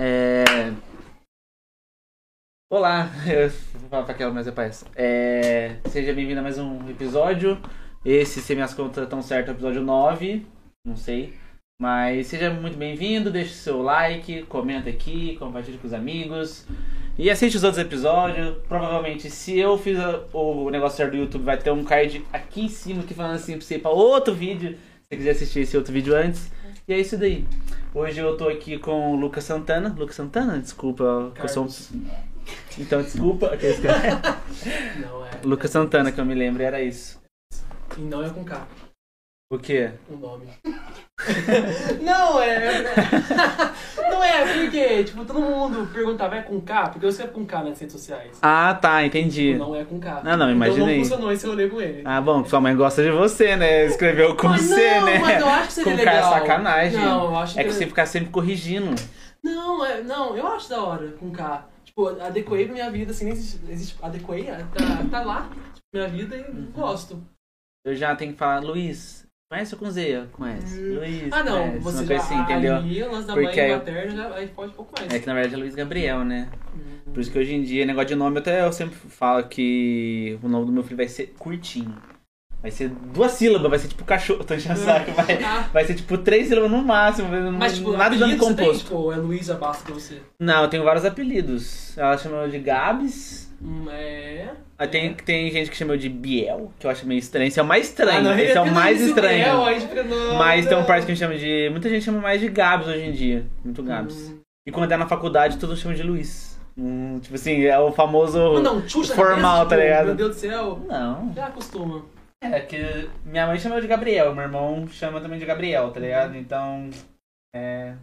É. Olá, eu vou falar pra aquela, mas é país. É, seja bem-vindo a mais um episódio. Esse, se minhas contas estão certas, é o episódio 9. Não sei. Mas seja muito bem-vindo, deixe seu like, comenta aqui, compartilhe com os amigos. E assiste os outros episódios. Provavelmente, se eu fiz a- o negócio certo do YouTube, vai ter um card aqui em cima que falando assim pra você ir pra outro vídeo. Se você quiser assistir esse outro vídeo antes. E é isso daí. Hoje eu tô aqui com o Lucas Santana. Lucas Santana? Desculpa, que eu sou um... Então, desculpa. aqueles que- Não é. Lucas Santana, que eu me lembro, era isso. E não é com K, O quê? o nome. não é. não é, porque, tipo, todo mundo perguntava, é com K? Porque eu sempre com K nas redes sociais. Ah, tá, entendi. Não é com K. Ah, não, Então imaginei. não funcionou esse rolê com ele. Ah, bom, sua mãe gosta de você, né? Escreveu com mas C, Ah, não, né? mas eu acho que seria com K é legal. sacanagem. Não, eu acho É que que você ficar sempre corrigindo. Não, é- não, eu acho da hora com K. Tipo, adequei pra minha vida, assim, nem existe. existe adequei, tá, tá lá, tipo, minha vida e Uhum. gosto. Eu já tenho que falar, Luiz, conhece ou com Z? Eu Conhece. Hum. Luiz. Ah, não, conhece. você Uma já um coisa assim, entendeu? alinha o lance da Porque aí mãe eu- materna, já, aí pode um pouco mais. É que na verdade é Luiz Gabriel, né? Hum. Por isso que hoje em dia, negócio de nome, até eu sempre falo que o nome do meu filho vai ser curtinho. Vai ser duas sílabas, vai ser tipo cachorro, tô enchendo o saco, vai. Ah, Vai ser tipo três sílabas no máximo, mas, tipo, nada de nome apelido você tem, composto. tipo, ou é Luísa basta pra você. Não, eu tenho vários apelidos. Ela chamou eu de Gabs. Hum, é. Aí Tem, tem gente que chamou de Biel, que eu acho meio estranho. Esse é o mais estranho. Ah, não, Esse é o eu- mais isso estranho. é, ó, a gente fica, não, Mas tem um não. parte que me chama de. Muita gente chama mais de Gabs hoje em dia. Muito Gabs. Hum. E quando é na faculdade, todo mundo chama de Luiz. Hum, tipo assim, é o famoso. Manda um tchutch na Formal, cabeça, tá tipo, ligado? Meu Deus do céu. Não. Já acostuma. É que minha mãe chama eu de Gabriel, meu irmão chama também de Gabriel, tá ligado? Então. É.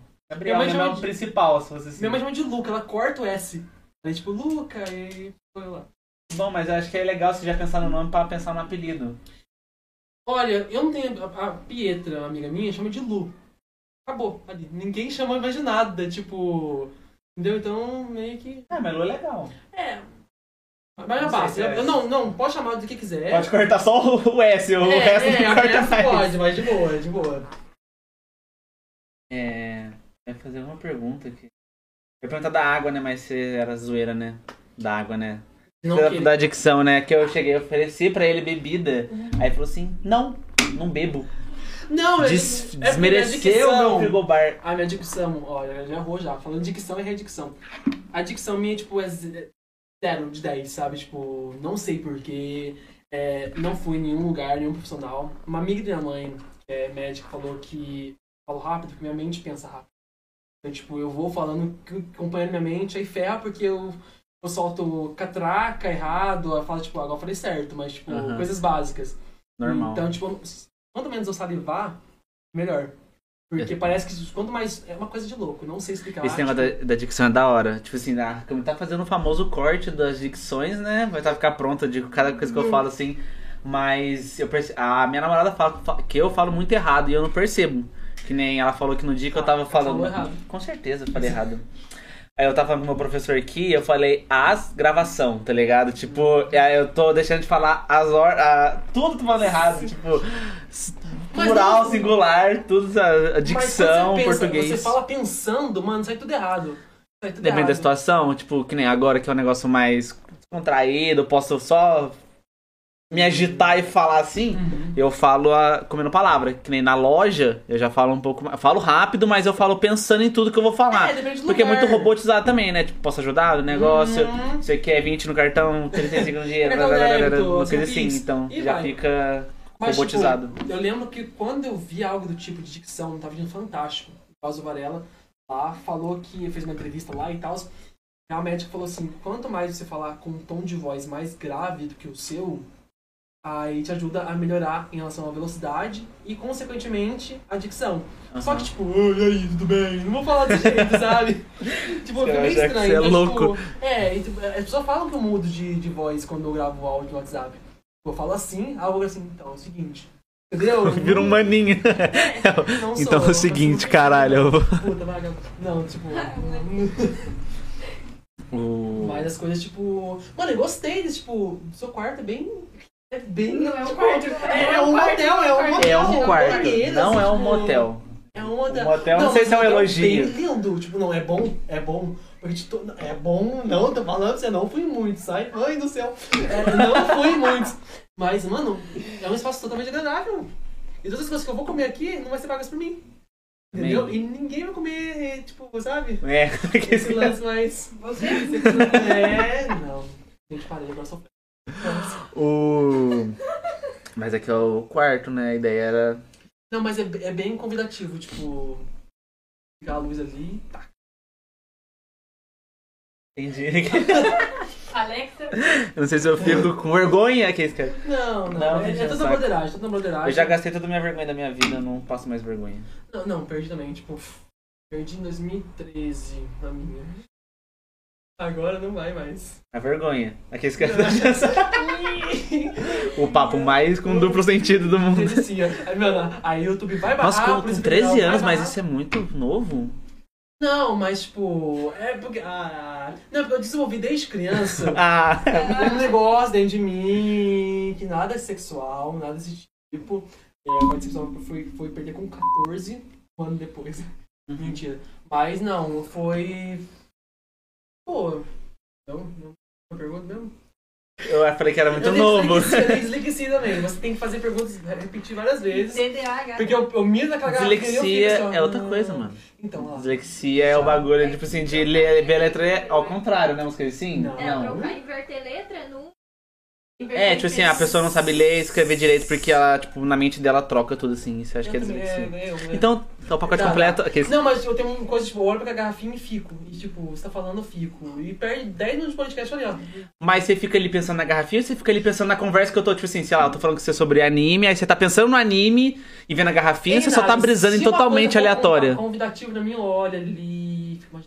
Uhum. Minha Gabriel, mãe meu chama nome de- principal, se você se. Minha mãe chama de Luca, ela corta o S. Aí, tipo, Luca, e foi lá. Bom, mas eu acho que é legal você já pensar no nome pra pensar no apelido. Olha, eu não tenho. A, a Pietra, uma amiga minha, chama de Lu. Acabou. Ali. Ninguém chama mais de nada, tipo. Entendeu? Então, meio que. Ah, mas Lu é legal. É. Mas já Não sei basta. se é. Eu- Não, não, pode chamar do que quiser. Pode cortar só o o S, o é, resto é, não a corta criança mais. pode, mas de boa, de boa. É. Eu ia fazer uma pergunta aqui. Eu ia perguntar da água, né? Mas você era zoeira, né? Da água, né? Não, da, que- da adicção, né? Que eu cheguei, eu ofereci pra ele bebida. Aí ele falou assim: não, não bebo. não é- Des- é desmereceu o meu adicção. frigobar. A minha dicção, olha, já errou já. Falando de dicção e redicção. A dicção minha, tipo, é ze- zero de 10, sabe? Tipo, não sei porquê. É, não fui em nenhum lugar, nenhum profissional. Uma amiga da minha mãe, que é médica, falou que falo rápido porque minha mente pensa rápido. Então, tipo, eu vou falando, c- acompanhando minha mente, aí ferra porque eu, eu solto catraca errado, eu falo, tipo, agora eu falei certo, mas, tipo, Aham. coisas básicas. Normal. Então, tipo, quanto menos eu salivar, melhor. É. Porque parece que quanto mais. É uma coisa de louco, não sei explicar. Esse negócio da, da dicção é da hora. Tipo assim, a Câmara tá fazendo o famoso corte das dicções, né? Vai tá ficar pronta de cada coisa que eu Hum. falo assim. Mas eu perce... a minha namorada fala fa- que eu falo muito errado e eu não percebo. Que nem ela falou que no dia que eu tava Ah, falando. falou errado. Com certeza eu falei errado. Aí eu tava falando com o meu professor aqui e eu falei as gravação, tá ligado? Uhum. Tipo, e aí eu tô deixando de falar as horas. Tudo tô falando errado. Tipo, s- Mas plural, não- singular, tudo. A, a dicção, Mas quando você pensa, português. Você fala pensando, mano, sai tudo errado. Sai tudo Depende errado. da situação, tipo, que nem agora que é um negócio mais contraído, eu posso só me agitar e falar assim. Uhum. Eu falo a, comendo palavra, que nem na loja, eu já falo um pouco mais. Falo rápido, mas eu falo pensando em tudo que eu vou falar. É, depende do porque é lugar. muito robotizado também, né? Tipo, posso ajudar no negócio? Uhum. É Você quer 20 é no cartão, 35 no dinheiro, blá, Cartão blá, blá, blá, blá, débito, uma coisa assim. assim, Pix, Então, e já vai. fica Mas, robotizado. tipo, eu lembro que quando eu vi algo do tipo de dicção, tava vindo fantástico. O Paulo Varela lá falou que fez uma entrevista lá e tal. A médica falou assim: quanto mais você falar com um tom de voz mais grave do que o seu, aí te ajuda a melhorar em relação à velocidade e, consequentemente, a dicção. Só Aham. que, tipo, oi, e aí, tudo bem? Não vou falar desse jeito, sabe? tipo, Você fica vai meio achar que estranho. você é então, louco. Tipo, é, e, tipo, as pessoas falam que eu mudo de, de voz quando eu gravo áudio no WhatsApp. Eu falo assim, aí eu vou assim, então é o seguinte. Entendeu? Vira um maninho. Não sou Então é eu, o seguinte, não sou- caralho. eu vou- Puta, vagabundo. Não, tipo. O- Mas as coisas, tipo. Mano, eu gostei desse, tipo. Seu quarto é bem. É bem. Não é um tipo, quarto. É um motel, é um motel. É um quarto, banheiro, não é um tipo, motel. É um motel. Um motel, não sei mas se é um motel elogio. Bem lindo. Tipo, não, é bom, é bom. Porque de to- É bom, não, tô falando pra você, não fui em muitos, sai, mãe do céu. É, não fui em muitos. Mas, mano, é um espaço totalmente agradável. E todas as coisas que eu vou comer aqui não vai ser pagas por mim. Entendeu? Amém. E ninguém vai comer, tipo, sabe? É, Esse lance mais. Você? é, não. Tem que parar, agora só. o... Mas aqui é o quarto, né? A ideia era. Não, mas é, é bem convidativo, tipo. Ficar a luz ali. Tá. Entendi. É. Alexa? Eu não sei se eu fico com vergonha aqui, cara. Não, não. Não, é, gente, é é toda saco. broderagem, toda broderagem. Eu já gastei toda a minha vergonha da minha vida, eu não passo mais vergonha. Não, não, perdi também, tipo, perdi em 2013 a minha. Agora não vai mais. A vergonha. É Aqueles caras O papo mais com duplo sentido do mundo. Teve sim, ó. aí, mano, aí o YouTube vai barrar. Nossa, com, por isso com que não, 13 vai anos, mas barrar. isso é muito novo. Não, mas tipo, é porque. Ah, não, porque eu desenvolvi desde criança Ah, um negócio dentro de mim que nada é sexual, nada desse tipo. É, a participação foi, foi perder com 14 um ano depois. Uhum. Mentira. Mas não, foi. Pô. Não, não. Uma pergunta mesmo? eu falei que era muito Eu É novo. desligueci, Eu desligueci também. Você tem que fazer perguntas, repetir várias vezes. É. TDAH. Porque eu, eu miro naquela garrafa e eu fico Dislexia assim, ó, é outra coisa, "Hum". mano. Então, ó. Dislexia é o bagulho, tipo assim, de ler ler a letra é ao contrário, né? Umas coisas assim? Não. É, trocar, inverter letra num. É, tipo assim, a pessoa não sabe ler e escrever direito porque ela, tipo, na mente dela troca tudo assim. Isso eu acho Eu que é também, dislexia. é, eu, né? Então, é o pacote Tá, completo. Aqueles... Não, mas eu tenho uma coisa, tipo, eu olho pra garrafinha e fico. E tipo, você tá falando, eu fico. E perde 10 minutos de podcast ali, ó. Mas você fica ali pensando na garrafinha ou você fica ali pensando na conversa que eu tô, tipo assim, sei lá, eu tô falando com você sobre anime, aí você tá pensando no anime e vendo a garrafinha, você só tá Nada, brisando em se uma coisa totalmente for um aleatória. conv- Convidativo na minha olha ali. fico mais-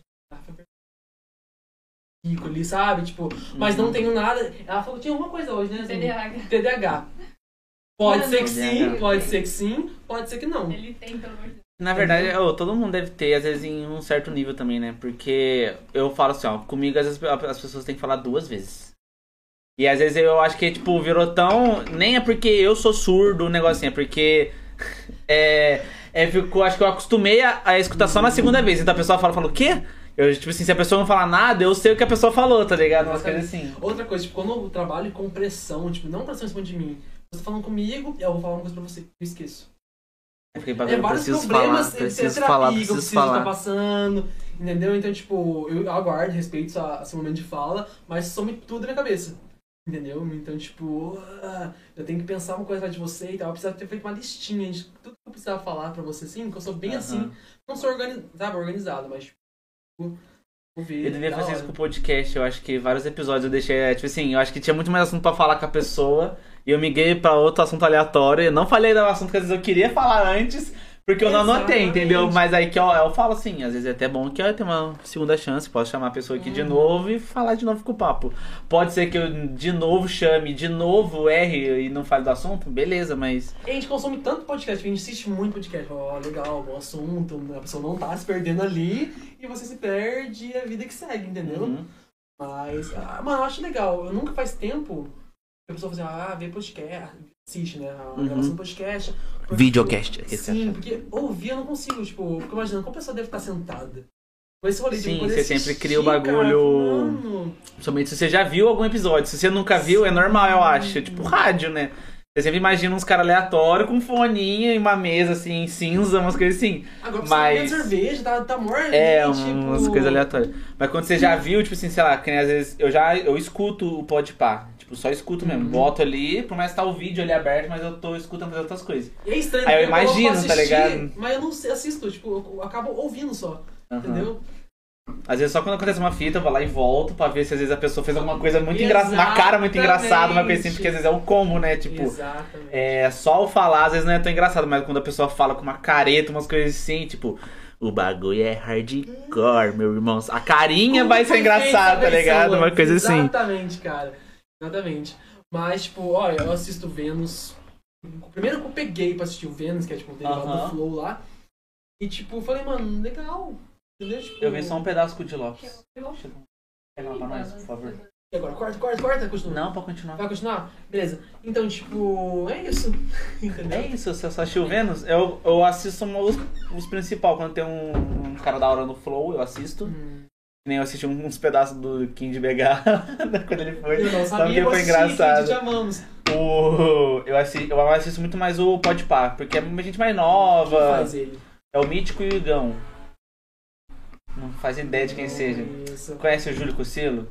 Fico ali, sabe? Tipo, mas Uhum. não tenho nada. Ela falou que tinha alguma coisa hoje, né? TDAH. TDAH. Pode Mano, ser que TDAH. sim, pode ser que sim, pode ser que não. Ele tem, pelo amor de Deus. Na verdade, Uhum. ô, todo mundo deve ter, às vezes, em um certo nível também, né? Porque eu falo assim, ó, comigo às vezes as pessoas têm que falar duas vezes. E às vezes eu acho que, tipo, virou tão. Nem é porque eu sou surdo o negócio assim, é porque. É. é ficou, acho que eu acostumei a, a escutar só na segunda vez. Então a pessoa fala, fala o quê? Eu, tipo assim, se a pessoa não falar nada, eu sei o que a pessoa falou, tá ligado? Umas coisas assim. Outra coisa, tipo, quando eu trabalho com pressão, tipo, não pressão em cima de mim. Você tá falando comigo, eu vou falar uma coisa pra você, eu esqueço. Eu fiquei É bagulho, vários preciso problemas, falar, é preciso terapia falar, que eu preciso preciso estar falar. passando, entendeu? Então, tipo, eu aguardo, respeito a, a seu momento de fala, mas some tudo na minha cabeça. Entendeu? Então, tipo, ah, eu tenho que pensar uma coisa atrás de você e tal. Eu precisava ter feito uma listinha de tudo que eu precisava falar pra você, assim, que eu sou bem Aham. assim. Não sou organizado, sabe, organizado, mas, tipo, vou ver. Eu devia da fazer hora. isso com o podcast, eu acho que vários episódios eu deixei, é, tipo assim, eu acho que tinha muito mais assunto pra falar com a pessoa, e eu miguei pra outro assunto aleatório, eu não falei do assunto que às vezes eu queria falar antes, porque eu não anotei, Exatamente. entendeu? Mas aí que ó, eu falo assim, às vezes é até bom que ó, tem uma segunda chance, posso chamar a pessoa aqui de Uhum. novo e falar de novo com o papo. Pode ser que eu de novo chame, de novo erre e não fale do assunto, beleza, mas... A gente consome tanto podcast, a gente assiste muito podcast. Ó, legal, bom assunto, a pessoa não tá se perdendo ali e você se perde e é a vida que segue, entendeu? Uhum. Mas, ah, mano, eu acho legal. Eu nunca faz tempo que a pessoa fala assim, ah, vê podcast, assiste, né? A Uhum. gravação do podcast. Porque- é Videocast, esse é Sim, porque ouvir eu não consigo, tipo, eu fico imaginando como a pessoa deve estar sentada. Mas se eu olhei, tipo, Sim, quando eu você sempre assisti, cria o cara, bagulho- mano, Principalmente se você já viu algum episódio. Se você nunca viu, é normal, eu acho. É Tipo rádio, né? Você sempre imagina uns caras aleatórios com um foninho e uma mesa assim, cinza, umas coisas assim. agora precisa Mas- beber cerveja, tá, tá morto. É, né? umas Tipo, coisas aleatórias. Mas quando você já viu, tipo assim, sei lá, que nem às vezes eu já eu escuto o podpar. Tipo, só escuto mesmo. Uhum. Boto ali, por mais que tá o vídeo ali aberto, mas eu tô escutando as outras coisas. E é estranho, Aí eu porque coloco pra imagino, tá ligado? Mas eu não sei- assisto, tipo, eu acabo ouvindo só, Aham. entendeu? Às vezes só quando acontece uma fita, eu vou lá e volto pra ver se às vezes a pessoa fez alguma coisa muito engraçada, Exatamente. uma cara muito engraçada, uma coisa assim, porque às vezes é o como, né? Tipo, Exatamente. É, só o falar às vezes não é tão engraçado, mas quando a pessoa fala com uma careta, umas coisas assim, tipo, o bagulho é hardcore, meu irmão. A carinha vai ser engraçada, tá ligado? Uma coisa assim. Exatamente, cara. Exatamente. Mas, tipo, olha, eu assisto Vênus. O primeiro que eu peguei pra assistir o Vênus, que é tipo um derivado Aham. do Flow lá. E, tipo, eu falei, mano, legal. Entendeu? Tipo, Eu vi só um pedaço com o de Lopes. Chegou. Pega lá pra nós, por favor. E agora, corta, corta, corta, continua. Não, pode continuar. Vai continuar? Beleza. Então, tipo, é isso. É Entendeu? isso, se eu só assistiu Vênus, eu, eu assisto uma- os, os principal. Quando tem um, um cara da hora no Flow, eu assisto. Hum. Que Nem eu assisti uns pedaços do King de BH quando ele foi. Eu não Sabe sabia, que foi você tinha engraçado. que te amamos. O, eu, assisto, eu assisto muito mais o Podpah, porque é uma gente mais nova. Quem faz ele? É o Mítico e o Igão. Não faz ideia é de quem seja. Isso. Conhece o Júlio Cocilo?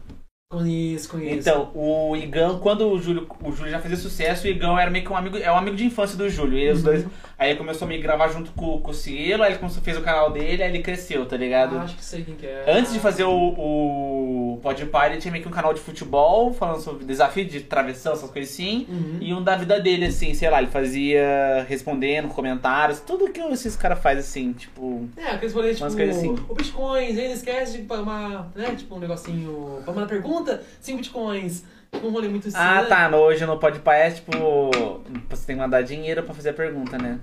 Conheço, conheço. Então, o Igão, quando o Júlio, o Júlio já fazia sucesso, o Igão era meio que um amigo, é um amigo de infância do Júlio. Uhum. E os dois, aí ele começou a meio que gravar junto com, o Cocilo, aí ele começou- fez o canal dele, aí ele cresceu, tá ligado? Ah, acho que sei quem que é. Antes de fazer o, o Podpah, ele tinha meio que um canal de futebol, falando sobre desafio de travessão, essas coisas assim. Uhum. E um da vida dele, assim, sei lá, ele fazia respondendo, comentários, tudo que esses caras fazem, assim, tipo. É, aqueles rolês, tipo, Umas coisas assim. o bitcoins, aí não esquece de uma, né, tipo, um negocinho, pra mandar pergunta, 5 bitcoins, tipo, um rolê muito assim, Ah, né? tá, no- hoje no Podpah é tipo. Você tem que mandar dinheiro pra fazer a pergunta, né?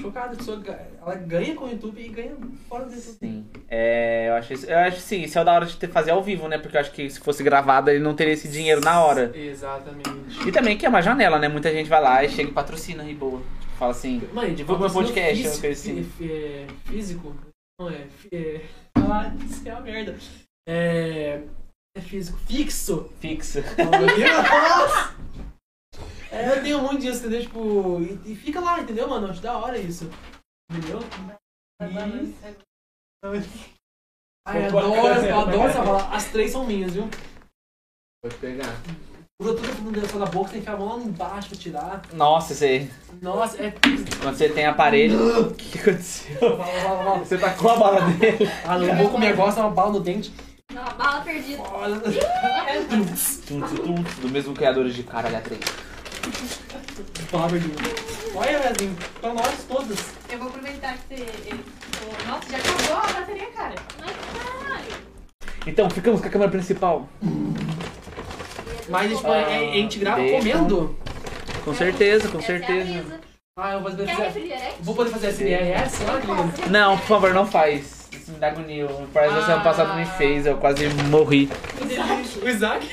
Chocado, assim, a pessoa, ga- ela ganha com o YouTube e ganha fora do YouTube. Sim. É, eu acho, isso- eu acho sim, isso é o da hora de ter fazer ao vivo, né? Porque eu acho que se fosse gravado ele não teria esse dinheiro na hora. Exatamente. E também que é uma janela, né? Muita gente vai lá e chega e patrocina e boa. Tipo, fala assim. Mano, de Divulga meu podcast, físico, uma coisa assim. fí- é, físico, não é, fí- é, ah, isso é uma merda. É, é físico, fixo. Fixa. Nossa! É, eu tenho muito disso, entendeu? Tipo, e, e fica lá, entendeu, mano? Acho da hora isso. Entendeu? E... Ai, eu adoro, eu adoro essa bala. As três são minhas, viu? Pode pegar. Pula tudo que não deu da boca, tem que enfiar a mão lá embaixo pra tirar. Nossa, você, Nossa, é. quando você tem aparelho. O que aconteceu? Bala, bala, bala. Você tacou a bala dele. Ah, não vou comer agora, senão uma bala no dente. Não, a bala perdida. Olha. Tum, tum, tum, do mesmo criador de Caralho 3. Bala perdida. Olha, Brasil, pra nós todas. Eu vou aproveitar que você. Ele... falou, Nossa, já acabou a bateria, cara. Mas caralho. Então, ficamos com a câmera principal. Mas, tipo, Ah, é, é, a gente grava bacon. comendo. Com certeza, com Essa é a certeza. brisa. Ah, eu vou fazer. Quer refrigerante? Vou poder fazer SMRS lá, querido? Não, por favor, não faz. Isso me dá agonia. O Parece que é semana Ah. passada me fez, eu quase morri. O Isaac?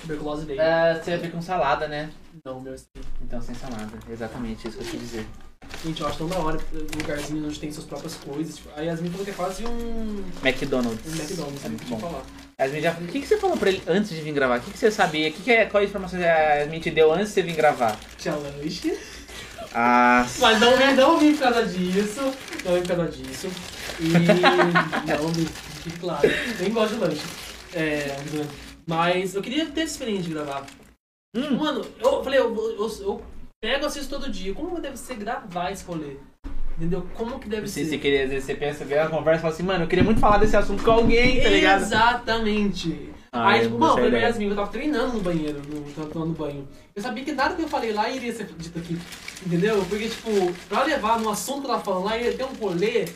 Tuberculose veio. Ah, você ia ver com salada, né? Não, meu. Então, sem salada. Exatamente, isso que eu quis dizer. Gente, eu acho tão da hora é um lugarzinho onde tem suas próprias coisas. Tipo, a Yasmin falou que é quase um, um McDonald's. McDonald's, né? É muito Deixa eu bom. falar. Yasmin já... O que, que você falou pra ele antes de vir gravar? O que, que você sabia? O que que é... Qual a informação que a Yasmin te deu antes de você vir gravar? Challenge. Ah, Mas não vim, não vim por causa disso. Não vim por causa disso. E. não vim, fique claro. Nem gosto de lanche. É. Mas eu queria ter essa experiência de gravar. Hum. Mano, eu falei, eu, eu, eu pego e assisto todo dia. Como deve ser gravar esse rolê? Entendeu? Como que deve se ser? você queria, às vezes você pensa, vê a conversa e fala assim, mano, eu queria muito falar desse assunto com alguém, tá ligado? Exatamente. Ah, aí, eu tipo, não mano, sei primeiro ideia. Yasmin, eu tava treinando no banheiro, no, tava tomando banho. Eu sabia que nada que eu falei lá iria ser dito aqui. Entendeu? Porque, tipo, pra levar no assunto que ela falando lá, ia ter um rolê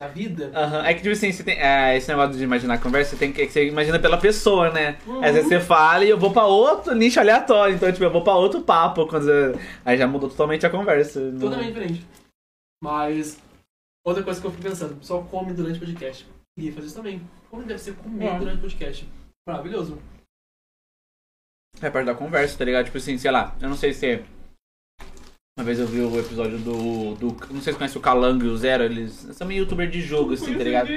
da vida. Aham, É que, tipo assim, você tem, é, esse negócio de imaginar a conversa, você tem que, é que você imagina pela pessoa, né? Uhum. Às vezes você fala e eu vou pra outro nicho aleatório, então, tipo, eu vou pra outro papo. Quando você- Aí já mudou totalmente a conversa. não- Totalmente diferente. Mas, outra coisa que eu fico pensando, só come durante o podcast. Queria fazer isso também. Como deve ser comer É. durante o podcast? Maravilhoso. É parte da conversa, tá ligado? Tipo assim, sei lá, eu não sei se. é- Uma vez eu vi o episódio do. do não sei se conhece o Calango e o Zero, eles são meio youtuber de jogo, assim, tá ligado?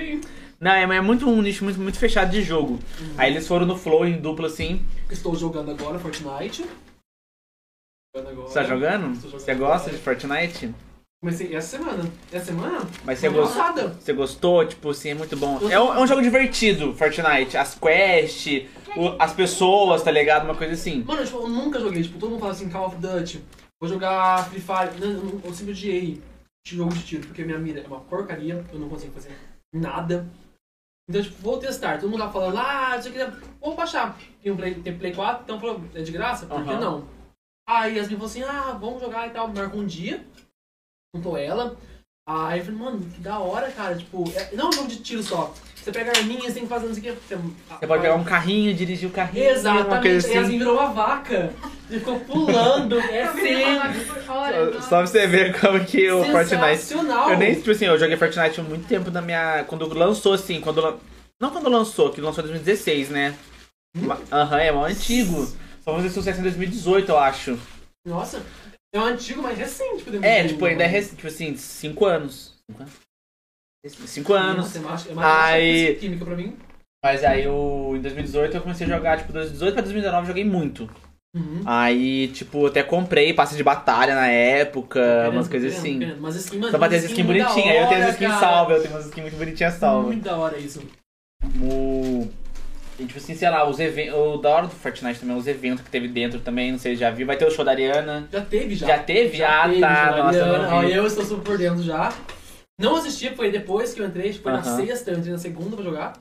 Não, é, é muito um nicho muito, muito fechado de jogo. Aí eles foram no Flow em dupla assim. Estou jogando agora Fortnite. Jogando agora. Você tá jogando? Tô jogando Você gosta agora. de Fortnite? Comecei essa semana. Essa semana? Mas você Semana gostou. passada. Você gostou? Tipo assim, é muito bom. Eu- É um, é um jogo divertido, Fortnite. As quests, o- as pessoas, tá ligado? Uma coisa assim. Mano, tipo, eu nunca joguei. Tipo, todo mundo fala assim, Call of Duty. Vou jogar Free Fire. Não, eu não- eu sempre odiei jogo de tiro, porque minha mira é uma porcaria. Eu não consigo fazer nada. Então, tipo, vou testar. Todo mundo tá falando, ah, isso aqui é... Vou baixar. Tem, um play, tem Play 4, então falou, é de graça? Por que Aham. não? Aí Yasmin falou assim, ah, vamos jogar e tal. Marca um dia. Juntou ela. Aí eu falei, mano, que da hora, cara. Tipo, é- não é um jogo de tiro só. Você pega arminhas, tem que fazer não sei o que. Você pode pegar um carrinho, dirigir o carrinho. Uma Exatamente, coisa assim. assim. Yasmin virou uma vaca. Ele ficou pulando, é tá Eu vi uma sempre live por hora. Só pra você ver como que o Fortnite sensacional. Eu nem, tipo assim, eu joguei Fortnite há muito tempo da minha. Quando lançou, assim, quando. lan- Não quando lançou, que lançou em 2016, né? Hum? Ma- Aham, é mal antigo. Só fazer sucesso em 2018, eu acho. Nossa, é um antigo, mas recente. podemos É, dizer, tipo, ainda é né? rec... tipo assim, 5 anos. Cinco anos? Cinco anos. Matemática, Aí- matemática, química pra mim. Mas aí eu, em 2018 eu comecei a jogar, tipo, 2018 pra 2019 eu joguei muito. Uhum. Aí, tipo, até comprei passe de batalha na época, Ah, umas coisas assim. Mas skin, mano, Só pra ter as skin skins muito da bonitinhas. Aí eu tenho as hora, skins cara. salvas, eu tenho umas skins muito bonitinhas salvas. Muito da hora isso. O... E, tipo assim, sei lá, os eventos. O da hora do Fortnite também, os eventos que teve dentro também, não sei se já viu. Vai ter o show da Ariana. Já teve já. Já, teve? ah, teve, tá. já. Nossa, eu Ariana, não ó, vi. eu estou super por dentro já. Não assisti, foi depois que eu entrei, foi na Aham. sexta, eu entrei na segunda pra jogar.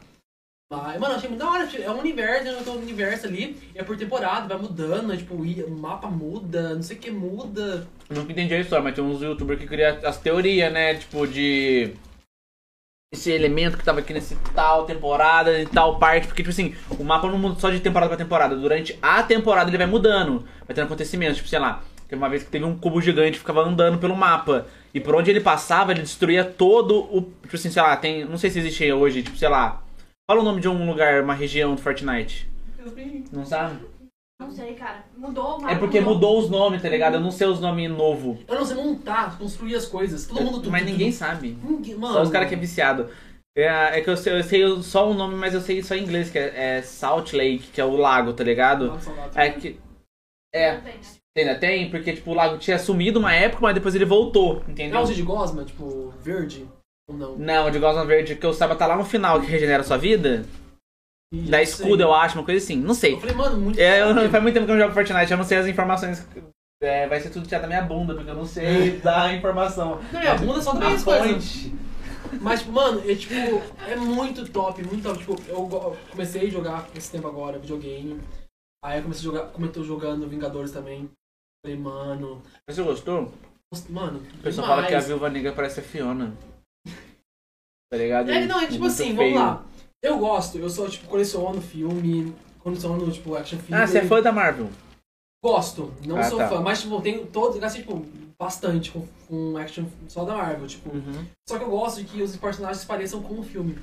Mas, mano, achei muito da hora, tipo, é um universo, eu tô no universo ali, e é por temporada, vai mudando, é, tipo, i- o mapa muda, não sei o que muda. Nunca entendi a história, mas tem uns youtubers que criam as teorias, né? Tipo, de. Esse elemento que tava aqui nesse tal temporada, em tal parte. Porque, tipo assim, o mapa não muda só de temporada pra temporada. Durante a temporada ele vai mudando. Vai tendo acontecimentos. Tipo, sei lá, teve uma vez que teve um cubo gigante que ficava andando pelo mapa. E por onde ele passava, ele destruía todo o. Tipo assim, sei lá, tem. Não sei se existe hoje, tipo, sei lá. Fala o nome de um lugar, uma região do Fortnite. Não sabe? Não sei, cara. Mudou o mapa. É porque mudou os nomes, tá ligado? Eu não sei os nomes novos. Eu não sei montar, construir as coisas, todo mundo... tudo, Mas tudo, ninguém sabe. tudo. Ninguém- mano, Só os caras que é viciado. É, é que eu sei, eu sei só o nome, mas eu sei só em inglês, que é, é Salt Lake, que é o lago, tá ligado? Nossa, saudade. É que. É, né? ainda tem, porque tipo, o lago tinha sumido uma época, mas depois ele voltou, entendeu? Causa de gosma, tipo, verde, ou não? Não, de Gosma Verde, que eu saiba, tá lá no final que regenera a sua vida. E Da eu escudo, sei. eu acho, uma coisa assim, não sei. Eu falei, mano, muito... É, eu, faz muito tempo que eu não jogo Fortnite, eu não sei as informações. É, vai ser tudo tirado da minha bunda, porque eu não sei dar informação. Não, é a bunda só também A as coisas. fonte. Mas, tipo, mano, é tipo, é muito top, muito top. Tipo, eu go- comecei a jogar esse tempo agora, videogame. Aí eu comecei a jogar, como eu tô jogando Vingadores também. Falei, mano. Você gostou? nossa, Mano, O pessoal fala que a demais. viúva negra parece a Fiona. Tá ligado? É, não, é tipo Muito assim, feio. vamos lá. Eu gosto, eu sou, tipo, coleciono filme, coleciono, tipo, action figure. Ah, você é fã da Marvel? Gosto, não Ah, sou tá. fã, mas, tipo, tenho todos, gastei, tipo, bastante com, com action só da Marvel, tipo. Uhum. Só que eu gosto de que os personagens pareçam com o filme.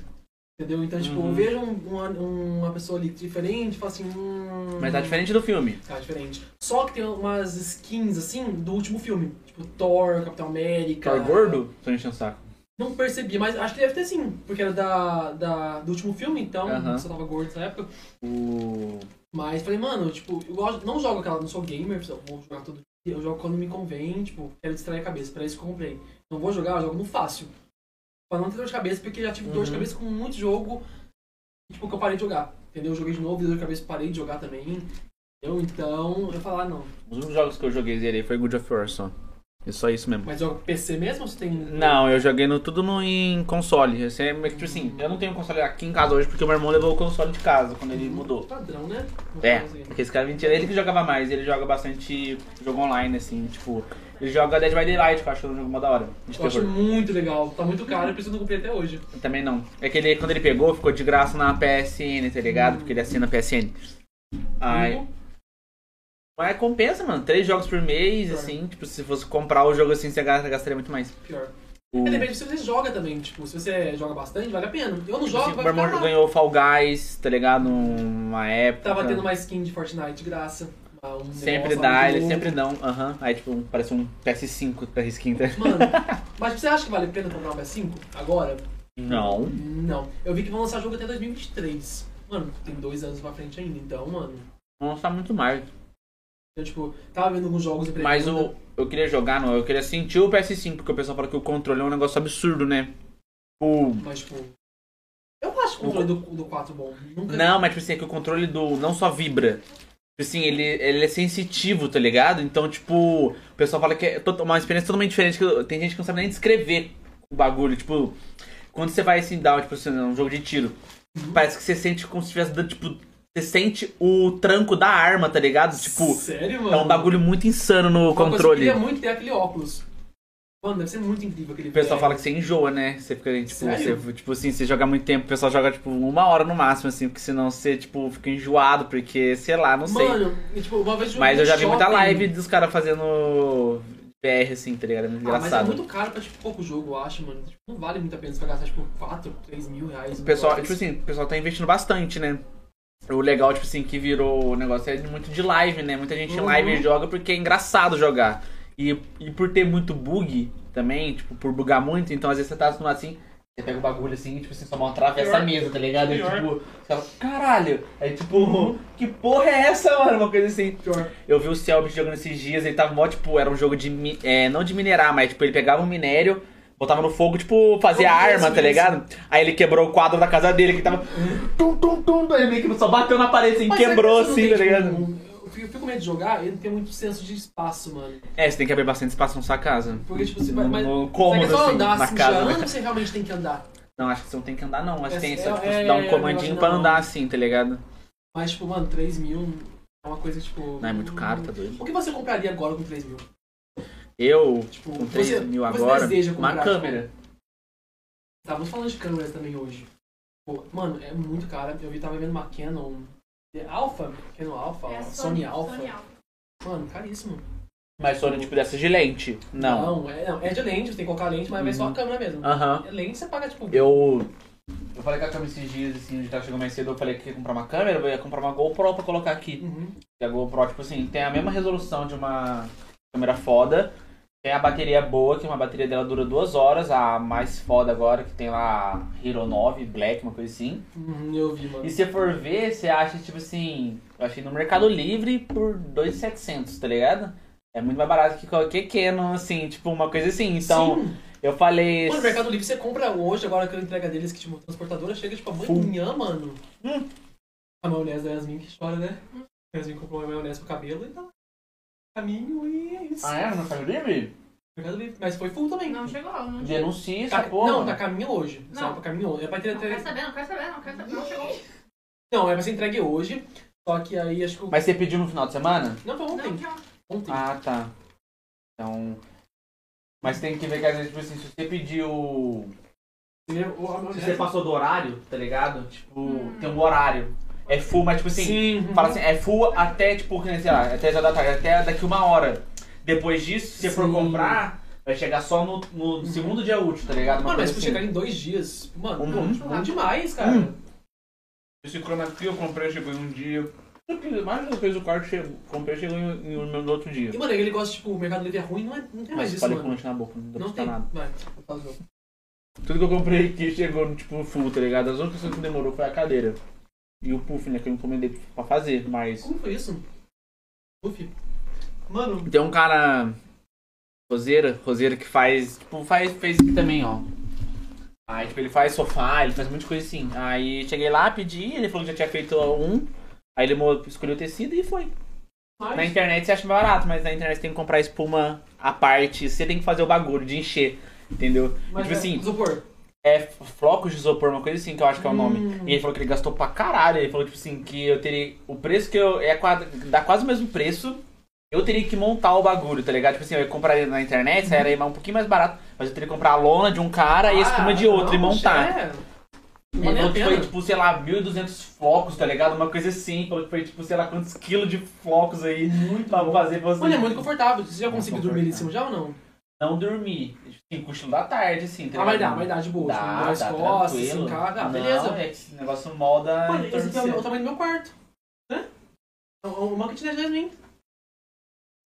Entendeu? Então, tipo, Uhum. eu vejo um- uma, uma pessoa ali diferente e falo assim. Hum, Mas tá diferente do filme. Tá diferente. Só que tem umas skins, assim, do último filme. Tipo, Thor, Capitão América. Thor Tá gordo? Tô enchendo o saco. Não percebi, mas acho que deve ter sim. Porque era da, da- do último filme, então Aham. só tava gordo nessa época. O... Mas falei, mano, tipo, eu gosto- não jogo aquela, não sou gamer, eu vou jogar todo dia. Eu jogo quando me convém, tipo, quero distrair a cabeça, pra isso que eu comprei. Não vou jogar, eu jogo no fácil. Pra não ter dor de cabeça, porque já tive dor de Uhum. cabeça com muito jogo, tipo, que eu parei de jogar. Entendeu? Eu joguei de novo, dei dor de cabeça, parei de jogar também. Eu, então, eu falar, não. Os únicos jogos que eu joguei zerei foi Good of War só. É só isso mesmo. Mas joga PC mesmo ou você tem. Não, eu joguei no, tudo no, em console. Esse é, tipo assim, eu não tenho console aqui em casa hoje porque o meu irmão levou o console de casa quando ele mudou. Padrão, né? Não É, sei. porque esse cara é mentira. Ele que jogava mais, ele joga bastante jogo online, assim, tipo. Ele joga Dead by Daylight, que eu acho um jogo mó da hora. De Eu acho terror. muito legal. Tá muito caro, por isso eu não comprei até hoje. Também não. É que ele, quando ele pegou, ficou de graça na PSN, tá ligado? Porque ele assina a PSN. Ai. Amigo, Mas compensa, mano. Três jogos por mês, assim. Tipo, se fosse comprar o jogo assim, você gasta- gastaria muito mais. Pior. O, É, depende se você joga também, tipo, se você joga bastante, vale a pena. Eu não tipo jogo, assim, vai meu irmão ficar lá. ganhou Fall Guys, tá ligado? Numa época. Tava tendo uma skin de Fortnite de graça. uma- um Sempre negócio dá, lá ele do- sempre dão. Aham. Aí, tipo, parece um PS5 da skin. Tá? Mano, mas você acha que vale a pena comprar um PS5 agora? Não. Não. Eu vi que vão lançar jogo até 2023. Mano, tem dois anos pra frente ainda, então, mano. Vamos lançar muito mais. Eu, tipo, tava vendo alguns jogos em Mas pré-venda. o. Eu queria jogar, não. Eu queria sentir o PS5, porque o pessoal fala que o controle é um negócio absurdo, né? Tipo. Mas, tipo. Eu acho o controle do, do 4 bom. Nunca. Não, mas tipo assim, é que o controle do. não só vibra. Tipo assim, ele, ele é sensitivo, tá ligado? Então, tipo, o pessoal fala que é to- uma experiência totalmente diferente. Que tem gente que não sabe nem descrever o bagulho. Tipo, quando você vai assim, dar, tipo assim, um jogo de tiro, parece que você sente como se tivesse dando, tipo. Você sente o tranco da arma, tá ligado? Tipo, Sério, mano? é um bagulho muito insano no Uma coisa que Eu controle. queria muito ter é aquele óculos. Mano, deve ser muito incrível aquele O pessoal VR. fala que você enjoa, né? Você fica, tipo, É. Sério? você, tipo assim, você joga muito tempo, o pessoal joga, tipo, uma hora no máximo, assim, porque senão você, tipo, fica enjoado, porque, sei lá, não sei. Mano, e, tipo, uma vez Mas no eu já vi muita shopping- live dos caras fazendo VR, assim, tá ligado? É muito Ah, mas é engraçado. muito caro pra, tipo, pouco jogo, eu acho, mano. Tipo, não vale muito a pena você vai gastar, tipo, 4, 3 mil reais. O num pessoal, negócio tipo assim, o pessoal tá investindo bastante, né? O legal, tipo assim, que virou o negócio é muito de live, né? Muita gente em Uhum. live joga porque é engraçado jogar. E, e por ter muito bug também, tipo, por bugar muito, então às vezes você tá assim, Você pega o bagulho assim, tipo, assim, sua mão atravessa Pior. a mesa, tá ligado? Aí, Pior. Uhum. tipo, você fala, caralho. Aí, tipo, que porra é essa, mano? Uma coisa assim. Pior. Eu vi o Selbit jogando esses dias, ele tava mó, tipo, era um jogo de. mi- É, não de minerar, mas, tipo, ele pegava um minério, botava no fogo, tipo, fazia Como arma, Deus tá mesmo. ligado? Aí ele quebrou o quadro da casa dele, que tava. Tum, tum, tum, aí ele meio que só bateu na parede, assim, Mas será quebrou, que você não assim, tá tem, ligado? tipo, um- Eu fico eu fico com medo de jogar e não tenho muito senso de espaço, mano. É, você tem que abrir bastante espaço na sua casa. Porque, tipo, você vai. No, Mas, no será que é cômodo, só assim, andar na assim, casa. já né? anda ou você realmente tem que andar? Não, acho que você não tem que andar, não. Acho que tem É, só, tipo, é, você dá é, um é, comandinho não. pra andar, assim, tá ligado? Mas, tipo, mano, 3 mil é uma coisa, tipo. Não, é muito caro, tá doido. O que você compraria agora com 3 mil? Eu, Tipo, com 3 você- mil você agora, deseja uma comprar, tipo, câmera. Estávamos falando de câmeras também hoje. Pô, mano, é muito cara. Eu vi, tava vendo uma Canon é Alpha, Canon Alpha, É a Sony, Sony, Alpha. Sony Alpha. Mano, caríssimo. Mas Sony, tipo, dessa de lente? Não. é, não, é de lente, você tem que colocar lente, mas vai só a câmera mesmo. Aham. É Lente você paga, tipo, Eu. Eu falei com a câmera esses dias, assim, onde tava chegando mais cedo, eu falei que ia comprar uma câmera, eu ia comprar uma GoPro pra colocar aqui. uhum. E a GoPro, tipo assim, tem a mesma resolução de uma câmera foda, tem a bateria boa, que uma bateria dela dura duas horas, a mais foda agora, que tem lá a Hero 9, Black, uma coisa assim. Uhum, eu vi, mano. E se for ver, você acha, tipo assim, eu achei no Mercado Livre por 2,700, tá ligado? É muito mais barato que qualquer Canon, assim, tipo, uma coisa assim. Então, Sim. eu falei... Mano, no Mercado Livre você compra hoje, agora que eu entrega deles, que tipo, transportadora chega tipo amanhã, mano. Hum. A maionese da Yasmin que chora, né? A Yasmin comprou uma maionese pro cabelo e tá. Caminho e é isso. Ah, é? No Mercado Livre? Mercado Livre. Mas foi full também. Não chegou, não chegou. Denuncia essa Tá- porra. não, tá caminho hoje. Não. Só pra caminho hoje. É pra ter, Não quero saber, não quero saber, não quero saber. Não chegou. Não, é pra ser entregue hoje. Só que aí acho que o. Mas você pediu no final de semana? Não, foi ontem. Não, é um- tchau. Ontem. Ah, tá. Então. Mas tem que ver que às vezes, tipo assim, se você pediu. Primeiro, o- a é. Se maionese. você passou do horário, tá ligado? Tipo, tem um horário. É full, mas tipo assim. Sim. Fala assim, é full até, tipo, que nem, sei lá, até já da tarde, até daqui uma hora. Depois disso, se você for Sim. comprar, vai chegar só no, no segundo dia útil, tá ligado? Uma Mano, mas coisa por assim. chegar em dois dias, mano, Uhum. bom, bom demais, cara. Esse chroma key eu comprei, chegou em um dia. Eu fiz- tipo, Mais uma vez o quarto chegou, comprei, chegou em, em um no outro dia. E, mano, ele gosta, tipo, o Mercado Livre é ruim, não, é, não tem mais Mas isso, falei com mano. lanche na boca, não deu Não pra tem. nada. Vai, faz o jogo. Tudo que eu comprei aqui chegou, tipo, full, tá ligado? As únicas coisas que demorou foi a cadeira. E o puff, né? Que eu encomendei pra fazer, mas... Como foi isso? Uf. Mano, Tem um cara... Roseira, Roseira que faz... Tipo, faz, fez aqui também, ó. Aí, tipo, ele faz sofá, ele faz muita coisa assim. Aí, cheguei lá, pedi, ele falou que já tinha feito um. Aí ele mo- escolheu o tecido e foi. Na mas... internet você acha mais barato, mas na internet você tem que comprar espuma à parte. Você tem que fazer o bagulho de encher, entendeu? mas tipo é, assim, Isopor. É flocos de isopor, uma coisa assim que eu acho que é o nome. Hum. E ele falou que ele gastou pra caralho. Ele falou, tipo assim, que eu teria. O preço que eu. É quase, dá quase o mesmo preço. Eu teria que montar o bagulho, tá ligado? Tipo assim, eu compraria na Uhum. internet, aí era um pouquinho mais barato. Mas eu teria que comprar a lona de um cara e a espuma de outro e Ah, não, montar. É. Não Ele vale a falou que foi, pena. tipo, sei lá, 1.200 flocos, tá ligado? Uma coisa assim. Falou que foi, tipo, sei lá, quantos quilos de flocos aí Muito pra bom. fazer pra você. Mano, é muito confortável. Você já Muito conseguiu dormir ali em cima confortável. já ou não? Não dormir. Tem cochilo da tarde, assim, tá Ah, vai ligado? dar, vai dar de boa. tipo, Dá, dá as dá, costas, tranquilo. assim, cara. Ah, Não, beleza. É que esse negócio molda. Mano, em torno esse aqui é de o, você. o tamanho do meu quarto. Né? É o- Uma kitnet de Jasmine.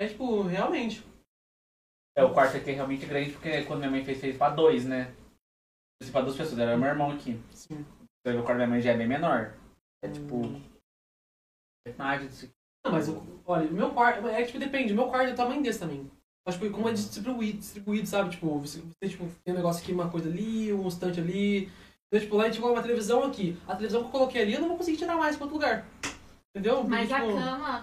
É tipo, realmente. É, o quarto aqui é realmente grande, porque quando minha mãe fez, fez pra dois, né? Fez pra duas pessoas, era meu irmão aqui. Sim. Hum. Então, o quarto da minha mãe já é bem menor. É tipo. Metade disso aqui. Não, mas o- olha, o meu quarto. É que tipo, depende, o meu quarto é o tamanho desse também. Mas tipo, como é distribuído, distribuído, sabe? Tipo, você, você, tipo, tem um negócio aqui, uma coisa ali, um estante ali. Então, tipo, lá a gente coloca uma televisão aqui. A televisão que eu coloquei ali, eu não vou conseguir tirar mais pra outro lugar. Entendeu? Mas Porque, a tipo, cama.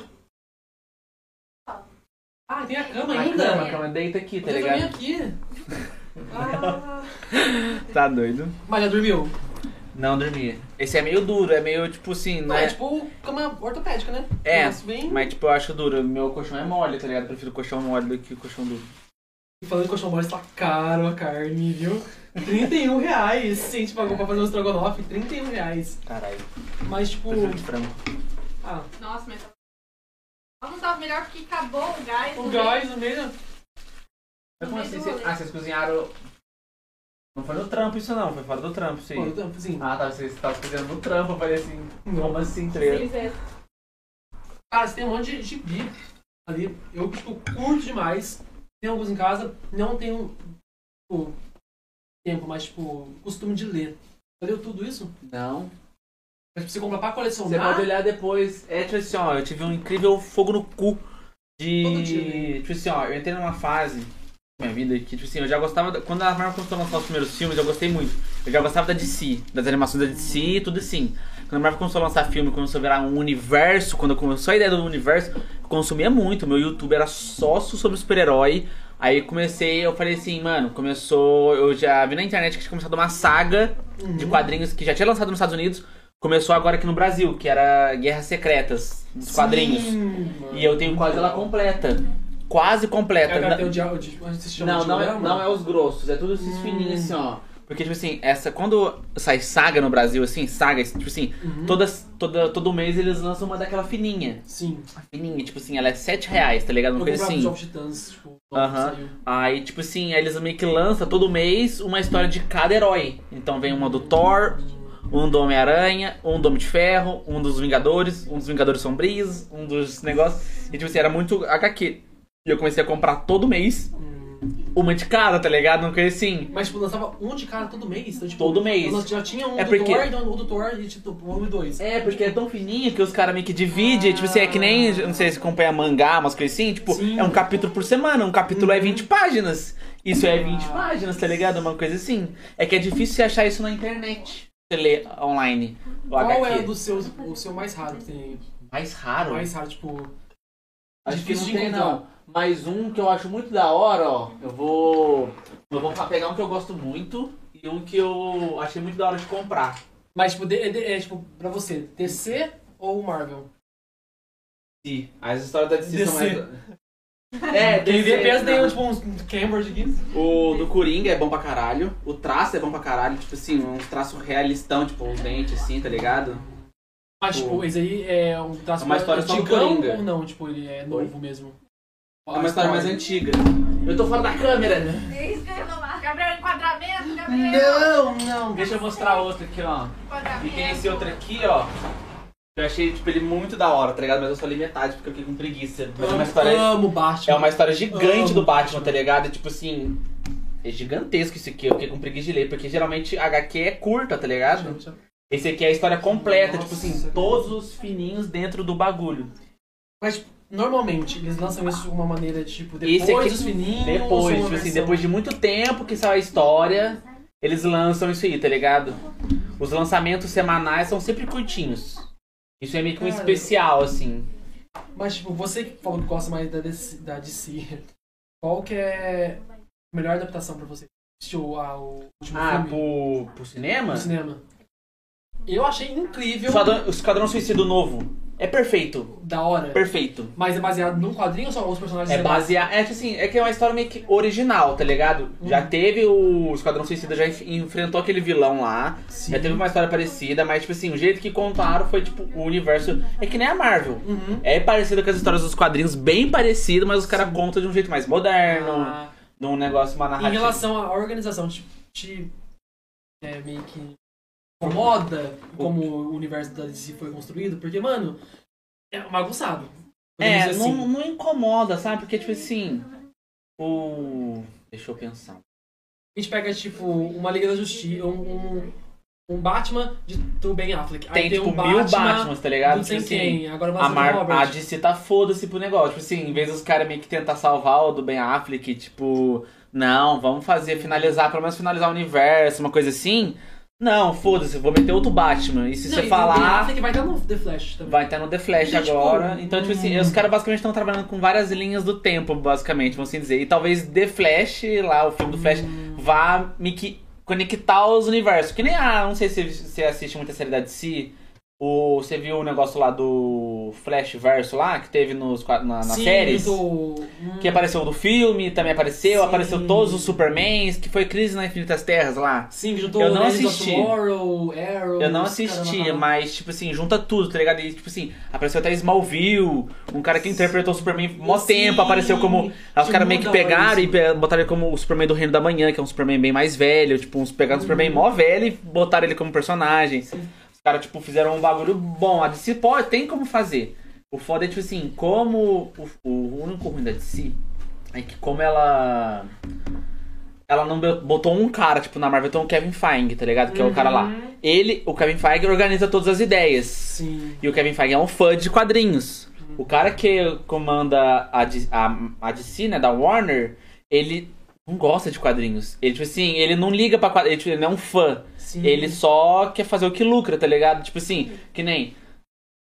Ah, tem a cama A ainda? é. cama, A cama deita aqui, tá Você dormiu ligado? aqui. Ah, Tá doido? mas já dormiu? Não dormia. Esse é meio duro, é meio tipo assim, Não, não é, é. tipo cama ortopédica, né? É, Mas bem... Mas tipo, eu acho duro. Meu colchão é mole, tá ligado? Eu prefiro colchão mole do que colchão duro. Falando de colchão mole, está tá caro a carne, viu? 31 reais. Sim, a gente pagou pra fazer um estrogonofe, 31 reais. Caralho. Mas, tipo... Prefiro de frango. Ah, Nossa, mas. Ela não tava melhor porque acabou o gás. o no gás no né? meio... Mas como assim? Meio Vocês... rolê. Ah, vocês cozinharam. Não foi no trampo isso não, foi fora do trampo, sim. Pô, eu tô- assim... Ah, tá, vocês estavam cozinhando no trampo, eu falei assim, como assim, tá ligado? meio. Vocês- Cara, você tem um monte de gibi ali. Eu, tipo, curto demais. Tem alguns em casa. Não tenho... Tipo, tempo, mas, tipo, costume de ler. Você leu tudo isso? Não. Mas tipo, você compra pra colecionar? Você pode olhar depois. É, tipo assim, ó, eu tive um incrível fogo no cu Todo dia, né? de. Tipo assim, ó, eu entrei numa fase da minha vida que, tipo assim, eu já gostava. da- Quando a Marvel começou a lançar os primeiros filmes, eu gostei muito. Eu já gostava da DC, das animações da DC e tudo assim. Quando a Marvel começou a lançar filme, começou a virar um universo, quando começou a ideia do universo, eu consumia muito. Meu YouTube era só sobre super-herói. Aí comecei, eu falei assim, mano, começou. Eu já vi na internet que tinha começado uma saga Hum. de quadrinhos que já tinha lançado nos Estados Unidos. Começou agora aqui no Brasil, que era Guerras Secretas, dos quadrinhos. E eu tenho quase ela completa. Quase completa. É, cara, Na- tem o diálogo de... a gente se chama não, de não é, dilema. não é os grossos, é tudo esses Hum. fininhos assim, ó. Porque, tipo assim, essa. Quando sai saga no Brasil, assim, saga, tipo assim, Uhum. todas, toda, todo mês eles lançam uma daquela fininha. Sim. A fininha, tipo assim, ela é R$ 7 reais, tá ligado? Uma Eu coisa comprava os assim. Jogos Titãs, tipo, quando Aham. saiu. Aí, tipo assim, aí eles meio que lançam todo mês uma história de cada herói. Então vem uma do Thor, um do Homem-Aranha, um do Homem de Ferro, um dos Vingadores, um dos Vingadores Sombrios, um dos negócios. E tipo assim, era muito HQ. E eu comecei a comprar todo mês Hum. uma de cada, tá ligado? Não queria assim. Mas, tipo, lançava um de cara todo mês. Então, tipo, Todo mês. Nós já tinha um É do porque- Thor, então, um do Thor e, tipo, um e dois. É, porque é tão fininho que os caras meio que dividem. Tipo assim, é que nem, eu não sei se acompanha mangá, umas coisas assim. Tipo, Sim. Uhum. é um capítulo por semana. Um capítulo é 20 páginas. Isso é 20 Ah. páginas, tá ligado? Uma coisa assim. É que é difícil você achar isso na internet. Você lê online. O Qual HQ. é o do seu, o seu mais raro que tem? Mais raro. né? Mais raro, tipo... Acho que não Difícil de tem, encontrar. não. Mas um que eu acho muito da hora, ó. Eu vou. Eu vou pegar um que eu gosto muito e um que eu achei muito da hora de comprar. Mas, tipo, de- de- é, tipo, pra você, DC ou Marvel? Sim. As histórias da DC, são DC. mais. É, Quem vê pensa não. tem, tipo, uns Cambridge aqui. O do Coringa é bom pra caralho. O traço é bom pra caralho. Tipo assim, uns traços realistão, tipo, uns dentes assim, tá ligado? Mas, tipo, Pô. esse aí é um traço É uma história só do antigão Coringa. ou não? Tipo, ele é novo mesmo? É uma história mais antiga. Eu tô fora da câmera, né? É isso que eu ia falar. Gabriel, enquadramento, Gabriel. Não, não. Deixa eu mostrar outro aqui, ó. E tem Enquadramento. esse outro aqui, ó. Eu achei, tipo, ele muito da hora, tá ligado? Mas eu só li metade porque eu fiquei com preguiça. Mas é uma história. Amo Batman. É uma história gigante Amo do Batman, tá ligado? E, tipo assim. É gigantesco isso aqui, eu fiquei com preguiça de ler, porque geralmente HQ é curta, tá ligado? Esse aqui é a história completa, Nossa, tipo assim, cara. todos os fininhos dentro do bagulho. Mas, tipo, normalmente, eles lançam isso de uma maneira, tipo, depois Esse aqui- dos fininhos. ou Depois, são uma tipo assim, versão- depois de muito tempo que saiu a história, eles lançam isso aí, tá ligado? Os lançamentos semanais são sempre curtinhos. Isso é meio que um Cara. especial, assim. Mas, tipo, você que falou que gosta mais da DC, da DC qual que é a melhor adaptação pra você? Assistiu ao último Ah, filme? pro, pro cinema? No cinema. Eu achei incrível. Esquadrão, o Esquadrão Suicida novo. É perfeito. Da hora. Perfeito. Mas é baseado num quadrinho ou só os personagens? É baseado. É tipo assim, é que é uma história meio que original, tá ligado? Já Uhum. teve o Esquadrão Suicida, já enf- enfrentou aquele vilão lá. Sim. Já teve uma história parecida, mas tipo assim, o jeito que contaram foi tipo o universo. É que nem a Marvel. Uhum. É parecido com as histórias dos quadrinhos, bem parecido, mas os caras contam de um jeito mais moderno, Ah, de um negócio, uma narrativa. em relação à organização, te, te é, meio que incomoda como o universo da DC foi construído, porque, mano, é bagunçado. É, Podemos dizer assim. não, não incomoda, sabe? Porque, tipo assim. O. Deixa eu pensar. A gente pega, tipo, uma Liga da Justiça, um, um, um Batman de, do Ben Affleck. Tem, Aí tipo, um mil Batman Batmans, tá ligado? do Tipo sem assim. quem. Agora vai A, ser do Mar Robert. a DC tá foda-se pro negócio. Tipo assim, em vez dos caras meio que tentar salvar o do Ben Affleck, tipo, não, vamos fazer, finalizar, pelo menos finalizar o universo, uma coisa assim. Não, foda-se, vou meter outro Batman. E se Não, e você o Ben falar. Affleck vai estar no The Flash também. Vai estar no The Flash Então, tipo, agora. então, tipo assim, hum. os caras basicamente estão trabalhando com várias linhas do tempo, basicamente, vamos assim dizer. E talvez The Flash, lá, o filme do Flash, Hum. vá me que conectar os universos. Que nem a. Não sei se você assiste muita série da DC. Ou você viu o negócio lá do Flash Verso lá, que teve nos, qua- na, nas Sim, séries? do- Que apareceu do filme, também apareceu, Sim. apareceu todos os Supermans, que foi Crise nas Infinitas Terras lá. Sim, que juntou é- Eu não Legends of assisti. Tomorrow, Arrow... Eu não os caramba, assistia, caramba. mas, tipo assim, junta tudo, tá ligado? E, tipo assim, apareceu até Smallville, um cara que interpretou o Superman mó Sim. tempo, apareceu como. Aí os Que caras meio que muda pegaram e isso. pe- botaram ele como o Superman do Reino da Manhã, que é um Superman bem mais velho, tipo, uns pegaram o Superman mó velho e botaram ele como personagem. Os caras, tipo, fizeram um bagulho bom. A DC pode, tem como fazer. O foda é, tipo assim, como o, o único ruim da DC é que como ela ela não be- botou um cara, tipo, na Marvel, então o Kevin Feige, tá ligado? Que é o cara lá. Uhum. Ele, o Kevin Feige, organiza todas as ideias. Sim. E o Kevin Feige é um fã de quadrinhos. O cara que comanda a, D- a, a DC, né, da Warner, ele não gosta de quadrinhos. Ele, tipo assim, ele não liga pra quadrinhos, ele, tipo, ele não é um fã. Sim. Ele só quer fazer o que lucra, tá ligado? Tipo assim, que nem...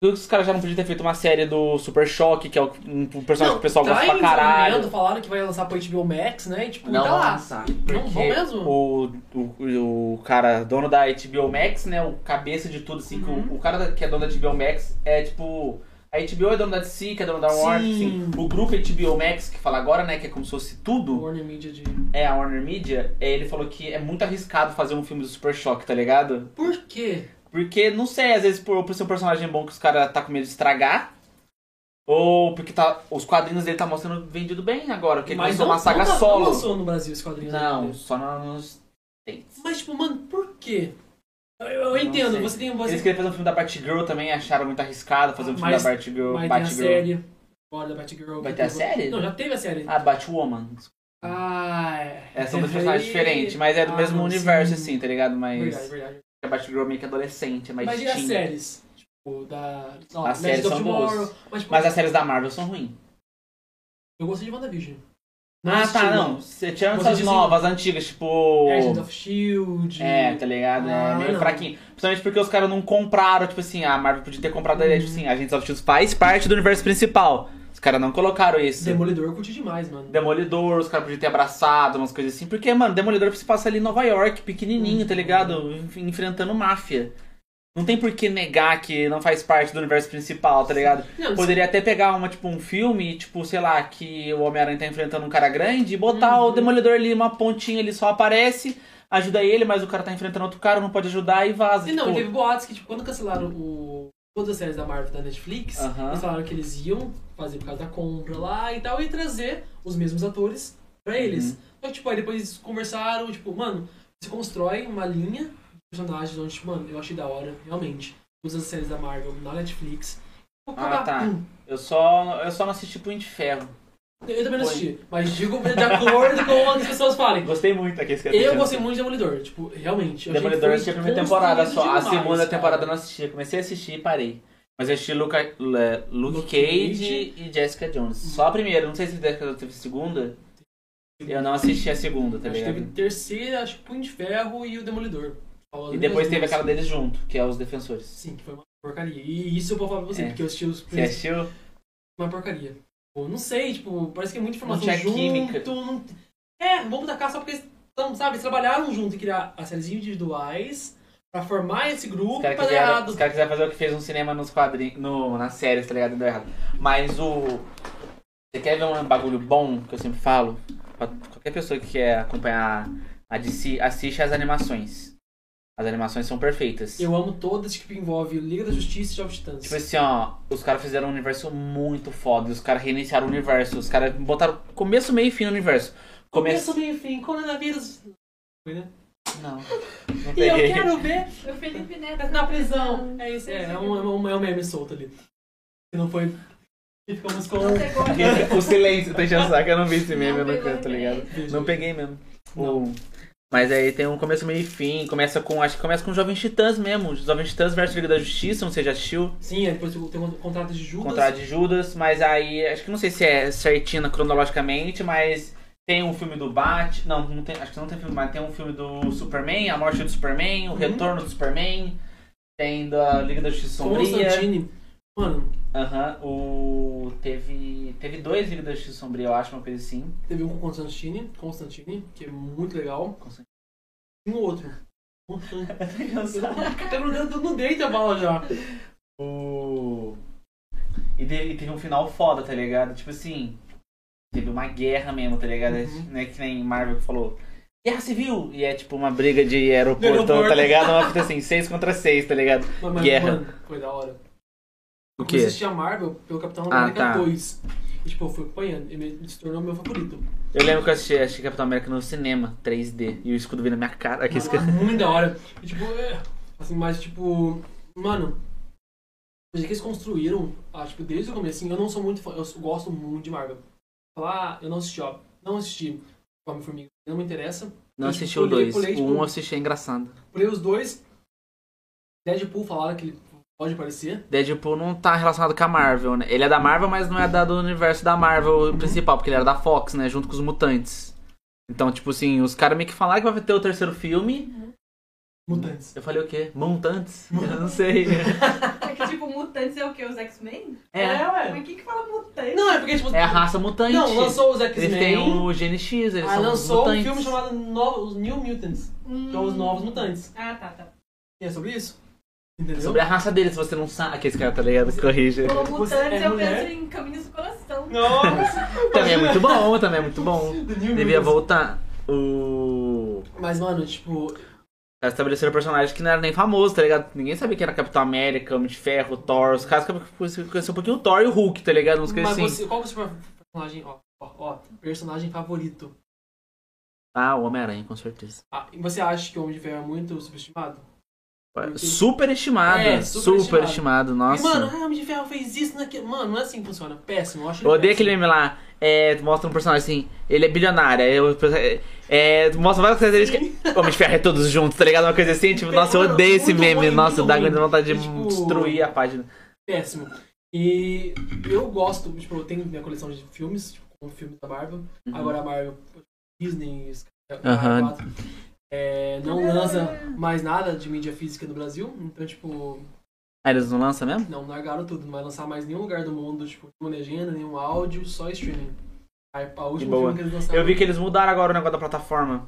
Os caras já não podiam ter feito uma série do Super Choque, que é o- um personagem que o pessoal tá gosta pra em caralho. desenvolvimento, Falaram que vai lançar pra HBO Max, né? E, tipo, Não tá vão lá. lançar, Não vão porque mesmo? O, o, o cara, dono da HBO Max, né? O cabeça de tudo, assim. que Uhum. o- o, cara da- que é dono da HBO Max é tipo. A HBO é dono da DC, que é dono da Warner, Sim. assim. O grupo HBO Max, que fala agora, né? Que é como se fosse tudo, Warner Media de... é a Warner Media. é, ele falou que é muito arriscado fazer um filme do Super Choque, tá ligado? Por quê? Porque, não sei, às vezes por, por ser um personagem bom que os caras tá com medo de estragar. Ou porque tá, os quadrinhos dele tá mostrando vendido bem agora, porque ele Mas lançou não, uma saga não, tá- solo. Não lançou no Brasil esse quadrinho. Não, só nos States. Mas, tipo, mano, por quê? Eu, eu Não entendo, sei. você tem... Você... Eles queriam fazer um filme da Batgirl também, acharam muito arriscado fazer um filme Mas- da Batgirl. Vai ter a Batgirl. série agora da Batgirl. Vai que ter a teve- série? Não, já teve a série. Ah, Batwoman. Ah, é. É, são dois personagens Aí- diferentes, mas é do Ah, mesmo não, universo, sim. assim, tá ligado? Mas Verdade, verdade. a Batgirl é meio que adolescente, é mais Mas e as teen. séries? Tipo, da... sei lá, As séries Legends of são Tomorrow. boas. Mas, tipo, Mas as séries da Marvel são ruins. eu gostei de WandaVision. ah, assisti, tá, não. Você tira Você assim- É, essas diz- novas, antigas, tipo... Agents of S.H.I.E.L.D. É, tá ligado? é tá Ah, meio não. fraquinho. Principalmente porque os caras não compraram, tipo assim, a Marvel podia ter comprado a Uhum. ideia, tipo assim, a gente só faz parte do universo principal. Os caras não colocaram isso. Demolidor eu curti demais, mano. Demolidor, os caras podiam ter abraçado, umas coisas assim. Porque, mano, Demolidor se passa ali em Nova York, pequenininho, tá ligado? Enf- Enfrentando máfia. Não tem por que negar que não faz parte do universo principal, tá ligado? Não, Poderia até pegar uma, tipo, um filme, tipo, sei lá, que o Homem-Aranha tá enfrentando um cara grande e botar Uhum. o Demolidor ali, uma pontinha, ele só aparece, ajuda ele, mas o cara tá enfrentando outro cara, não pode ajudar e vaza. E não, tipo, teve boatos que, tipo, quando cancelaram o... todas as séries da Marvel da Netflix, Aham. eles falaram que eles iam fazer por causa da compra lá e tal, e trazer os mesmos atores Uhum. pra eles. Então, tipo, aí depois eles conversaram, tipo, mano, se constrói uma linha de personagens onde, tipo, mano, eu achei da hora, realmente. Todas as séries da Marvel na Netflix. Vou Ah, acabar. tá. Hum, Eu só, eu só não assisti Punho de Ferro. Eu também não Foi. assisti, mas digo de acordo com o que as pessoas falem. Gostei muito aqui, esqueci. Eu gostei muito de Demolidor, tipo, realmente. eu achei que Demolidor eu foi assisti a primeira temporada só. construído a demais, segunda cara. temporada eu não assisti. Eu comecei a assistir e parei. Mas eu assisti Luca, Le- Luke, Luke Cage e Jessica Jones. Só a primeira. Não sei se Jessica Jones teve segunda. Eu não assisti a segunda, tá acho que ligado? teve terceira, acho que Punho de Ferro e o Demolidor. Falando E depois mesmo, teve aquela assim. deles junto, que é Os Defensores. Sim, que foi uma porcaria. E isso eu vou falar pra você, É. porque eu assisti os Você primeiros. assistiu? Uma porcaria. Pô, não sei, tipo, parece que é muita informação tinha junto. química. não- É, vamos tacar só porque eles, tão, sabe, eles trabalharam junto e criar as séries individuais pra formar esse grupo Os pra caras dar quiseram tá errado. os cara quiseram fazer o que fez um cinema nos quadrinhos. No, nas séries, tá ligado? Deu errado. Mas o. Você quer ver um bagulho bom que eu sempre falo? Pra qualquer pessoa que quer acompanhar a DC, assiste as animações. As animações são perfeitas. Eu amo todas que envolvem Liga da Justiça e Jovem Titãs. Tipo assim, ó, os caras fizeram um universo muito foda. e Os caras reiniciaram o universo. Os caras botaram começo, meio e fim no universo. Começo. Começo, meio e fim, é coronavírus. Foi, né? Não. Não E eu peguei. quero ver O Felipe Neto na prisão. É isso, é, é um, é um, é um meme solto ali. Que não foi. E ficamos com. Você gosta O silêncio, tá enchendo o saco. Eu não vi esse meme, eu Não não pegou canto, tá ligado? Entendi. Não peguei mesmo. Não. O- Mas aí tem um começo, meio e fim. Começa com, acho que começa com Jovens Titãs mesmo. Jovens Titãs versus Liga da Justiça, não sei, já assistiu. Sim, aí depois tem o contrato de Judas. Contrato de Judas, mas aí, acho que não sei se é certinho cronologicamente, mas tem um filme do Bat, não, não tem, acho que não tem filme, mas tem um filme do Superman, a morte do Superman, o Uhum. retorno do Superman, tem da Liga da Justiça Sombria, Constantine. Mano, aham, o teve teve dois Liga da Justiça Sombria, eu acho, uma coisa assim. teve um com Constantine, Constantine, que é muito legal. Constantine. E um outro. Constantine. Tá grudando tudo no dente a bala já. o e, de- e teve um final foda, tá ligado? Tipo assim, teve uma guerra mesmo, tá ligado? Uhum. Não é que nem Marvel que falou guerra civil! E é tipo uma briga de aeroporto, Do aeroporto. tá ligado? Uma fita assim, seis contra seis, tá ligado? Mas, mas, Guerra. Mano, foi da hora. O Eu assisti a Marvel pelo Capitão América tá. 2. E tipo, eu fui acompanhando. Ele me- se tornou meu favorito. Eu lembro que eu assisti, assisti Capitão América no cinema, 3D, e o escudo veio na minha cara. Aqui, esse cara- Muito da hora. E, tipo, é, assim, mas tipo, mano, coisa que eles construíram, ah, tipo, desde o começo, assim, eu não sou muito fã, eu gosto muito de Marvel. Falar, ah, eu não assisti, ó, não assisti. Homem-Formiga não me interessa. Não Eu, tipo, assisti o pulei- dois. pulei, O tipo- 1 eu assisti, é engraçado. Pulei os dois. Deadpool falaram que ele pode aparecer. Deadpool não tá relacionado com a Marvel, né? Ele é da Marvel, mas não é da, do universo da Marvel principal, porque ele era da Fox, né? Junto com os mutantes. Então, tipo assim, os caras meio que falaram que vai ter o terceiro filme. Mutantes. Eu falei o quê? Mutantes? Eu não sei. É que tipo, mutantes é o quê? Os X-Men? É, Mas quem que fala mutante? Não, é porque, tipo. é a raça mutante. Não, lançou os Eles têm X-Men. o Gene X, eles Ah, são lançou mutantes. um filme chamado Novo- Os New Mutants. Hum. Que é os Novos Mutantes. Ah, tá, tá. E é sobre isso? Entendeu? Sobre a raça deles, se você não sabe. Aquele cara, tá ligado? Corrija. Falou Você mutantes, é eu mulher? penso em caminhos do coração. Nossa! Também é muito bom, também é muito bom. The New Devia Mutants. voltar. O. Mas, mano, tipo, Elas estabeleceram personagens que não era nem famoso, tá ligado? Ninguém sabia quem era Capitão América, Homem de Ferro, Thor. Os caras conheciam um pouquinho o Thor e o Hulk, tá ligado? Uns mas coisas assim. você, qual que é o seu personagem, ó, ó, ó, personagem favorito? Ah, o Homem-Aranha, com certeza. Ah, e você acha que o Homem de Ferro é muito subestimado? Porque- Super estimado. É, super superestimado. estimado, nossa. E, mano, ah, o Homem de Ferro fez isso naquele... Mano, não é assim que funciona. Péssimo, eu acho Eu odeio aquele péssimo. meme lá. É, mostra um personagem assim, ele é bilionário. aí eu- é, é, mostra várias características. Homem de Ferro é todos juntos, tá ligado? Uma coisa assim, tipo, nossa, eu Mano, odeio esse é muito meme. ruim, nossa, muito dá ruim. grande vontade de E, tipo, destruir a página. Péssimo. E eu gosto, tipo, eu tenho minha coleção de filmes, tipo, com filmes da Marvel. Uhum. Agora a Marvel, Disney, Sky- Aham. quatro, é, não lança mais nada de mídia física no Brasil. Então, tipo, Ah, eles não lançam mesmo? Não, largaram tudo. Não vai lançar mais nenhum lugar do mundo, tipo, nenhuma legenda, nenhum áudio, só streaming. Aí, a última boa. filme que eles lançaram. Eu vi que eles mudaram agora o negócio da plataforma.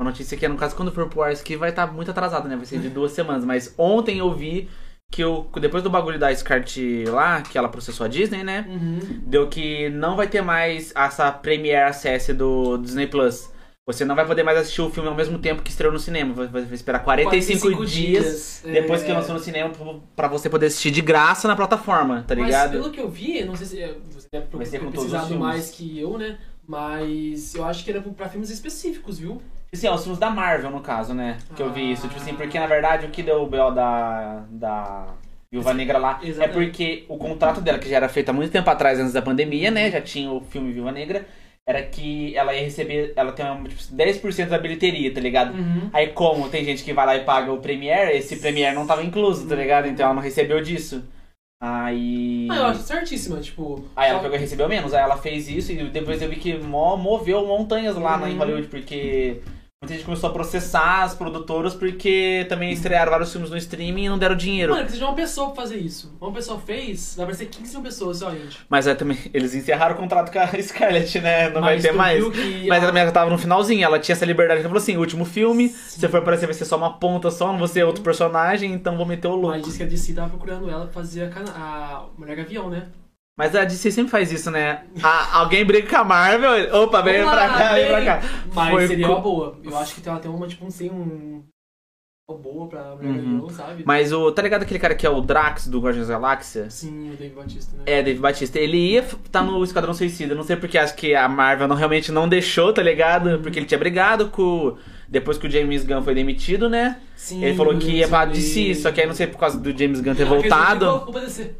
A notícia é que, no caso, quando for pro ar, isso aqui vai estar muito atrasado, né? Vai ser de duas semanas. Mas ontem eu vi que eu, depois do bagulho da Scarlet lá, que ela processou a Disney, né? Uhum. Deu que não vai ter mais essa Premiere Access do Disney Plus. Você não vai poder mais assistir o filme ao mesmo tempo que estreou no cinema. Vai, vai esperar 45, dias, depois que é, lançou no cinema pro- pra você poder assistir de graça na plataforma, tá Mas ligado? pelo que eu vi, não sei se é, você deve Vai ser ter com todos os precisado filmes. mais que eu, né? Mas eu acho que era pra filmes específicos, viu? Assim, ó, os filmes da Marvel, no caso, né? Que eu vi isso. Ah. Tipo assim, porque na verdade o que deu o B.O. da. da. Viúva Negra lá Exatamente. é porque o contrato dela, que já era feito há muito tempo atrás, antes da pandemia, né? Já tinha o filme Viúva Negra, era que ela ia receber. Ela tem um, tipo, 10% da bilheteria, tá ligado? Uhum. Aí como tem gente que vai lá e paga o Premiere, esse Premiere não tava incluso, tá ligado? Então ela não recebeu disso. Aí. Ah, eu acho certíssima, tipo. Aí Ah, ela só- pegou e recebeu menos, aí ela fez isso e depois eu vi que mó moveu montanhas lá na, em Uhum. Hollywood, porque muita gente começou a processar as produtoras porque também estrearam vários filmes no streaming e não deram dinheiro. Uhum. Mano, precisa de uma pessoa pra fazer isso. Uma pessoa fez, vai aparecer 15 mil pessoas só, gente. Mas aí também eles encerraram o contrato com a Scarlett, né? Não vai Mas ter tu mais. viu que Mas ela também tava no finalzinho, ela tinha essa liberdade que ela falou assim: último filme, se você for aparecer, vai ser só uma ponta só, não vou ser outro personagem, então vou meter o louco. Uhum. Mas disse que a DC tava procurando ela pra fazer a, cana- a Mulher Gavião, né? Mas a DC sempre faz isso, né? A- alguém briga com a Marvel, opa, vem Vamos pra lá, cá, vem pra vem. cá. Mas Foi seria co- uma boa. Eu acho que ela tem uma, tipo, um sem um. Uma boa pra Mulher Uhum. Gavião, sabe? Mas o. Tá ligado aquele cara que é o Drax do Guardiões da Galáxia? Sim, o David Batista, né? É, Dave Batista. Ele ia f- tá no Esquadrão Suicida. Não sei porque acho que a Marvel não, realmente não deixou, tá Uhum. ligado? Porque ele tinha brigado com. Depois que o James Gunn foi demitido, né? Sim, ele falou que ia pra sim. DC, só que aí não sei por causa do James Gunn ter Porque ele ficou voltado. com o padecer.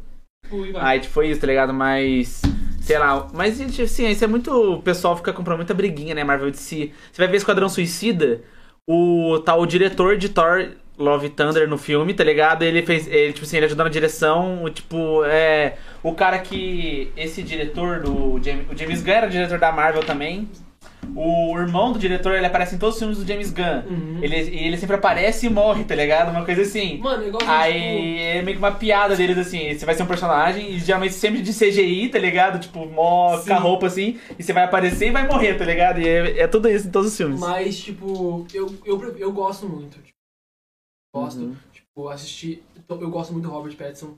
Fui, vai. Aí tipo, foi isso, tá ligado? Mas. Sei lá, mas gente, assim, isso é muito. O pessoal fica comprando muita briguinha, né? Marvel DC. Você vai ver Esquadrão Suicida, o tal o diretor de Thor Love e Thunder no filme, tá ligado? Ele fez. Ele, tipo assim, ele ajudou na direção. o Tipo, é. O cara que. Esse diretor do. James, o James Gunn era diretor da Marvel também. O irmão do diretor, ele aparece em todos os filmes do James Gunn. Uhum. Ele, e ele sempre aparece e morre, tá ligado? Uma coisa assim. Mano, igual Aí é meio que uma piada deles, assim, você vai ser um personagem, e geralmente sempre de CGI, tá ligado? Tipo, mó Sim. com a roupa assim, e você vai aparecer e vai morrer, tá ligado? E é, é tudo isso em todos os filmes. Mas, tipo, eu, eu, eu gosto muito. Tipo, gosto. Uhum. Tipo, assistir. Eu eu gosto muito do Robert Pattinson.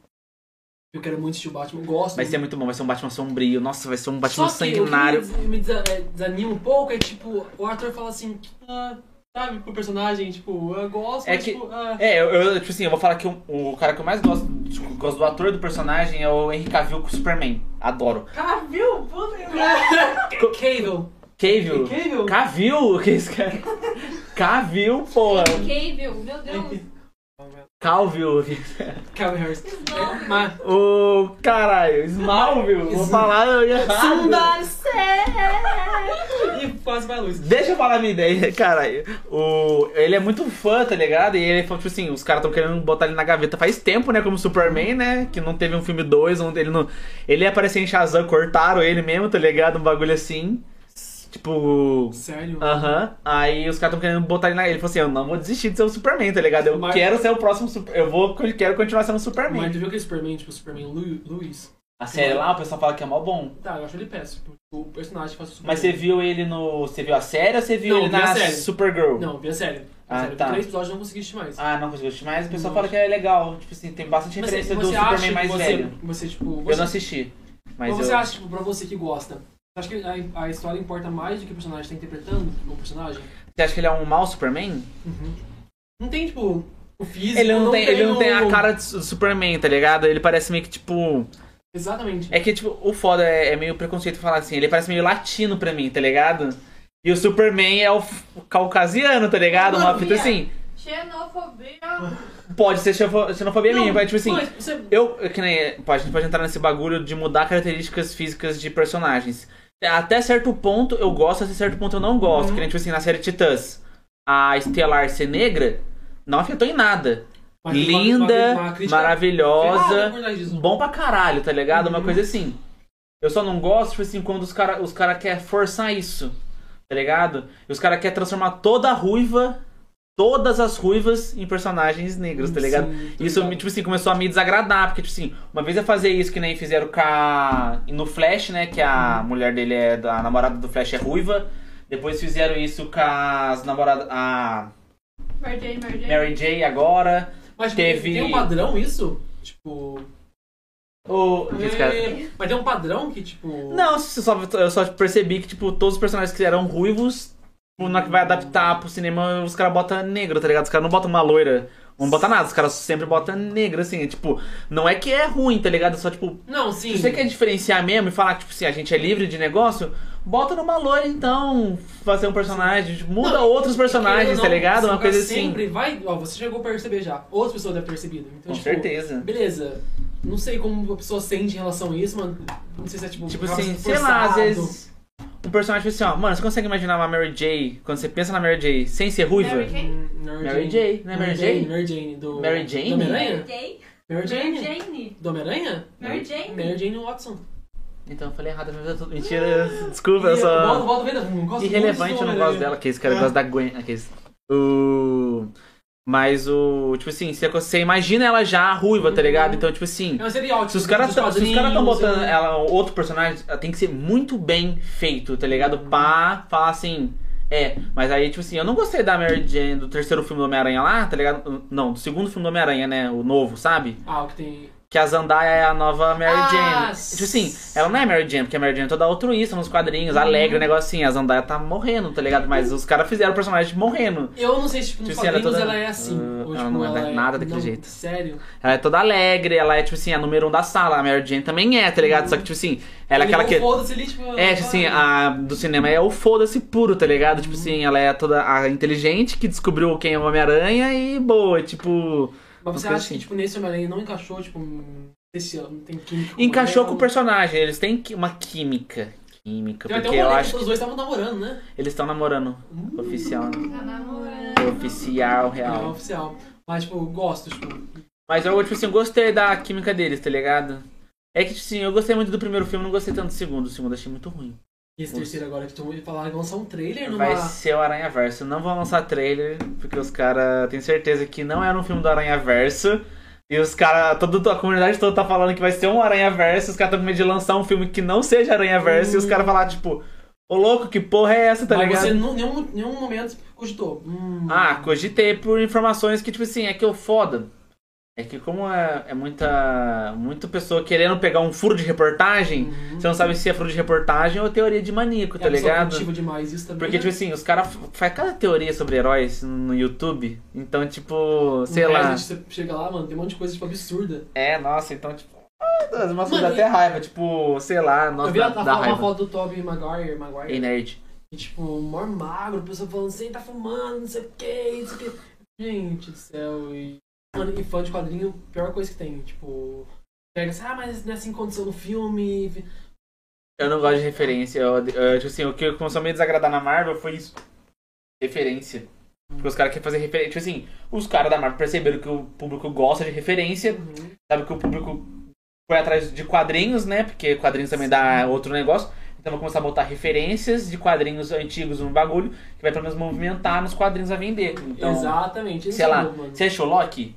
Eu quero muito assistir o Batman. Eu gosto Vai ser muito bom, vai ser um Batman sombrio, nossa, vai ser um Batman Só que o que sanguinário. Me, des- me desa- eh, desanima um pouco, é tipo, o Arthur fala assim, ah, sabe, pro personagem, tipo, eu gosto, É mas que- tipo, ah, É, eu, eu, tipo assim, eu vou falar que o, o cara que eu mais gosto, tipo, gosto do ator do personagem é o Henry Cavill com o Superman. Adoro. Ah, viu? Puta né? que Cable. Cavill. Cable? Cavill, que é esse cara. Cavill, porra. Cable, meu Deus. Calville. Cable Harris. É, Não. Mas, Ô, caralho, Smallville. Vou falar, eu ia errar. Somebody é Parceiro! if quase vai à luz. Deixa eu falar a minha ideia, cara. O... Ele é muito fã, tá ligado? E ele falou, tipo assim, os caras tão querendo botar ele na gaveta faz tempo, né? Como Superman, né? Que não teve um filme 2, onde ele não. Ele apareceu em Shazam, cortaram ele mesmo, tá ligado? Um bagulho assim. Tipo. Sério? Aham. Aí os caras tão querendo botar ele na. Ele falou assim: eu não vou desistir de ser o Superman, tá ligado? Eu Mas- quero ser o próximo. Super... Eu vou... quero continuar sendo o Superman. Mas tu viu aquele Superman, tipo, Superman Lu- Luiz? A série lá, o pessoal fala que é mó bom. Tá, eu acho ele péssimo. O personagem faz o Superman. Mas você viu ele no. Você viu a série ou você viu Não, ele vi a na série. Supergirl? Não, vi a série. A Ah, série. tá. Três episódios eu não consegui assistir mais. Ah, não consigo assistir mais. O pessoal Não. fala que é legal. Tipo assim, tem bastante Mas referência do você Superman que mais você, velho. Você, tipo, Eu você, não assisti. Mas mas você eu... acha, tipo, pra você que gosta, você acha que a, a história importa mais do que o personagem tá interpretando o personagem? Você acha que ele é um mau Superman? Não tem, tipo, o físico. Ele não, tem, ele não tem a o- cara de su- Superman, tá ligado? Ele parece meio que tipo. Exatamente. É que, tipo, o foda é, é meio preconceito falar assim. Ele parece meio latino pra mim, tá ligado? E o Superman é o, f- o caucasiano, tá ligado? Uma fita assim. Xenofobia. Pode ser xenofo- xenofobia minha, mas tipo assim. mas você- Eu, que nem. pô, a gente pode entrar nesse bagulho de mudar características físicas de personagens. É, Até certo ponto eu gosto, até certo ponto eu não gosto. Uhum. Que nem, tipo assim, na série Titãs, a Estelar ser negra não afetou em nada. mas tem uma- Linda, uma crítica- Ah, é maravilhosa, verdade isso. bom pra caralho, tá ligado? Uma Uhum. coisa assim. Eu só não gosto, tipo assim, quando os caras os cara querem forçar isso, tá ligado? E os caras querem transformar toda a ruiva, todas as ruivas, em personagens negros, tá ligado? Sim, tô Isso, ligado. me, tipo assim, começou a me desagradar, porque, tipo assim, uma vez eu fazer isso que nem fizeram com a... no Flash, né, que a mulher dele é, da- a namorada do Flash é ruiva, depois fizeram isso com as namoradas, a Merdei, merdei. Mary J agora, Mas tipo, teve- tem um padrão isso? Tipo. o... Esse cara- é, Mas tem um padrão que, tipo. Não, eu só, eu só percebi que, tipo, todos os personagens que eram ruivos, tipo, na hora que vai adaptar pro cinema, os caras botam negro, tá ligado? Os caras não botam uma loira, não botam nada, os caras sempre botam negro, assim, tipo, não é que é ruim, tá ligado? Só, tipo, Não, sim. Se você quer diferenciar mesmo e falar que, tipo assim, a gente é livre de negócio, bota numa loira então, fazer um personagem, tipo, muda Não, outros Querendo personagens, tá ou não, ligado? Uma você coisa assim. sempre Vai, ó, você chegou a perceber já. Outras pessoas devem ter percebido. Então, Com tipo, certeza. Beleza. Não sei como a pessoa sente em relação a isso, mano. Não sei se é tipo. Tipo acaba assim, sendo sei lá, às forçado. vezes. Um personagem tipo assim, ó, mano, você consegue imaginar uma Mary J, quando você pensa na Mary J, sem ser ruiva? Mary Jane? Hum, Mary, Mary Jane, né, Mary Jane? Mary Jane. Do... Mary Jane? Do Homem-Aranha? Merdei. Mary Jane? Jane. Do Homem-Aranha? Mary Jane. Mary Jane Watson. Então eu falei errado, eu falei tudo. mentira, desculpa, eu E Volta, sou volta, vendo. Não gosto irrelevante, muito do né? É. eu não gosto Homem-Aranha. dela, que esse cara gosta da Gwen, aqueles. O. Mas o. Tipo assim, você- você imagina ela já ruiva, tá ligado? Então, tipo assim. É um estereótipo. Se os caras dos estão cara tão quadrinhos, né? botando eu- ela, outro personagem, ela tem que ser muito bem feito, tá ligado? Pra falar assim. É, mas aí, tipo assim, eu não gostei da Mary Jane do terceiro filme do Homem-Aranha lá, tá ligado? Não, do segundo filme do Homem-Aranha, né? O novo, sabe? Ah, o que tem. Que a Zendaya é a nova Mary Ah, Jane. s- Uhum. Tipo assim, ela não é Mary Jane, porque a Mary Jane é toda altruísta nos quadrinhos, alegre, negócio assim. A Zendaya tá morrendo, tá ligado? Mas os caras fizeram o personagem morrendo. Eu não sei se tipo, nos Tipo assim, ela é quadrinhos toda- ela é assim. Ah, ou, ela tipo, não é ela nada daquele não, jeito. Sério. Ela é toda alegre, ela é, tipo assim, a número um da sala. A Mary Jane também é, tá ligado? Só que, tipo assim, ela é aquela que. Ligou o foda-se ali, tipo, É, tipo assim, a do cinema é o foda-se puro, tá ligado? Tipo assim, ela é toda a inteligente que descobriu quem é o Homem-Aranha e boa, tipo. Mas você uma coisa acha assim. que, tipo, nesse Homem-Aranha não encaixou, tipo, esse ano, não tem química? Encaixou ela? com o personagem, eles têm qui- uma química. Química, Tem até um porque eu rolê que acho os que dois estavam namorando, né? eles estão namorando. Oficial, né? Tá namorando. Oficial, É real. oficial. Mas, tipo, eu gosto, tipo. Mas eu, tipo assim, eu gostei da química deles, tá ligado? É que, tipo assim, eu gostei muito do primeiro filme, não gostei tanto do segundo. O segundo eu achei muito ruim. E esse Nossa. terceiro agora que tu falaram que vão lançar um trailer numa. Vai ser o Aranha Verso. Não vão lançar trailer, porque os caras têm certeza que não era um filme do Aranha Verso. E os caras, toda a comunidade toda tá falando que vai ser um Aranha Verso. Os caras estão com medo de lançar um filme que não seja Aranha Verso. E os caras falar tipo, ô louco, que porra é essa, tá Mas ligado? Você em nenhum, nenhum momento cogitou. Hum, Ah, cogitei por informações que, tipo assim, é que o foda. É que como é, é muita, muita pessoa querendo pegar um furo de reportagem, Uhum. você não sabe se é furo de reportagem ou teoria de maníaco, tá é ligado? subjetivo demais isso também. Porque, tipo né? assim, os caras fazem cada teoria sobre heróis no YouTube. Então, tipo, sei No lá. Reddit, Você chega lá, mano, tem um monte de coisa, tipo, absurda. É, nossa, então, tipo. ah, Uma Mano, coisa dá e- até raiva, tipo, sei lá, nossa, eu vi dá, a- dá a- uma raiva. foto do Toby Maguire, Maguire Ei, nerd. E, tipo, mó magro, o pessoal falando, você tá fumando, não sei o que, não sei o que. Gente do céu, e. Mano, e fã de quadrinho, pior coisa que tem. Tipo, pega assim, ah, mas não é assim que aconteceu no filme. Eu não gosto de referência. Eu, eu, tipo assim, o que começou a me desagradar na Marvel foi isso. Referência. Porque os caras querem fazer referência. Tipo assim, os caras da Marvel perceberam que o público gosta de referência. Uhum. Sabe que o público foi atrás de quadrinhos, né? Porque quadrinhos também dá outro negócio. Então vou começar a botar referências de quadrinhos antigos no bagulho, que vai pelo menos movimentar nos quadrinhos a vender. Então, Exatamente. isso sei é lá, novo, mano. você achou Loki?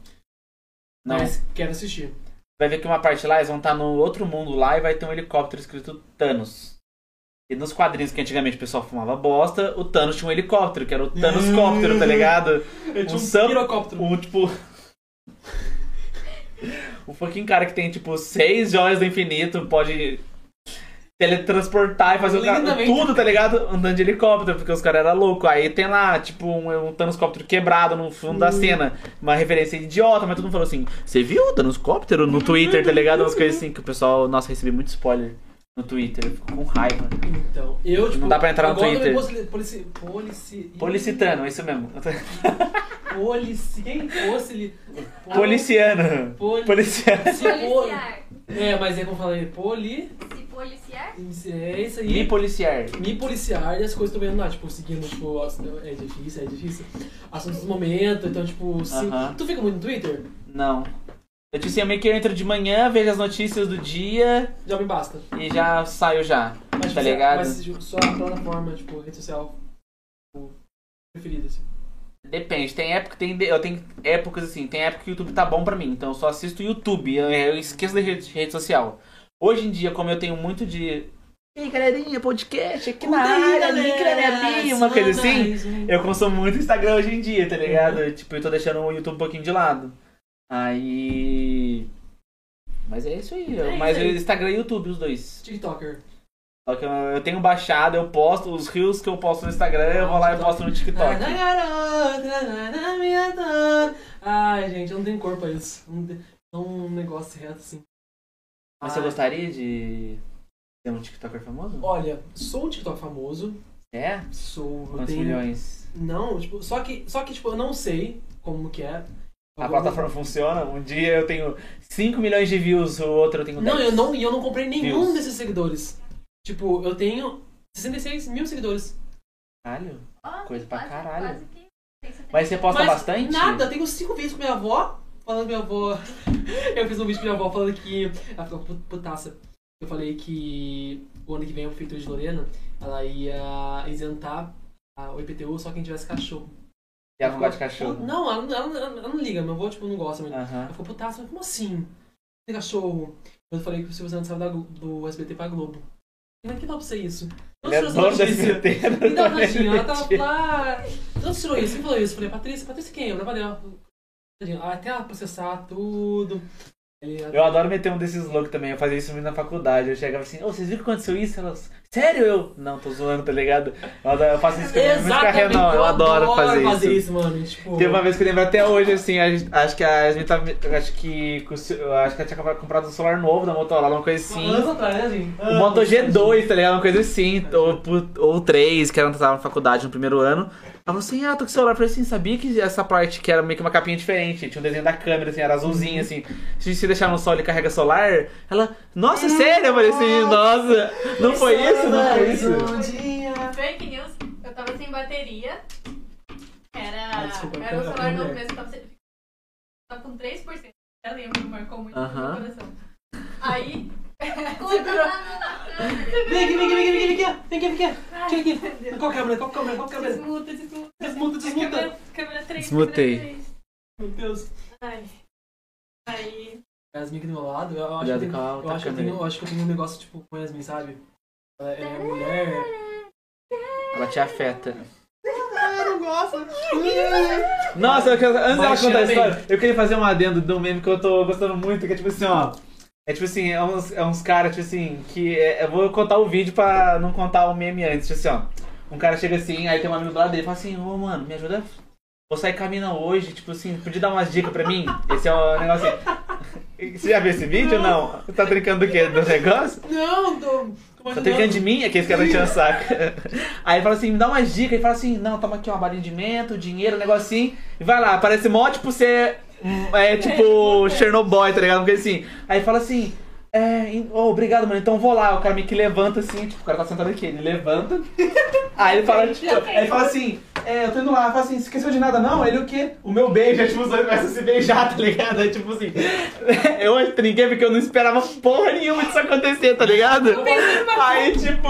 Não. Mas quero assistir. Vai ver que uma parte lá, eles vão estar no outro mundo lá e vai ter um helicóptero escrito Thanos. E nos quadrinhos que antigamente o pessoal fumava bosta, o Thanos tinha um helicóptero, que era o Thanos Cóptero, tá ligado? Eu tinha um samba- pirocóptero. Um tipo. o fucking cara que tem, tipo, seis joias do infinito pode teletransportar e fazer o cara, Lindamente. tudo, tá ligado? Andando de helicóptero, porque os caras eram loucos. Aí tem lá, tipo, um, um Thanoscóptero quebrado no fundo Hum. da cena. Uma referência idiota, mas todo mundo falou assim: Você viu o Thanoscóptero no Twitter, tá ligado? Umas coisas assim que o pessoal. Nossa, recebi muito spoiler no Twitter. Eu fico com raiva. Então, eu, tipo. dá pra entrar no agora eu Twitter. me polici- polici- polici- Policitano, é isso mesmo. Polici. Quem? Polici. Policiano. Poli- Policiano. se poli- Policiar. É, mas é como eu falei, poli. Se policiar, É isso aí. Me policiar. me policiar e as coisas também andar, tipo, seguindo, tipo, as- é difícil, é difícil. Assuntos do momento, então, tipo, sim. Aham. Tu fica muito no Twitter? Não. Eu disse, assim, eu meio que eu entro de manhã, vejo as notícias do dia Já me basta. e já saio já. Mas, tá tipo, ligado? Mas tipo, só a plataforma, tipo, rede social tipo, preferida, assim. Depende, tem época, tem de- eu tenho épocas assim, tem época que o YouTube tá bom pra mim, então eu só assisto o YouTube, eu, eu esqueço da rede, rede social. Hoje em dia, como eu tenho muito de. Ei, galerinha, podcast aqui na área, link na né? minha bio", uma coisa assim. um Eu consumo muito Instagram hoje em dia, tá ligado? Tipo, eu tô deixando o YouTube um pouquinho de lado. Aí. Mas é isso aí. eu- isso mas aí. o Instagram e YouTube, os dois. TikToker. Só que eu, eu tenho baixado, eu posto os rios que eu posto no Instagram, eu vou lá e posto no TikTok. Na garota, na- na minha dor. Ai, gente, eu não tenho cor pra isso. Não tem não um negócio reto, assim. Mas você Ai. gostaria de ter um TikToker famoso? Olha, sou um TikTok famoso. É? Sou, eu Quantos tenho milhões? Não, tipo, só que, só que, tipo, eu não sei como que é. A plataforma funciona? Um dia eu tenho 5 milhões de views, o outro eu tenho 10. Não, eu não, e eu não comprei nenhum Views. desses seguidores. Tipo, eu tenho 66 mil seguidores. Caralho. ó, Coisa pra quase- caralho. quase que- tem que ser- Mas você posta Mas bastante? Nada, eu tenho cinco vídeos com minha avó, falando que minha avó. eu fiz um vídeo com minha avó falando que. Ela ficou put- putaça. Eu falei que o ano que vem a prefeitura de Lorena, ela ia isentar a- o IPTU só quem tivesse cachorro. E ela não gosta um de cachorro. Não, ela, não- ela, ela não liga, meu avô, tipo, não gosta muito. Aham. Ela ficou putaça, mas como assim? Tem cachorro? Eu falei que o Silvio Santos saiu da Glo- do SBT pra Globo. Como é que dá pra ser isso? Ele é dono da SBT. Então, tadinha, ela tava lá. Então tirou isso, quem falou isso? Eu falei, Patrícia, Patrícia quem? Eu falei, Tadinha, até ela processar tudo. Ele- Eu adoro meter um desses loucos também. Eu fazia isso na faculdade. Eu chegava assim, ô, vocês viram que aconteceu isso? Elas, sério? Eu, não, tô zoando, tá ligado? Eu, adoro- eu faço isso com a música Exatamente, Renan. Eu adoro fazer isso. isso. mano. e, Tipo, Teve uma vez que eu lembro até hoje, assim, a gente- acho que a gente tava. Acho que. com o ce- eu Acho que ela tinha comprado um celular novo da Motorola, uma coisa assim. Anos atrás, né, gente? O Moto G2, tá ligado? Uma coisa assim. Ou, pu- ou 3, que ela tava na faculdade no primeiro ano. Ela falou assim, ah, tô com o celular. Eu falei assim, sabia que essa parte que era meio que uma capinha diferente. Tinha um desenho da câmera, assim, era azulzinho, assim. Se você deixar no sol, ele carrega solar. Ela, nossa, sério? Eu falei assim, nossa, não foi isso? Não foi isso? Fake news, eu tava sem bateria. Era. Ah, desculpa, era eu o tô- celular eu tô novo mulher. mesmo, tava, sem- tava com 3%. Já lembro, marcou muito no Aham. meu coração. Aí. Conta segurou- Vem aqui, vem aqui, vem aqui, vem aqui, vem aqui, vem aqui. Chega aqui. Qual câmera? Qual câmera? Qual câmera? Desmuta, desmuta. Desmuta, desmuta. Câmera, câmera 3. Desmutei. Meu Deus. Ai. Aí. Yasmin aqui do meu lado, eu acho, que, eu Cuidado tenho, com a eu, outra acho que eu, tá câmera. tenho, eu acho que eu tenho um negócio tipo com a Yasmin, sabe? Ela ela é mulher. Ela te afeta. Ah, Eu não gosto. Nossa, eu quero, antes dela Baixando contar a aí. história, eu queria fazer um adendo de um meme que eu tô gostando muito, que é tipo assim, ó. É tipo assim, é uns, é uns caras, tipo assim, que. é- eu vou contar o vídeo pra não contar o meme antes, tipo assim, ó. Um cara chega assim, aí tem um amigo do lado dele e fala assim, ô mano, me ajuda. Vou sair caminhando hoje, tipo assim, podia dar umas dicas pra mim? Esse é o negócio assim. Você já viu esse vídeo ou não? Tá brincando do quê? Do negócio? Não, tô. Como é que Tá brincando de não? mim? É que esse cara tinha saco. Aí ele fala assim, me dá umas dicas. Ele fala assim, não, toma aqui, ó, balinha de menta, um dinheiro, um negocinho. E vai lá, parece mó, tipo, ser... hum, É, tipo, Chernobyl, tá ligado? Porque assim, aí fala assim... É, em- ô, obrigado, mano. Então vou lá. O cara meio que levanta assim, tipo, o cara tá sentado aqui, ele levanta. aí ele fala, tipo, aí ele fala assim, é, eu tô indo lá, fala assim, esqueceu de nada não? Ele o quê? O meu beijo, aí, tipo, os dois começam a se beijar, tá ligado? Aí, tipo assim, eu trinquei porque eu não esperava porra nenhuma disso acontecer, tá ligado? Aí, tipo,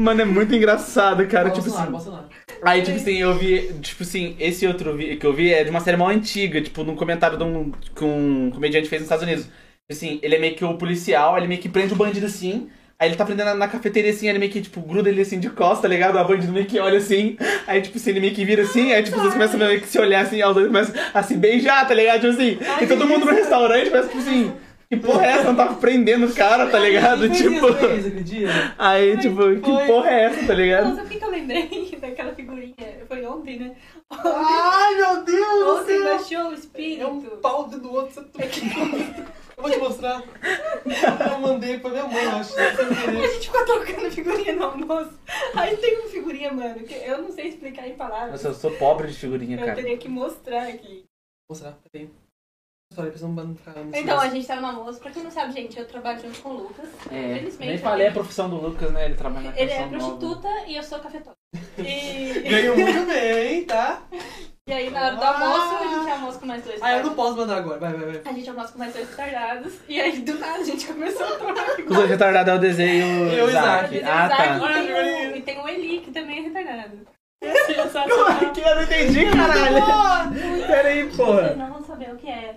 mano, é muito engraçado, cara. Tipo Bolsonaro, assim. Bolsonaro. Aí, tipo assim, eu vi. Tipo assim, esse outro vi- que eu vi é de uma série mal antiga, tipo, num comentário de um, que um comediante fez nos Estados Unidos. Tipo Assim, ele é meio que o policial, ele meio que prende o bandido assim. Aí ele tá prendendo na, na cafeteria assim, ele meio que, tipo, gruda ele assim de costa, tá ligado? A bandido meio que olha assim. Aí, tipo assim, ele meio que vira assim. Aí, tipo, os dois começam meio que se olhar assim, aí os dois começam a se beijar, tá ligado? Tipo assim. e todo mundo no restaurante parece, tipo assim. Que porra é essa? Não tá prendendo o cara, tá ligado? Foi Tipo. isso, foi isso, acredita? Aí, tipo, que foi. porra é essa, tá ligado? Nossa, por que que eu lembrei daquela figurinha? Foi ontem, né? Ai, meu Deus do Ontem céu. baixou o É um espírito. É pau dentro do outro, você tá aqui. Eu vou te mostrar. Eu mandei pra minha mãe, eu acho. sem A querer. gente ficou trocando figurinha no almoço. Aí tem uma figurinha, mano, que eu não sei explicar em palavras. Nossa, eu sou pobre de figurinha, Eu cara. teria que mostrar aqui. Vou mostrar, tá peraí. História, precisa não entrar nesse Então, a negócio. gente tava no almoço. Pra quem não sabe, gente, eu trabalho junto com o Lucas. É, Infelizmente, nem ele- falei a profissão do Lucas, né? Ele trabalha na Ele é canção nova. prostituta e eu sou cafetona. E, Ganhou um muito bem, tá? e aí, na hora do almoço, a gente almoça com mais dois Ah, eu não tardados. posso mandar agora, vai, vai, vai. A gente almoça com mais dois tardados. E aí, do nada, a gente começou a trocar Os dois figurinha. retardados é o desenho Eu, Isaac. Isaac. Ah, tá. Isaac, e, tem o, e tem o Eli, que também é retardado. Eu só é sou- eu não entendi, caralho. Pera aí, Vocês porra. não vão saber o que é.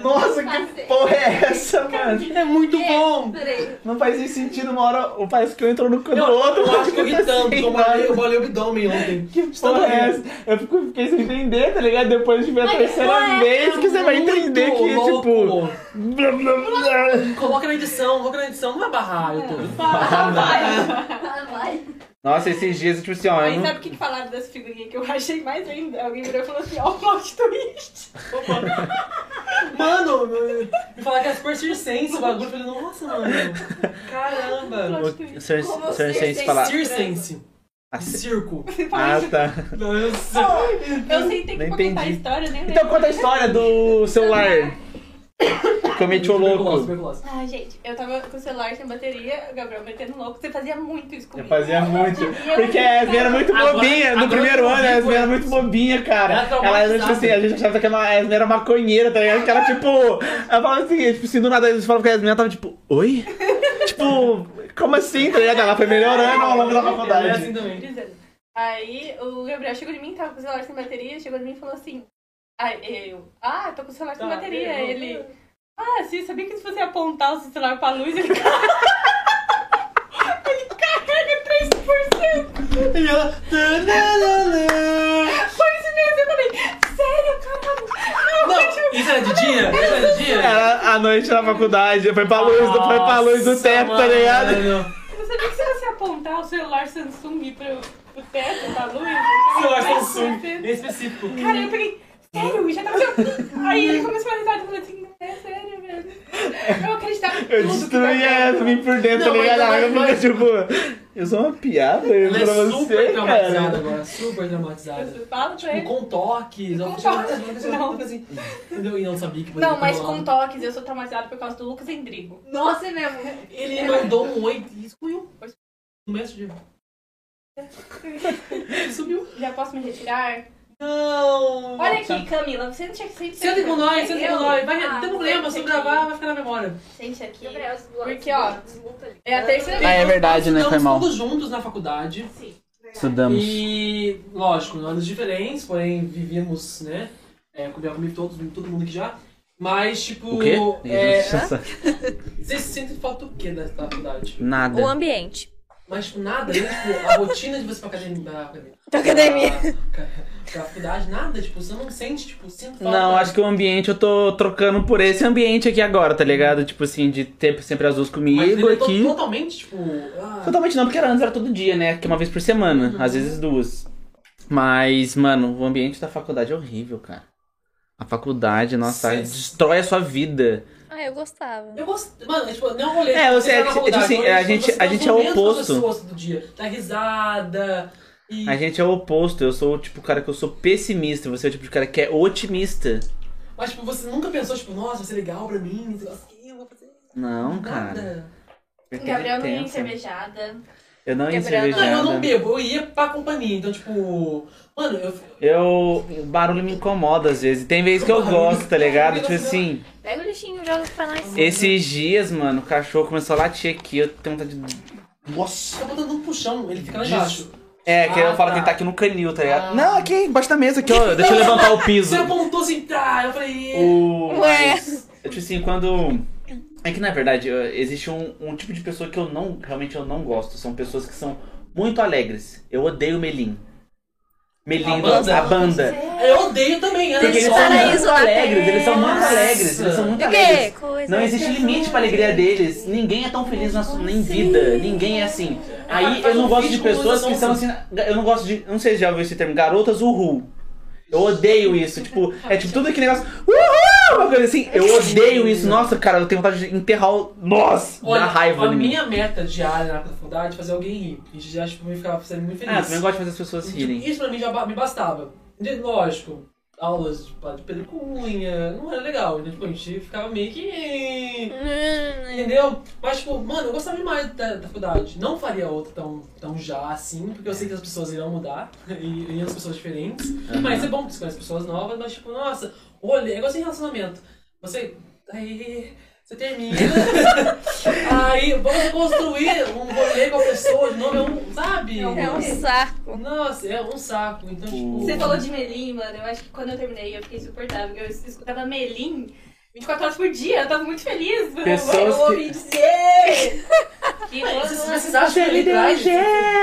Nossa, que porra é essa, mano? É muito É, bom! Peraí. Não faz nem sentido uma hora. Ou parece que eu entro no cu do Eu, outro. eu acho que eu ri fico tanto, assim, eu mano. bolei, eu bolei o abdômen ontem. Que porra é essa? Eu fico- fiquei sem entender, tá ligado? Depois de ver a Mas é? terceira porra vez que você vai Muito entender que, tipo. louco. blá, blá, blá. Coloca na edição, coloca na edição, não vai barrar, eu tô. Ah, vai. Nossa, esses dias, tipo assim, ó. eu Aí não- sabe o que que falaram dessa figurinha que eu achei mais ainda? Alguém virou e falou assim, ó, o plot twist. Mano, me falar que é super circense o bagulho. Eu falei, nossa, mano. Caramba. Plot twist. Sir- Como Sir ser Sense sem fala- Circense. De circo. Ah, tá. Nossa. Eu sei, tem que Não contar a entendi. história, né? Então conta a história do celular. Comente o Tuberculose, louco. tuberculose. Ah, gente, eu tava com o celular sem bateria, o Gabriel metendo louco. Você fazia muito isso Eu comigo. fazia muito. Porque a Esme era muito Agora- bobinha. No agora primeiro eu ano, a Esme era vi muito bobinha, cara. Ela tá Ela era tipo traumatizada. assim, a gente achava que ela- a Esme era maconheira, tá ligado? Que ela, tipo. Ela falava assim, tipo, assim, do nada eles falavam que a Esme ela tava tipo, oi? tipo, como assim, tá ligado? Ela foi melhorando ao longo da Ela é assim faculdade. também. Dizendo. Aí o Gabriel chegou de mim, tava com o celular sem bateria, chegou de mim e falou assim. Ah, eu. Ah, tô com o celular sem Tá, bateria. eu- Ele. Ah, sim, sabia que se você apontar o seu celular pra luz, ele carrega. ele carrega 3%. E ela. tananana. Foi isso mesmo, eu falei. Sério, cara? Não, isso era de dia? Isso era de dia? Era à noite na faculdade, foi pra luz, do- foi pra luz do Nossa, teto, tá ligado? mano. Eu sabia que se você apontar o celular Samsung pro, pro teto da luz. Celular ele Samsung, carrega 3%. em um específico. Cara, eu peguei. Sério? E Já tava assim. Aí ele começou a risar e eu falei assim: não é sério, velho. Eu acreditava em tudo. Eu que o destruí a Gabriel falou. Yasmin por dentro, Não, tá mas- ligado? Ela fica mas- tipo, eu sou uma piada Ela pra é você, super traumatizada cara. agora, super traumatizada. Eu falo pra Tipo, ele. com toques. Com ela chegava toques, na pessoa, não. ela fazia assim, Entendeu? E não sabia que poderia Não, mas ter com rolado. toques, eu sou traumatizada por causa do Lucas Endrigo. Nossa, é mesmo. Ele mandou um oi e Um excluiu. No Messenger. Ele sumiu. Já posso me retirar? Não! Olha aqui, Camila, você não tinha que ser. Senta com nós, senta com nós. Vai, Ah, não tem problema, se eu sente gravar, aqui. vai ficar na memória. Sente aqui. Gabriel, Porque, né, ó, desmuta ali. É a terceira Ah, é vez. verdade, né? Foi Estamos mal. todos juntos na faculdade. Estudamos. E, lógico, em anos diferentes, porém vivíamos, né? É, comia comigo todos, todo mundo aqui já. Mas, tipo. O quê? É, vocês sentem falta do quê da da faculdade? Nada. ambiente. Mas, tipo, nada, né? Tipo, a rotina de você ir pra academia. Pra, academia, Da Pra, pra faculdade, nada. Tipo, você não sente, tipo, sinto falta. Não, acho que o ambiente eu tô trocando por esse ambiente aqui agora, tá ligado? Tipo assim, de ter sempre as duas Mas comigo eu tô aqui. totalmente, tipo. ah, Totalmente não, porque era antes era todo dia, né? Que uma vez por semana, às vezes duas. Mas, mano, o ambiente da faculdade é horrível, cara. A faculdade, nossa, Sim. destrói a sua vida. Ah, eu gostava. Eu gosto. Mano, é, tipo, não rolê. É, você- tá na tipo faculdade, assim, rolê, a tipo, gente- você a tá gente é o comendo com as oposto. pessoas todo dia. Dá risada. E. A gente é o oposto, eu sou o tipo de cara que eu sou pessimista, você é o tipo de cara que é otimista. Mas, tipo, você nunca pensou, tipo, nossa, vai ser legal pra mim, não sei o que, eu vou fazer isso. Não, cara. Nada. Gabriel não ia Tensa. cervejada. Eu não ia Gabriel não- Não, eu não cervejada. bebo, eu ia pra companhia. Então, tipo. Mano, eu. Eu. O barulho me incomoda às vezes. Tem vezes que eu gosto, tá ligado? Tipo assim, Pega o lixinho e joga pra nós. esses dias, mano, o cachorro começou a latir aqui. Eu tenho vontade de. Nossa! Eu tô dando um puxão, ele fica lá Disso. embaixo. É, que eu Ah, falo tá. que ele tá aqui no canil, tá ligado? Ah. Não, aqui, embaixo da mesa, aqui, ó. Deixa eu levantar o piso. Você apontou assim, tá? Eu falei. O... Ué. mas, Tipo assim, quando. É que na verdade, eu- existe um, um tipo de pessoa que eu não. Realmente eu não gosto. São pessoas que são muito alegres. Eu odeio Melim. Melim, A do- banda? a banda. Eu odeio também, Ana. Porque tá eles só- né? são Paraíso muito lá alegres, eles são muito Nossa. alegres, eles são muito Que alegres. coisa. Não existe limite pra alegria deles. Ninguém é tão feliz na sua nem vida. Ninguém é assim. Aí eu não um gosto de pessoas que são assim. Eu não gosto de. Não sei se já ouviu esse termo, garotas uhul. Eu odeio isso. Tipo, é tipo tudo aquele negócio. Uhul! Uma coisa assim. Eu odeio isso. Nossa, cara, eu tenho vontade de enterrar o. Nossa! Olha, dá raiva a em mim. minha meta diária na época da faculdade é fazer alguém rir. E já tipo, me ficava sendo muito feliz. Ah, eu também gosto de fazer as pessoas rirem. Tipo, Isso pra mim já ba- me bastava. De- Lógico, aulas de padre Pedro Cunha, não era legal, né? Tipo, a gente ficava meio que. Hum. Entendeu? Mas, tipo, mano, eu gostava demais da, da faculdade. Não faria outra tão, tão já assim, porque eu sei que as pessoas irão mudar, e, e as pessoas diferentes. Mas é bom que você conhece pessoas novas, mas, tipo, nossa, olha, é igual assim relacionamento. Você. Aí. Você termina. aí, vamos construir um rolê com a pessoa, de novo é um. Sabe? É um saco. Nossa, é um saco. Então, tipo. Você falou de Melim, mano. Eu acho que quando eu terminei eu fiquei insuportável. porque Eu escutava Melim 24 horas por dia. Eu tava muito feliz. mano. Pessoas eu que- ouvi dizer. que Vocês, todo vocês acham é que ele traz?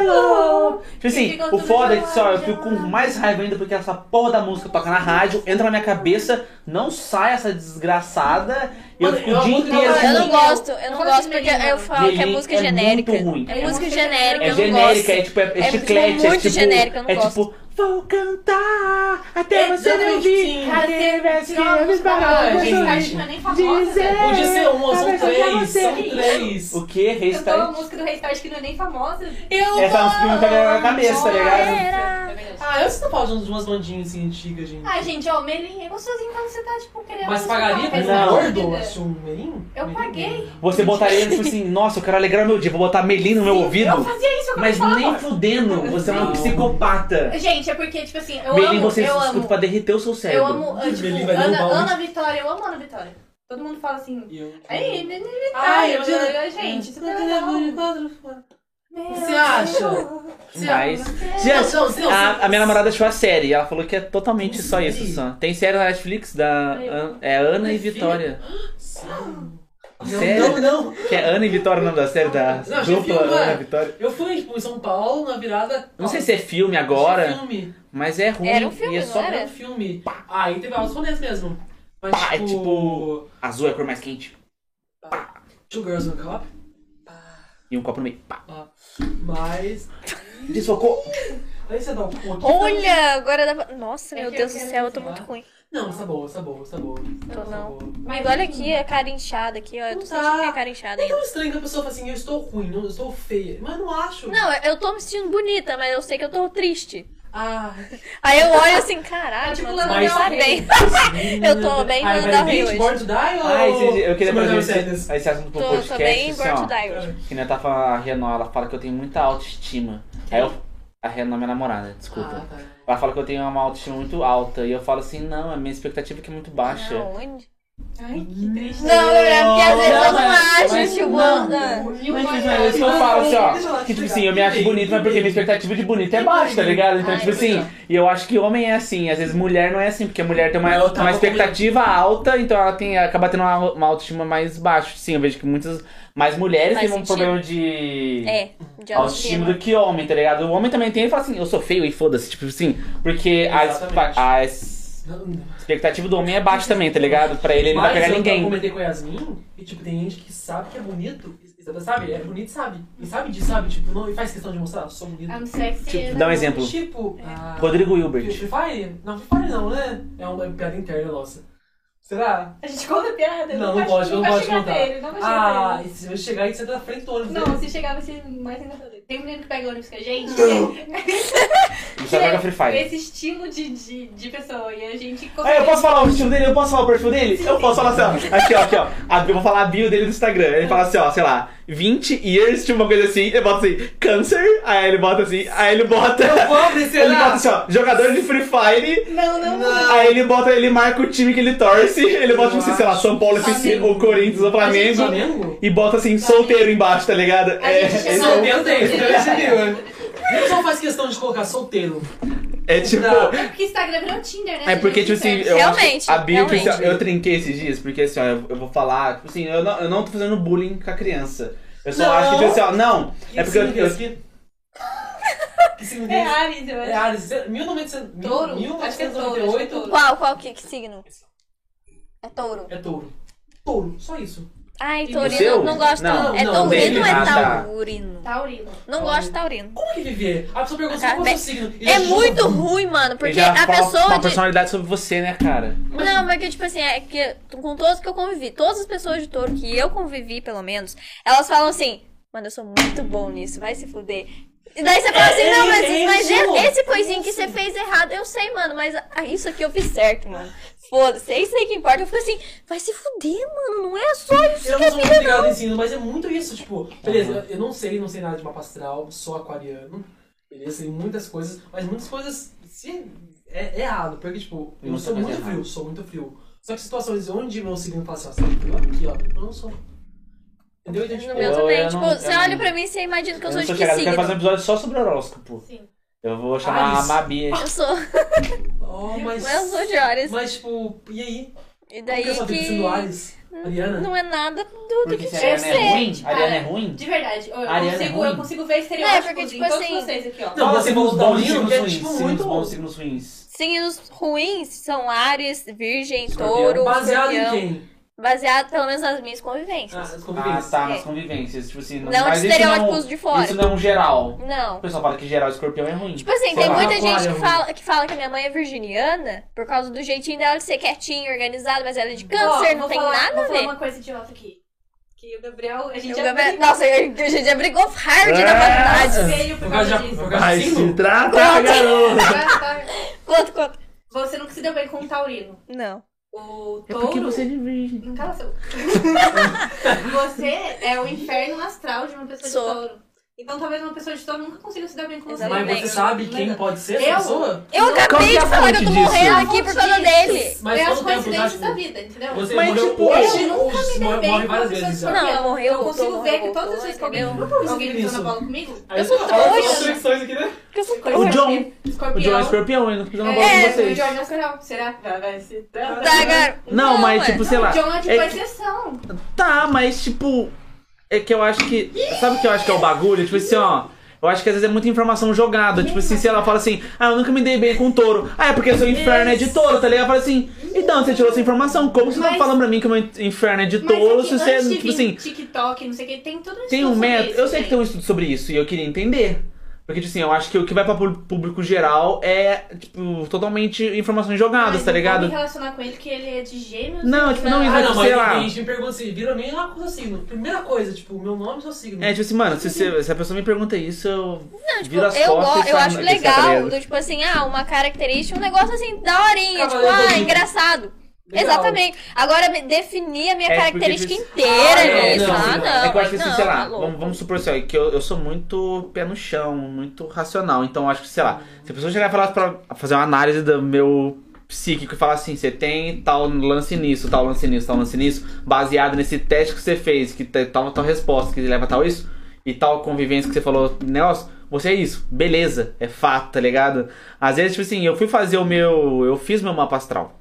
gelo! Tipo assim, Fica o tudo foda é que só eu gelado. fico com mais raiva ainda porque essa porra da música toca na rádio, entra na minha cabeça, não sai essa desgraçada e eu Mano, fico eu o dia amo que inteiro ela- assim. Eu não gosto, eu não Fala gosto de porque Melim, eu não. falo que é Melim música é genérica. muito ruim. É É música música genérica, É eu não genérica, é gosto. tipo, é, é É chiclete, é muito tipo. genérica, eu não é gosto. tipo, vou cantar até É você não exatamente ouvir. assim. Até você Tirar uma me música esbarrar, da gente. rádio, você essa não é nem famosa. Dizer. velho. Podia ser uma, Tá são pensando que é três, você. são três. O que? Cantou a Restart? música do Restart que não é nem famosa. Essa é música me pega na cabeça, tá É. ligado? Ah, eu sinto falta de umas bandinhas assim antigas, gente. Ah, gente, ó, o Melim é gostosinho quando você tá, tipo, querendo... Mas pagaria pra pra um Não. gordo assim, um melim? Eu paguei. Você botaria tipo assim, nossa, eu quero alegrar meu dia, vou botar Melim no meu Eu ouvido. fazia isso, eu Mas falava. nem fudendo, você é um Não. psicopata. Gente, é porque, tipo assim, eu Melim, amo, você eu escuta amo. pra derreter o seu Eu cérebro. amo, eu, tipo, Ele um vai Ana, derrubar o Ana Vitória, eu amo Ana Vitória. Todo mundo fala assim, E eu- aí, Hum. Ana Ai, Vitória, eu mas, tá? gente, isso é legal. Meu Você Deus. acha? Você Mas. acha? Gente, Não, não, não, a, não. a minha namorada achou a série, ela falou que é totalmente só isso, Sim. Sam. Tem série na Netflix da. An- É Ana e Vitória. Não, Sério? não, não. Que é Ana e Vitória o nome da série da Não, achei dupla filme, Ana ué. e Vitória. Eu fui tipo, em São Paulo na virada. Não sei se é filme agora, Filme. mas é ruim. Era um filme, e é só não Era era? um filme. Aí teve altos rolês mesmo. Mas Pá, é tipo. tipo- azul é a cor mais quente. Two Girls One Cup. E um copo no meio. Pá. Mas. Desfocou. Aí você dá um ponto. Olha, agora dá pra... Nossa, É meu que Deus do eu quero céu, eu tô falar. muito ruim. Não, tá boa, tá boa, tá boa. Tô não. Mas Mas olha aqui, a cara inchada aqui, ó. Eu tô Não sentindo dá. minha cara inchada É ainda. tão estranho que a pessoa fala assim, eu estou ruim, não, eu estou feia. Mas não acho. Não, eu- eu tô me sentindo bonita, mas eu sei que eu tô triste. Ah, Aí eu olho assim, Tá caralho, tipo mano, Lana tá Del bem. é Eu tô bem Ai, Lana mas Del Rey gente, hoje. Born to Die ou... Ah, esse- eu queria Summer trazer Night Sadness? esse, esse assunto pro Tô, podcast. tô bem assim, Born ó. to Die hoje. Que nem tá falando a Renan, ela fala que eu tenho muita autoestima. Aí eu. A Renan, minha namorada, desculpa. Ah, tá. Ela fala que eu tenho uma autoestima muito alta. E eu falo assim, não, a minha expectativa é que é muito baixa. Onde? Ai, que triste. Não, é porque às vezes eu não mas- acho, mas tipo... não. ah. E o Mas, Mario? mas, isso que eu falo assim, ó. Que tipo assim, eu me acho bonito, mas porque minha expectativa de bonito é baixa, tá ligado? Então, Ai, tipo assim, e eu acho que homem é assim, às vezes mulher não é assim, porque a mulher tem uma, Eu tá tava uma expectativa alta, então ela tem, acaba tendo uma, uma autoestima mais baixa. Sim, eu vejo que muitas mais Faz mulheres têm um sentido. problema de É, de autoestima do autoestima. que homem, tá ligado? O homem também tem ele fala assim, eu sou feio e foda-se, tipo assim, porque as, Exatamente. as Não, não. expectativa do homem é baixa também, tá ligado? Pra ele ele não vai Mas pegar eu ninguém. comentei com a Yasmin, e tipo, tem gente que sabe que é bonito, e- e- sabe? É bonito e sabe. E sabe disso, sabe? Tipo, não, e faz questão de mostrar, sou bonito. I'm sexy. Tipo, dá um exemplo. Tipo... ah, Rodrigo Free Hilbert. Fire? Não, Free Fire não, né? É uma piada interna nossa. Será? A gente conta piada? Não, não nunca- pode, não nunca pode chega contar. Nele, não vai chegar Ah, nele. e se eu chegar aí, você tá na frente do ônibus. Não, dele. se chegar vai ser mais engraçado. Tem um menino que pega ônibus com a gente. Já joga Free Com Fire. esse estilo de, de, de pessoa. E a gente Ah, eu posso falar o estilo dele? Eu posso falar o perfil dele? Eu posso falar assim, ó. Aqui, ó, aqui, ó. A- eu vou falar a bio dele no Instagram. Ele fala assim, ó, sei lá, 20 years, tipo uma coisa assim. Ele bota assim, câncer. Aí ele bota assim, aí ele bota. Vamos, Ele bota será? assim, ó, jogador de Free Fire. Não, não, não. Aí ele bota, ele marca o time que ele torce. Ele bota, tipo, Eu assim, sei lá, São Paulo FC, Flamengo. ou Corinthians, ou Flamengo. Flamengo? E bota assim, solteiro embaixo, tá ligado? A É, gente é chama- solteiro dele, Ele eu vai- entendi, O pessoal né? faz questão de colocar solteiro. é tipo. Não. É porque Instagram virou Tinder, né? É porque, tipo assim, eu Realmente, acho que a Bia, tipo assim, ó, realmente. eu trinquei esses dias, porque assim, ó, eu, eu vou falar, tipo assim, eu não, eu não tô fazendo bullying com a criança. Eu só Não. acho que, tipo assim, ó, não, Que é porque eu, significa eu, isso aqui? Que significa É isso? Ares, eu É acho. Ares, 1900 Touro? Acho que é touro, acho que é 1998 touro. Qual, qual que, que signo? É touro. é touro. Touro, só isso. Ai, E taurino, seu? não gosto. Não, é não, taurino dele. ou é Ah, tá. taurino? Taurino. Não gosto de taurino. Como que viver? A pessoa pergunta Cara, Ah, qual é o seu signo. Ele É joga. muito ruim, mano, porque já a falo uma pessoa de... personalidade sobre você, né, cara? Não, mas que, tipo assim, é que com todos que eu convivi, todas as pessoas de touro que eu convivi, pelo menos, elas falam assim, mano, eu sou muito bom nisso, vai se fuder. E daí você fala assim, É, não, é, mas, é mas isso. e- esse coisinho que você fez errado, eu sei, mano, mas ah, isso aqui eu fiz certo, mano. Foda-se, é isso aí que importa. Eu fico assim, vai se fuder, mano, não é só isso Eu não que é sou muito ligado em signo, mas é muito isso, tipo, beleza, eu- eu não sei, não sei nada de mapa astral, sou aquariano, beleza, sei muitas coisas, mas muitas coisas se é, é errado, porque, tipo, eu Muita sou coisa muito errada. frio, sou muito frio. Só que situações onde meu signo fala assim, ó, você é frio aqui, ó, eu não sou. Entendeu? Então, tipo, No meu Eu- também, eu tipo, não- você eu olha não- pra mim e você imagina que eu, Eu sou não de sou que chegado, eu quero fazer um signo? Ah, episódio só sobre horóscopo. Sim. Eu vou chamar a Ares. Mabi. Eu sou, ó, mas, eu sou de Ares. mas, tipo, e aí? E Como que eu daí só tenho que... sendo Ares? Ariana? Não é nada do, do Porque que se tinha a que Ariana é ser. ruim, a Ariana é ruim. De verdade, eu, eu Ariana é consigo, ruim? eu consigo ver estereótipos É, porque, tipo em todos assim- vocês aqui, ó. Não, Fala você signos falou bons, Taurino, signos que é, ruins, tipo, signos muito- bons, signos ruins. Signos ruins são Ares, Virgem, Escorpião. Touro, Baseado em Escorpião. quem? Baseado, pelo menos, nas minhas convivências. Ah, Ah, convivências. tá, nas convivências, tipo assim... Não mas isso de estereótipos de fora. Isso não é um geral. Não. O pessoal fala que geral escorpião é ruim. Tipo assim, Sei tem lá. muita gente Aquário. que fala, que fala que a minha mãe é virginiana por causa do jeitinho dela de ser quietinha, organizada, mas ela é de Ó, câncer, vou não tem falar- nada vou a falar ver. uma coisa idiota aqui. Que o Gabriel, a gente Eu- já É. Gabriel- é Nossa, a gente já brigou hard na Ah! faculdade. veio por Por causa causa de- disso. por causa de signo? Tá, trata, garoto! Agora tá- Quanto, quanto? Você nunca se deu bem com o taurino. Não. O É touro... porque você é de virgem. Não cala a sua boca. Você é o inferno astral de uma pessoa Sou. de touro. Então talvez uma pessoa de touro nunca consiga se dar bem com você. é Exatamente. Mas você sabe quem pode ser Eu? essa pessoa? Eu Não, qual acabei que é de a falar que eu tô fonte disso? morrendo aqui por causa dele. Mas é as quanto tempo coincidências dá, tipo, da vida, entendeu? Você Mas, morreu tipo, hoje eu ou nunca me você dei morre, bem morre com várias pessoas vezes de já? escorpião. Não, morreu, Eu consigo voltou, ver que morreu, todas as voltou, vezes que alguém, entendeu? tipo alguém Não, pisou na isso. bola comigo, Aí sou fala trouxa. umas conexões aqui, né? Porque eu sou coisa O John. assim, O escorpião. John é escorpião, ele não precisa namorar É, com vocês. o John é astral. Será? Vai, vai se Tá, tratar. gar- Não, mas é. tipo, sei lá. O John é tipo é a que- exceção. Tá, mas tipo. É que eu acho que. Sabe o que eu acho que é o bagulho? Tipo assim, ó. Eu acho que às vezes é muita informação jogada. Tipo assim, se ela fala assim, ah, eu nunca me dei bem com touro. Ah, é porque seu inferno é de touro, tá ligado? Fala assim, então você tirou essa informação. Como você não Mas- fala pra mim que o meu inferno é de Mas touro? é que se você, antes de tipo vir assim, TikTok, não sei o que, tem tudo isso. Tem um sobre método. isso, né? Eu sei que gente. tem um estudo sobre isso e eu queria entender. Porque, tipo assim, eu acho que o que vai pra pú- público geral é, tipo, totalmente informações jogadas, Mas tá não vou ligado? me relacionar com ele porque ele é de gêmeos. Não, tipo, não, Ah, não, mas sei lá. tem gente que me pergunta assim, vira mim lá com o seu signo. Primeira coisa, tipo, meu nome e seu signo. É, tipo assim, mano, se, você- se a pessoa me pergunta isso, eu. Não, tipo, viro as eu, costas go- e eu saio daqui, acho sabe, tá legal, ligado? do tipo assim, ah, uma característica, um negócio assim, daorinha, tipo, Cavaleiro ah, Zodíaco. engraçado. Legal. Exatamente. Agora, me- definir a minha É, porque característica diz- inteira Ah, é, nisso. não, ah, não. não. é que eu acho que, aí assim, não, sei tá lá, louco. vamos, vamos supor assim, ó, que eu, eu sou muito pé no chão, muito racional. Então eu acho que, sei lá, Uhum. se a pessoa chegar e falar pra fazer uma análise do meu psíquico e falar assim, você tem tal lance nisso, tal lance nisso, tal lance nisso, baseado nesse teste que você fez, que te- tal tal resposta, que leva a tal isso, e tal convivência que você falou, negócio, você é isso, beleza, é fato, tá ligado? Às vezes, tipo assim, eu fui fazer o meu. Eu fiz meu mapa astral.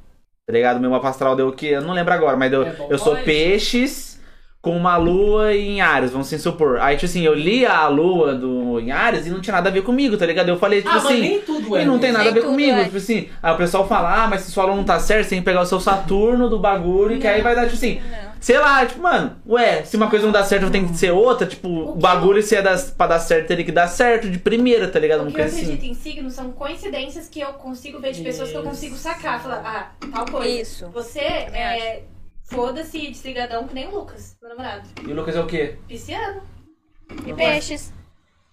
Tá ligado? Meu mapa astral deu o que? Eu não lembro agora, mas deu. É bom, eu sou mas- peixes com uma lua em Ares, vamos se supor. Aí, tipo assim, eu li a lua do, em Ares e não tinha nada a ver comigo, tá ligado? Eu falei, tipo Ah, mas assim. nem tudo é. E não tem mesmo. nada a ver tudo, comigo. é. Tipo assim, aí o pessoal fala, ah, mas se sua aula não tá certo, você tem que pegar o seu Saturno do bagulho, que aí vai dar, tipo assim, sei lá, tipo, mano, ué, se uma coisa não dá certo, tem que ser outra, tipo, o, que bagulho, se é dar, pra dar certo, teria que dar certo de primeira, tá ligado? O Não que eu pensa acredito assim. em signos são coincidências que eu consigo ver de pessoas que eu Isso. consigo sacar. Falar, ah, tal coisa. Isso. Você Também é. Foda-se e desligadão que nem o Lucas, meu namorado. E o Lucas é o quê? Pisciano. E peixes.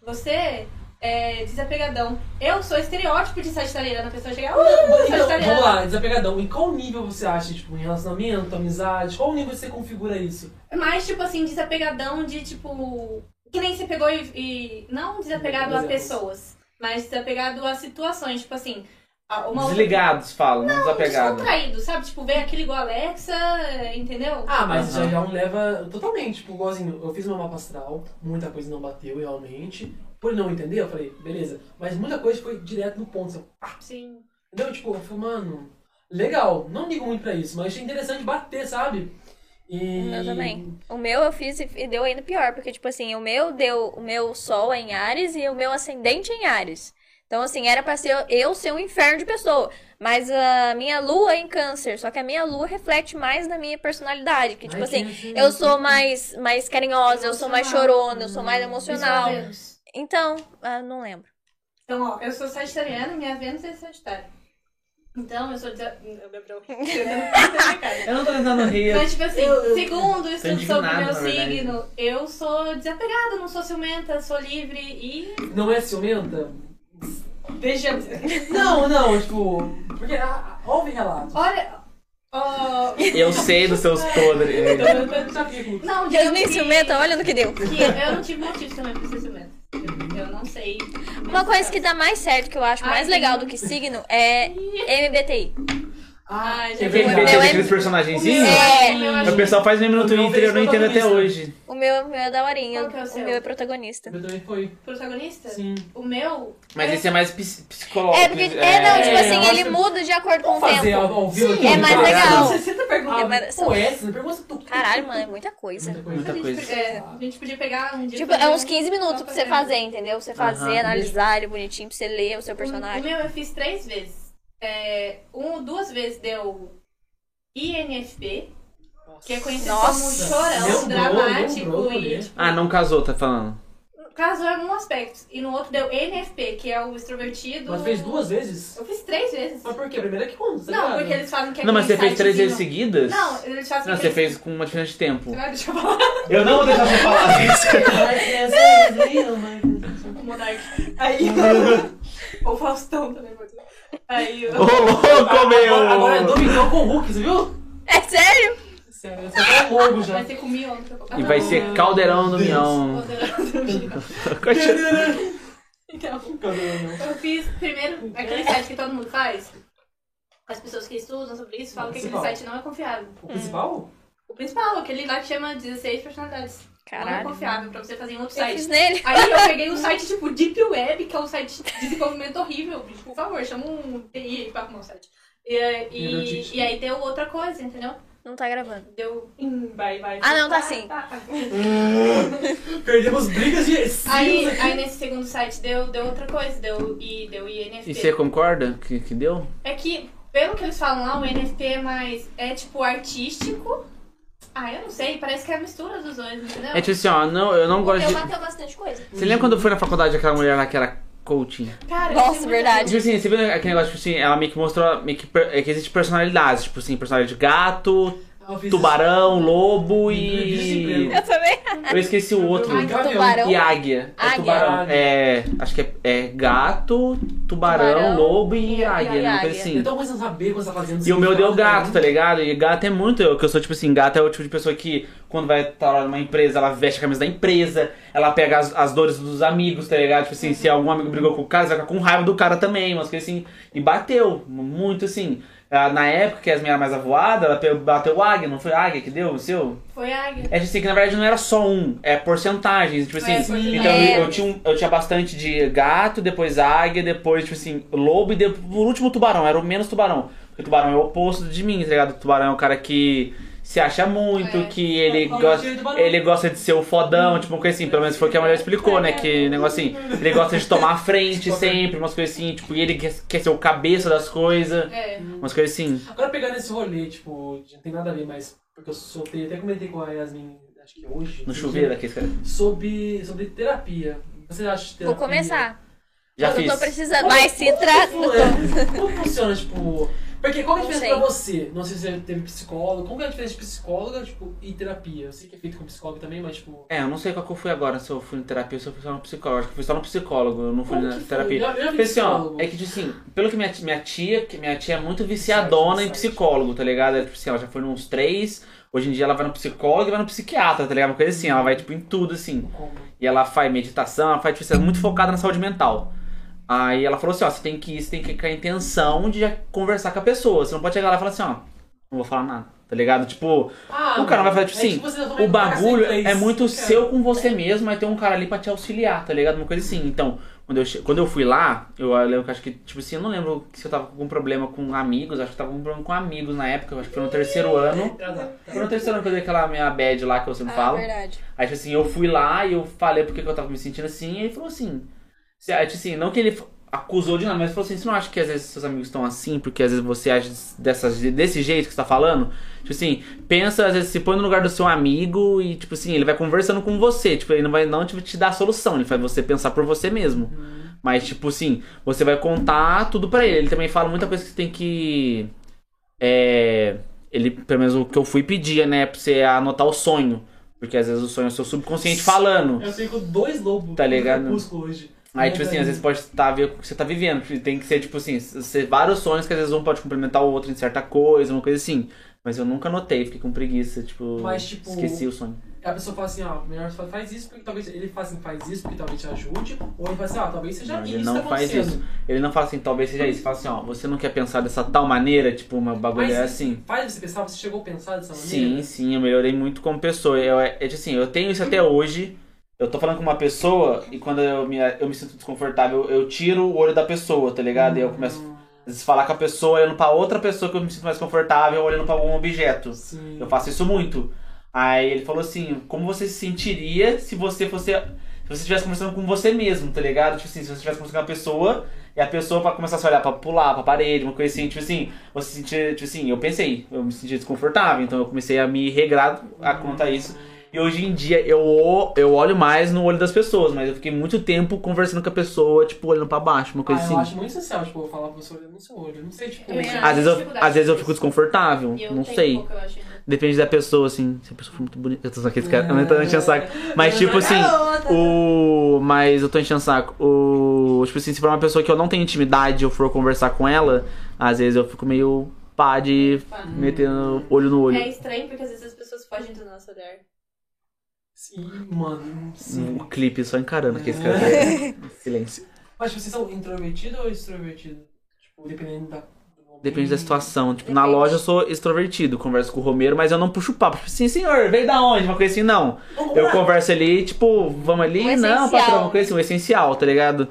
Você é desapegadão. Eu sou estereótipo de sagitariana. A pessoa chega, uh, Então, vamos sagitariana. lá, desapegadão. Em qual nível você acha, tipo, em relacionamento, amizade? Qual nível você configura isso? Mas, tipo assim, desapegadão de tipo. Que nem você pegou e. e- não desapegado a Exemplos. pessoas, mas desapegado a situações. Tipo assim, a- uma outra- Desligados, falam, não, desapegados. Descontraído, sabe? Tipo, ver aquele igual Alexa, entendeu? Ah, mas isso Aham. aí já me leva totalmente, tipo, igualzinho, eu fiz meu mapa astral, muita coisa não bateu realmente. Por não entender, eu falei, beleza. Mas muita coisa foi direto no ponto. assim, Ah, Sim. Entendeu? Tipo, eu falei, mano, legal, não ligo muito pra isso, mas achei interessante bater, sabe? E. Eu também. O meu eu fiz e e deu ainda pior, porque, tipo assim, o meu deu o meu sol é em Ares e o meu ascendente é em Ares. Então, assim, era pra ser eu ser um inferno de pessoa. Mas a minha lua é em câncer. Só que a minha lua reflete mais na minha personalidade. Que, Ai, tipo assim, que- eu sou mais, mais carinhosa, eu sou mais chorona, eu sou mais Isso é emocional. Vênus. Então, ah, não lembro. Então, ó, eu sou sagitariana, minha Vênus é Sagitário. Então, eu sou desa... Não, Gabriel. Eu não tô tentando rir. Mas, tipo assim, segundo o estudo sobre o indignado, meu na verdade. signo, eu sou desapegada, não sou ciumenta, sou livre e. Não é ciumenta? Deixa. Não, não, tipo. Porque ah, houve relatos. Olha. ó, Eu sei dos seus podres. né? Então, eu não sabia como- Não, digamos Yasmin que- ciumenta, olha no que deu. que eu não tive motivo também pra ser ciumenta. Eu- Eu não sei. Uma coisa que dá mais certo, que eu acho Ai, mais tem legal um- do que signo, é MBTI. Ah, Ai, é gente, Quem verdade. fez Meu é- aqueles personagenzinhos? É. Eu acho O pessoal faz meme no O meu Twitter, eu não fez entendo até protagonista. hoje. O meu, o meu é daorinho, Qual que é o o seu? meu é protagonista. Eu também foi. protagonista? Sim. O meu. Mas esse é mais ps- psicológico. É, porque. É, não, tipo é, assim, eu ele acho- muda de acordo com o Vamos fazer tempo. ao, ao vivo aqui, é mais tá? legal. Nossa, 60 Ah, perguntas. mas são- pô, essa, não né? pergunta tu. Caralho, mano, é muita coisa. Muita coisa. Muita A gente, coisa. é, a gente podia pegar um dia. Tipo, fazer é uns um- 15 minutos só pra você fazer, entendeu? Pra você fazer, Aham. analisar ele bonitinho, pra você ler o seu O, um- o personagem. meu eu fiz três vezes. É, um, duas vezes deu INFP, que é conhecido Nossa. como Lembrou, chorão, dramático lembrou, e. né? tipo, Ah, não casou, tá falando. Casou em um aspecto. E no outro deu NFP, que é o extrovertido. Mas fez duas vezes? Eu fiz três vezes. Mas por quê? A primeira que conta, tá Não, ligado? porque eles falam que é Não, mas você aquele fez três vezes sitezinho- seguidas? Não, eles fazem Não, você aquele- fez com uma diferença de tempo. Ah, Deixa eu falar. Eu não vou deixar você falar isso. Monark. Aí. Ou Faustão também pode ser. Aí. Ô, louco, meu! Agora, agora é dominou com o Hulk, você viu? É sério? Sério, você tá um longo já. Vai ser com o Mion. não sei qual- Ah, E vai não, ser caldeirão do mião. não. Então, né? eu fiz primeiro aquele site que todo mundo faz. As pessoas que estudam sobre isso falam que aquele Principal. site não é confiável. O principal? O principal, aquele lá que chama 16 personalidades. Não é Caralho. confiável pra você fazer em outro Eu site. fiz nele. Aí eu peguei um site tipo Deep Web, que é um site de desenvolvimento horrível. Por favor, chama um TI aí pra arrumar um site. E, é, E e, notícia. e aí deu outra coisa, entendeu? Não tá gravando. Deu. Hum, vai, vai. Ah, não, tá sim. Perdemos brigas de signos Hum. Aí, aqui. aí nesse segundo site deu, deu outra coisa, deu, I, deu INFP. E você concorda que, que deu? É que, pelo que eles falam lá, o NFP é mais. É tipo artístico. Ah, eu não sei, parece que é a mistura dos dois, entendeu? É tipo assim, ó, não, eu não gosto Eu de. bateu bastante coisa. Você lembra quando eu fui na faculdade aquela mulher lá que era coaching? Cara, Nossa, eu sei verdade. Tipo assim, você viu aquele negócio, tipo assim, ela meio que mostrou meio que, per- é que existe personalidades, tipo assim, personalidade de gato, Ah, Eu fiz tubarão, lobo Desemprego. e. Eu também. Eu esqueci o outro. Ai, gavião. Tubarão. E águia. É Águia. tubarão. É. Acho que é, é gato, tubarão, Tubarão lobo e e águia, né? Uma coisa águia. assim. Então você não saber quando você tá fazendo E o meu deu significado, gato, tá né? ligado? E gato é muito eu, que eu sou tipo assim, gato é o tipo de pessoa que quando vai trabalhar numa empresa, ela veste a camisa da empresa, ela pega as, as dores dos amigos, tá ligado? Tipo assim, se algum amigo brigou com o cara, você vai ficar com raiva do cara também, umas coisas assim. E bateu, muito assim. Ah, Na época que as minhas mais avoadas, ela pe- bateu águia, não foi águia que deu o seu? Foi águia. É tipo assim, que na verdade não era só um, é porcentagens, tipo assim. É, porcentagem. Então É. eu, eu tinha um- eu tinha bastante de gato, depois águia, depois, tipo assim, lobo e depois, por último tubarão, era o menos tubarão. Porque o tubarão é o oposto de mim, tá ligado? O tubarão é o cara que se acha muito, É. que ele Fala gosta. cheio de barulho. Ele gosta de ser o fodão, tipo, uma coisa assim, pelo menos foi o que a mulher explicou, né? É. Que negócio assim, ele gosta de tomar a frente sempre, umas coisas assim, tipo, e ele quer, quer ser o cabeça das coisas, É. umas coisas assim. Agora pegando esse rolê, tipo, de- não tem nada a ver, mas porque eu soltei, até comentei com a Yasmin, acho que é hoje. No inclusive, chuveiro aqui, cara. Sobre, sobre terapia. Você acha que terapia? Vou começar. Já Mas fiz. Eu tô precisando. Como- Mas se como fu- trata. é, Como funciona, tipo. Porque qual que é a Não diferença sei. pra você? Não sei se você teve psicólogo. Qual que é a diferença de psicóloga tipo, e terapia? Eu sei que é feito com psicólogo também, mas tipo. É, eu não sei qual que eu fui agora, se eu fui em terapia ou se eu fui só no psicólogo. Acho que eu fui só no psicólogo, eu não fui como na que foi? terapia. Eu, eu já vi Porque assim, ó, psicólogo. é que tipo assim, pelo que minha, ti- minha tia, que minha tia é muito viciadona em psicólogo, tá ligado? Ela, tipo assim, ela já foi nos três, hoje em dia ela vai no psicólogo e vai no psiquiatra, tá ligado? Uma coisa assim, ela vai tipo em tudo, assim. Como? E ela faz meditação, ela faz, tipo, assim, ela é muito focada na saúde mental. Aí ela falou assim, ó, você tem que ir, você tem que ir com a intenção de já conversar com a pessoa. Você não pode chegar lá e falar assim, ó, não vou falar nada, tá ligado? Tipo, Ah, o cara vai falar, é tipo assim, que você também o não vai ser bagulho inglês. é muito É. seu com você mesmo, mas tem um cara ali pra te auxiliar, tá ligado? Uma coisa assim. Então, quando eu, che- quando eu fui lá, eu lembro que acho que, tipo assim, eu não lembro se eu tava com algum problema com amigos, acho que eu tava com um problema com amigos na época, eu acho que foi no terceiro ano. Ah, tá. Foi no terceiro ano que eu dei aquela minha bad lá que eu sempre Ah, falo. verdade. Aí, tipo assim, eu fui lá e eu falei porque que eu tava me sentindo assim, e ele falou assim. se- Aí, tipo assim, não que ele f- acusou de nada, mas falou assim: você não acha que às vezes seus amigos estão assim, porque às vezes você age dessa, desse jeito que você tá falando? Tipo assim, pensa, às vezes se põe no lugar do seu amigo e, tipo assim, ele vai conversando com você. Tipo, ele não vai não te, te dar a solução, ele faz você pensar por você mesmo. Mas, tipo assim, você vai contar tudo pra ele. Ele também fala muita coisa que você tem que. É. Ele, pelo menos o que eu fui pedia, né? Pra você anotar o sonho. Porque às vezes o sonho é o seu subconsciente falando. Eu fico dois lobos. Tá ligado? no Crepúsculo hoje. Aí, tipo assim, às vezes pode estar a ver com o que você tá vivendo. Tipo, Tem que ser, tipo assim, ser vários sonhos que às vezes um pode complementar o outro em certa coisa, uma coisa assim. Mas eu nunca anotei, fiquei com preguiça, tipo, Mas, tipo, esqueci o sonho. A pessoa fala assim, ó, melhor você faz isso porque talvez ele faz, assim, faz isso porque talvez te ajude. Ou ele fala assim, ó, talvez seja Não, isso ele que não tá faz acontecendo. Ele não fala assim, talvez seja isso. Ele fala assim, ó, você não quer pensar dessa tal maneira, tipo, uma bagulho Mas- é assim. Faz você pensar, você chegou a pensar dessa maneira? Sim, sim, eu melhorei muito como pessoa. Eu, é, é de assim, eu tenho isso até hoje. Eu tô falando com uma pessoa e quando eu me, eu me sinto desconfortável, eu tiro o olho da pessoa, tá ligado? E eu começo a falar com a pessoa, olhando pra outra pessoa que eu me sinto mais confortável, olhando pra algum objeto. Sim. Eu faço isso muito. Aí ele falou assim, como você se sentiria se você fosse... Se você estivesse conversando com você mesmo, tá ligado? Tipo assim, se você estivesse conversando com uma pessoa e a pessoa vai começar a se olhar pra pular, pra parede, uma coisa assim, tipo assim, você se sentia, tipo assim, eu pensei, eu me sentia desconfortável, então eu comecei a me regrar Uhum. a conta isso. E hoje em dia eu, o- eu olho mais no olho das pessoas, mas eu fiquei muito tempo conversando com a pessoa, tipo, olhando pra baixo, uma Ah, coisa eu assim. acho muito essencial, tipo, eu falar pra você olhando no seu olho. Eu Não sei, tipo, Também isso- acho. Às vezes, eu, dificuldade às vezes eu com fico isso. desconfortável, E eu não tenho sei. pouco, eu acho, ainda. Depende da pessoa, assim. Se a pessoa for muito bonita. Eu tô só aqui, cara. Ah, Eu não tô enchendo o saco. Mas, tipo assim, tá o. Mas eu tô enchendo o saco. O. Tipo assim, se for uma pessoa que eu não tenho intimidade eu for conversar com ela, às vezes eu fico meio pá de metendo olho no olho. É estranho porque às vezes as pessoas fogem do nosso olhar. Sim, mano. Sim. O Um clipe só encarando aqui esse cara. tá? Silêncio. Mas tipo, vocês são introvertido ou extrovertido? Tipo, dependendo da. Depende da situação. Tipo, na loja eu sou extrovertido, converso com o Romero, mas eu não puxo papo. Tipo assim, senhor, veio da onde? Uma coisa assim, não. Eu converso ali, tipo, vamos ali, O não, essencial. Uhum. patrão, uma coisa assim, o essencial, tá ligado?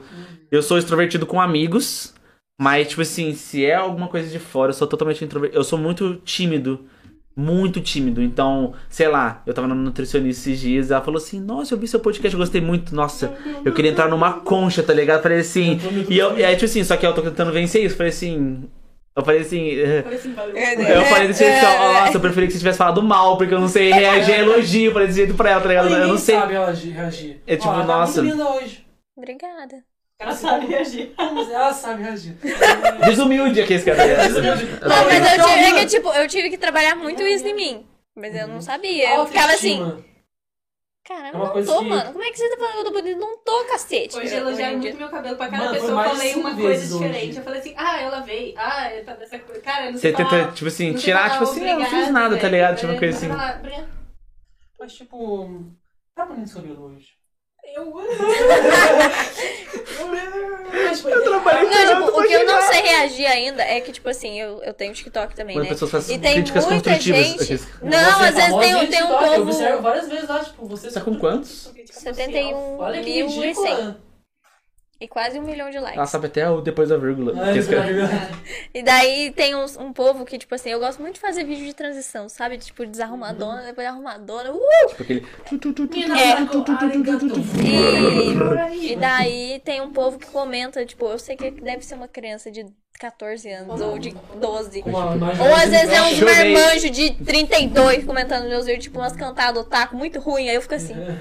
Eu sou extrovertido com amigos, mas, tipo assim, se é alguma coisa de fora, eu sou totalmente introvertido. Eu sou muito tímido. Muito tímido. Então, sei lá, eu tava na nutricionista esses dias, ela falou assim: Nossa, eu vi seu podcast, eu gostei muito. Nossa, eu queria entrar numa concha, tá ligado? Falei assim. E, eu, e aí, tipo assim, só que eu tô tentando vencer isso. Falei assim. Eu falei assim. eh, Parece um bagulho. Eu falei desse jeito, é, ó, nossa, eu preferia que você tivesse falado mal, porque eu não sei reagir a elogio. Eu falei desse jeito pra ela, tá ligado? Eu não sei. sabe ela agi- reagir. É tipo, Ó, ela nossa. Tá muito linda hoje. Obrigada. Ela sabe sabe, reagir. ela sabe reagir. Desumilde aqui esse cara. tá Não, mas eu tive, é que, tipo, eu tive que trabalhar muito isso em mim. Mas eu não sabia. Eu ficava assim, Autoestima. caramba, É uma não coisa tô, que- mano. Como é que você tá falando que eu tô bonito? Não tô, cacete. Hoje Eu- elogiaram Tipo, é, em dia- muito meu cabelo pra cada Mano, foi pessoa. mais Eu falei uma cinco coisa vezes hoje. diferente. Eu falei assim, ah, eu lavei. Ah, eu tá dessa coisa. Cara, eu não Você sei falar. tenta, tipo assim, Não sei tirar, falar tipo assim, eu não fiz obrigada, nada, tá velho. ligado? Tipo uma É, coisa não assim. sei falar, obrigada. Mas tipo. Tá bonito seu cabelo hoje. Eu trabalhei Não, tipo, o que eu não sei reagir ainda é que, tipo assim, eu, eu tenho TikTok também, Quando né? pessoas fazem E tem críticas muita construtivas. gente- Aqui. Não, Você é às vezes famosa tem, no um- tem um TikTok, Eu observo assim, povo. várias vezes lá, tipo, você. Você tá com quantos? Você tem um Olha que mil e ridícula. cem. E quase um milhão de likes. Ela sabe até o depois da vírgula. Ah, isso é legal. E daí tem uns- um povo que, tipo assim, eu gosto muito de fazer vídeo de transição, sabe? Tipo, desarrumadona, depois arrumadona. Uh! Tipo aquele. Menina, É. Marco, arigato. E, e daí tem um povo que comenta, tipo, eu sei que deve ser uma criança de 14 anos ou de 12. Uma imagem Ou às vezes é um Chorei. marmanjo de 32 comentando meus vídeos, tipo, umas cantadas otaku muito ruim. Aí eu fico assim,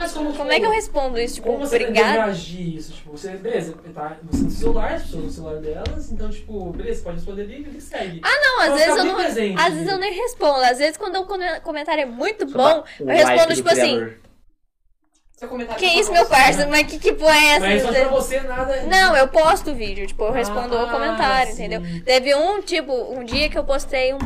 Mas como, como é que eu respondo isso? Tipo, Como você obrigado? interagir isso? Tipo, você, beleza, tá, você no celular, as pessoas no celular delas, então, tipo, beleza, pode responder ali e que segue. Ah, Não, às vezes eu não. Às vezes eu nem respondo. Às vezes quando um comentário é muito bom, eu respondo, tipo assim, Seu comentário que tá isso, bom. meu parceiro? Mas que, que porra é essa? Mas só pra você nada. Não, eu posto o vídeo, tipo, eu respondo Ah, o comentário, sim. entendeu? Teve um, tipo, um dia que eu postei um.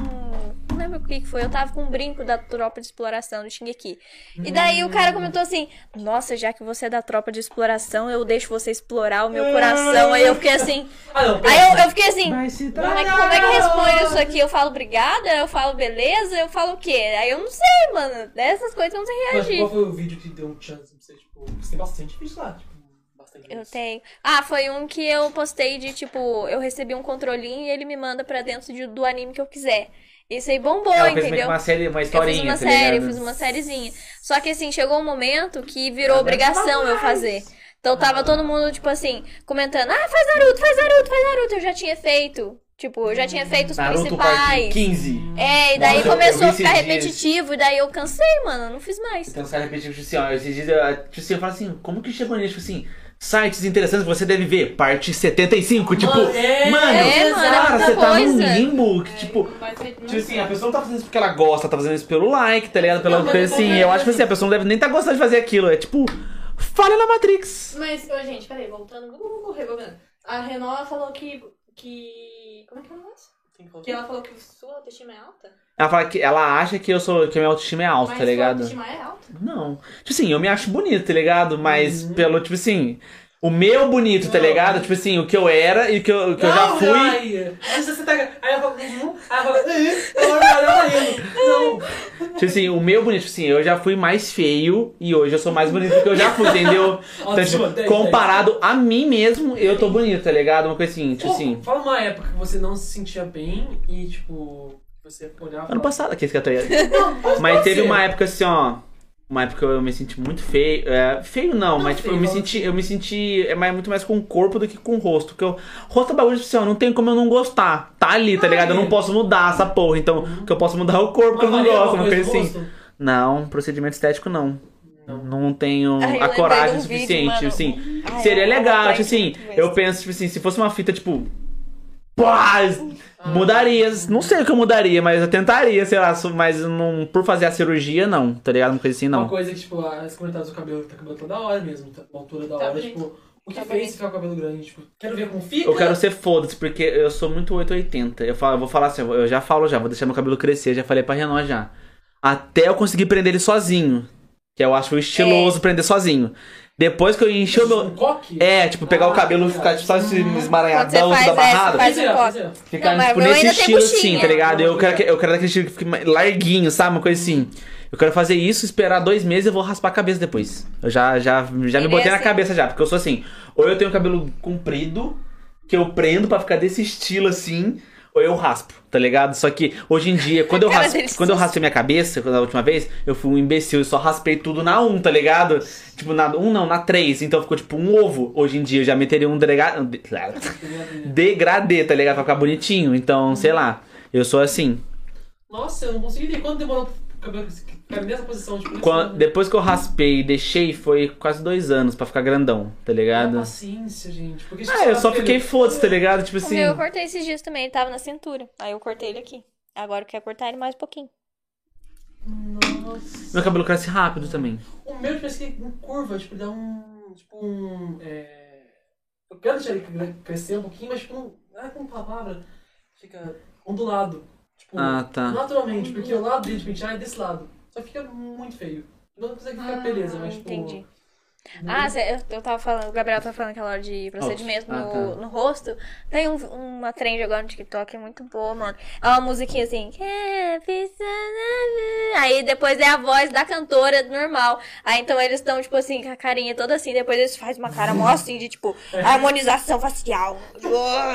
Não lembro o que que foi, eu tava com um brinco da tropa de exploração do Shingeki. E Uhum. daí o cara comentou assim: Nossa, já que você é da tropa de exploração, eu deixo você explorar o meu coração. Aí eu fiquei assim. Ah, não, Aí eu, eu fiquei assim: Mas se como é, que- como é que responde isso aqui? Eu falo obrigada? Eu falo beleza? Eu falo o quê? Aí eu não sei, mano. Dessas coisas eu não sei mas reagir. qual foi o vídeo que deu um chance pra você, tipo, você tem bastante vídeo lá, tipo, bastante Eu vídeos. tenho. Ah, foi um que eu postei de tipo, eu recebi um controlinho e ele me manda pra dentro de- do anime que eu quiser. Isso aí bombou, Ela fez É, meio que entendeu? uma série, uma Eu fiz historinha. uma tá série, eu ligado? fiz uma sériezinha. Só que assim, chegou um momento que virou obrigação eu fazer. Então tava todo mundo, tipo assim, comentando: ah, faz Naruto, faz Naruto, faz Naruto. Eu já tinha feito. Tipo, eu já tinha feito os Naruto Parte principais. 15. É, e daí Nossa, eu- começou eu vi a ficar esses dias. repetitivo, e daí eu cansei, mano, eu não fiz mais. Então os caras repetem, tipo assim, ó, esses dias eu, tipo assim, eu falo assim, como que chegou nisso? Tipo assim, sites interessantes que você deve ver, parte 75, tipo, mano, é, é, mano, é cara, muita você tá num coisa. limbo que, tipo, Não vai ser- não Tipo assim, a pessoa não tá fazendo isso porque ela gosta, tá fazendo isso pelo like, tá ligado? Pela Não, mas coisa eu tô assim. vendo. Eu acho que assim, a pessoa não deve nem tá gostando de fazer aquilo. É tipo, falha na Matrix. Mas, ô, gente, peraí, voltando, uh, uh, rebobinando. A Renault falou que, que... Como é que é o negócio? Tem que falar. Que ela falou que sua autoestima é alta? Ela fala que ela acha que eu sou que a minha autoestima é alta, mas tá ligado? sua autoestima é alta. Não. Tipo assim, eu me acho bonito, tá ligado? Mas pelo, tipo assim, o meu bonito, tá Uhum. Não. ligado? Tipo assim, o que eu era e o que eu, o que eu já Não, é fui. Raia. Aí você tá. Aí eu falo, hum, aí eu falo, hum, agora eu olho pra ele. Não, Tipo assim, o meu bonito, tipo assim, eu já fui mais feio e hoje eu sou mais bonito do que eu já fui, entendeu? Então, Autoestima, tipo, dez, comparado a mim mesmo, eu tô bonito, tá ligado? Uma coisa assim, tipo Pô, assim. Fala uma época que você não se sentia bem e, tipo, você olhava. Ano passado, aqueles que eu tô ligado? passado. Mas teve uma época assim, ó. Uma época eu me senti muito feio. É, feio não, mas tipo, eu me feio, senti. Eu me senti. É mais- muito mais com o corpo do que com o rosto. Porque o rosto é um bagulho assim, ó, não tem como eu não gostar. Tá ali, tá Ah, ligado? Eu não é. posso mudar essa porra. Então, o que eu posso mudar é o corpo que eu não gosto, um uma coisa assim. Não, procedimento estético não. Não. Não tenho Ai, eu a lembrei de coragem um vídeo, suficiente, mano. Ah, assim. Ai, Seria eu- eu legal, aprendi tipo assim, muito eu isso. penso, tipo assim, se fosse uma fita, tipo. Pá, mudaria. Não sei o que eu mudaria, mas eu tentaria, sei lá, su- mas não, por fazer a cirurgia, não, tá ligado? Uma coisa assim, Uma não. coisa que, tipo, as comentadas do cabelo, tá cabelo toda hora mesmo, tá com a altura da Tá hora, bonito. tipo. O que Tá fez bonito. ficar com o cabelo grande? Tipo, quero ver como fica. Eu quero ser foda-se, porque eu sou muito 880. Eu, falo, eu vou falar assim, eu já falo já, vou deixar meu cabelo crescer, já falei pra Renan já. Até eu conseguir prender ele sozinho. Que eu acho É. estiloso prender sozinho. Depois que eu enchi o meu. Um coque? É, tipo, pegar o Ah, cabelo e tá. ficar, tipo, sabe, esse Quando esmaranhadão, você faz tudo abarrado? essa, faz- Fizeram, um coque. fizeram. Ficar, Não, mas tipo, o meu nesse ainda tem estilo buchinha. assim, tá ligado? Eu quero, que- eu quero daquele estilo que fique mais larguinho, sabe? Uma coisa assim. Eu quero fazer isso, esperar dois meses e eu vou raspar a cabeça depois. Eu já, já, já me é botei na assim. cabeça já, porque eu sou assim. Ou eu tenho cabelo comprido, que eu prendo pra ficar desse estilo assim, ou eu raspo, tá ligado? Só que hoje em dia, quando eu, Cara raspo, dele, quando eu raspei minha cabeça, quando- da última vez, eu fui um imbecil e só raspei tudo na 1, tá ligado? Tipo, na 1 não, na 3. Então ficou tipo um ovo. Hoje em dia eu já meteria um delegado. degradê, tá ligado? Pra ficar bonitinho. Então, sei lá. Eu sou assim. Nossa, eu não consegui. Quanto demorou pro cabelo ficar nessa posição? Tipo, Quan- depois que eu raspei e deixei, foi quase dois anos pra ficar grandão, tá Tenha ligado? é paciência, gente. Porque Ah, eu só fiquei foda, tá ligado? Tipo O assim. meu eu cortei esses dias também, ele tava na cintura. Aí eu cortei ele aqui. Agora eu quero cortar ele mais um pouquinho. Nossa. Meu cabelo cresce rápido também. O meu, tipo, assim, em curva, tipo, dá um. Tipo, um. É... Eu quero deixar ele cre- crescer um pouquinho, mas, tipo, não. Ah, com palavra. Fica ondulado. Tipo, Ah, tá. naturalmente, porque o ah, lado dele de pentear é desse lado. Só fica muito feio. Não consegue ficar Ah, beleza, mas, tipo. Entendi. Ah, cê- eu- eu tava falando, o Gabriel tava falando aquela hora de procedimento Uhum. Ah, no, tá. no rosto. Tem um- uma trend agora no TikTok, é muito boa, mano. É uma musiquinha assim. Aí depois é a voz da cantora normal. Aí então eles estão, tipo assim, com a carinha toda assim, depois eles fazem uma cara mó assim de tipo, harmonização facial.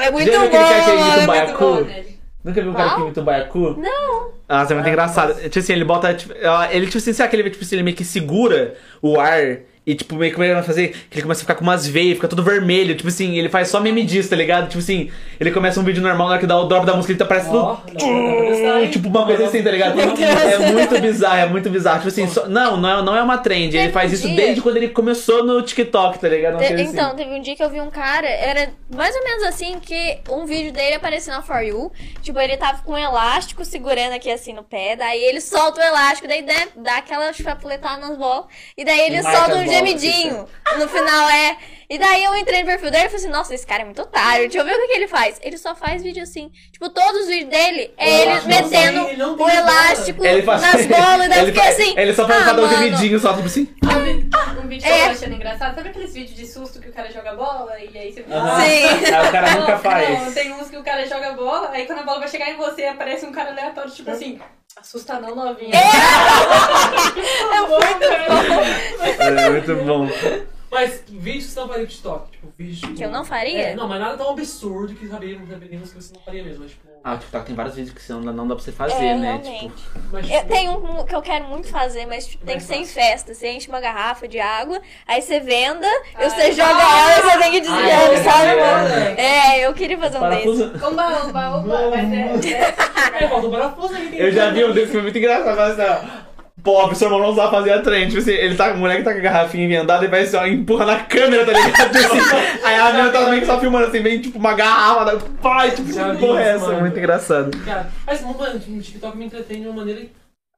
É muito Já viu aquele bom, cara É. que imita um mano, é muito baiacu? bom. Nunca viu um cara que Qual? imita um baiacu? Não. Ah, isso é muito engraçado. Tipo assim, ele bota. Tipo, ela- ele, tipo assim, sabe aquele tipo assim, ele meio que segura o ar e, tipo, meio que começa a fazer. Que ele começa a ficar com umas veias, fica todo vermelho. Tipo assim, ele faz só meme disso, tá ligado? Tipo assim, ele começa um vídeo normal, na hora que dá o drop da música, ele tá parecendo. Ó, dá pra- dá pra testar, hein? Tipo, uma coisa assim, tá ligado? Meu Deus. É muito bizarro, é muito bizarro. Tipo assim, só- não, não é, não é uma trend. Ele Teve faz um isso dia- desde quando ele começou no TikTok, tá ligado? Uma Te- coisa assim. Então, teve um dia que eu vi um cara, era mais ou menos assim, que um vídeo dele apareceu na For You. Tipo, ele tava com um elástico segurando aqui assim no pé, daí ele solta o elástico, daí dá, dá aquela chapuletada nas bolas, e daí ele Marca solta as um bolas, assim. gemidinho. No final é. E daí eu entrei no perfil dele e falei assim, nossa, esse cara é muito otário, deixa eu ver o que, que ele faz. Ele só faz vídeo assim. Tipo, todos os vídeos dele é ele elástico, metendo ele não tem o bola. elástico Ele faz- nas bolas, e daí eu ele, fiquei faz- assim. ele só faz "Ah, pra dar um mano." gemidinho, só, tipo assim. Um vi- Um vídeo que eu É. tô achando engraçado. Sabe aqueles vídeos de susto que o cara joga bola e aí você fica. Aham. Sim. Aí Ah, o cara Não, nunca faz. Não, tem uns que o cara joga bola, aí quando a bola vai chegar em você, aparece um cara aleatório, É. tipo assim, assusta não novinha. É muito bom. É muito bom. Mas vídeos que você não faria no TikTok, tipo, vídeo. Que eu não faria? É, não, mas nada tão absurdo que saberia, não saberíamos que você não faria mesmo, mas tipo. Ah, o TikTok tem vários vídeos que você não dá, não dá pra você fazer, É, né? realmente. Tipo, Mas, Eu tipo, tenho um que eu quero muito fazer, mas tipo, tem que ser em festa. Você enche uma garrafa de água, aí você venda, e você joga ela e você tem que desviar, é, sabe? é, mano? é. É, eu queria fazer um desse. parafuso. Oba, oba, oba, mas é. é. É, falta um parafuso aí, tem Eu já vi um desse que foi muito engraçado, mas assim, ó. Pobre, seu irmão não sabe fazer a trem. Tipo assim, ele tá, o moleque tá com a garrafinha vendada e vai assim, ó, empurra na câmera, tá ligado? Tipo assim, aí a menina tá meio que só filmando assim, vem tipo uma garrafa, da... pai, tipo, Já que vi porra é isso, essa? mano. Muito engraçado. Cara, mas, mano, o TikTok me entretém de uma maneira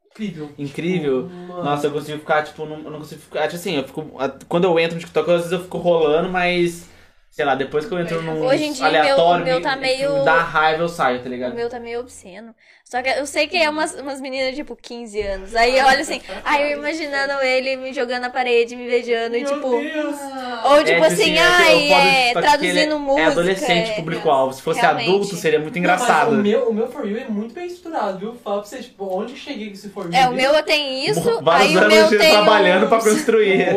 incrível. Incrível. Tipo, mano, Nossa, eu consigo ficar, tipo, não, eu não consigo ficar. Tipo assim, eu fico. a- Quando eu entro no TikTok, às vezes eu fico rolando, mas. Sei lá, depois que eu entro num é. Hoje em dia, aleatório, meu- meu me- tá meio- me dá raiva, eu saio, tá ligado? O meu tá meio obsceno. Só que eu sei que é umas, umas meninas, tipo, 15 anos. Aí eu olho assim, aí eu imaginando ele me jogando na parede, me beijando e Meu tipo. Deus. ah. É, Ou tipo assim, ai, eu posso é, destacar que ele traduzindo música. É adolescente, é. público-alvo. Se fosse Realmente. adulto, seria muito Não, engraçado. mas o, meu, o meu For You é muito bem estruturado, viu? Fala pra vocês, tipo, onde eu cheguei com esse For You? É, o meu tem isso, Vários aí o anos meu de tem. trabalhando pra uns- construir.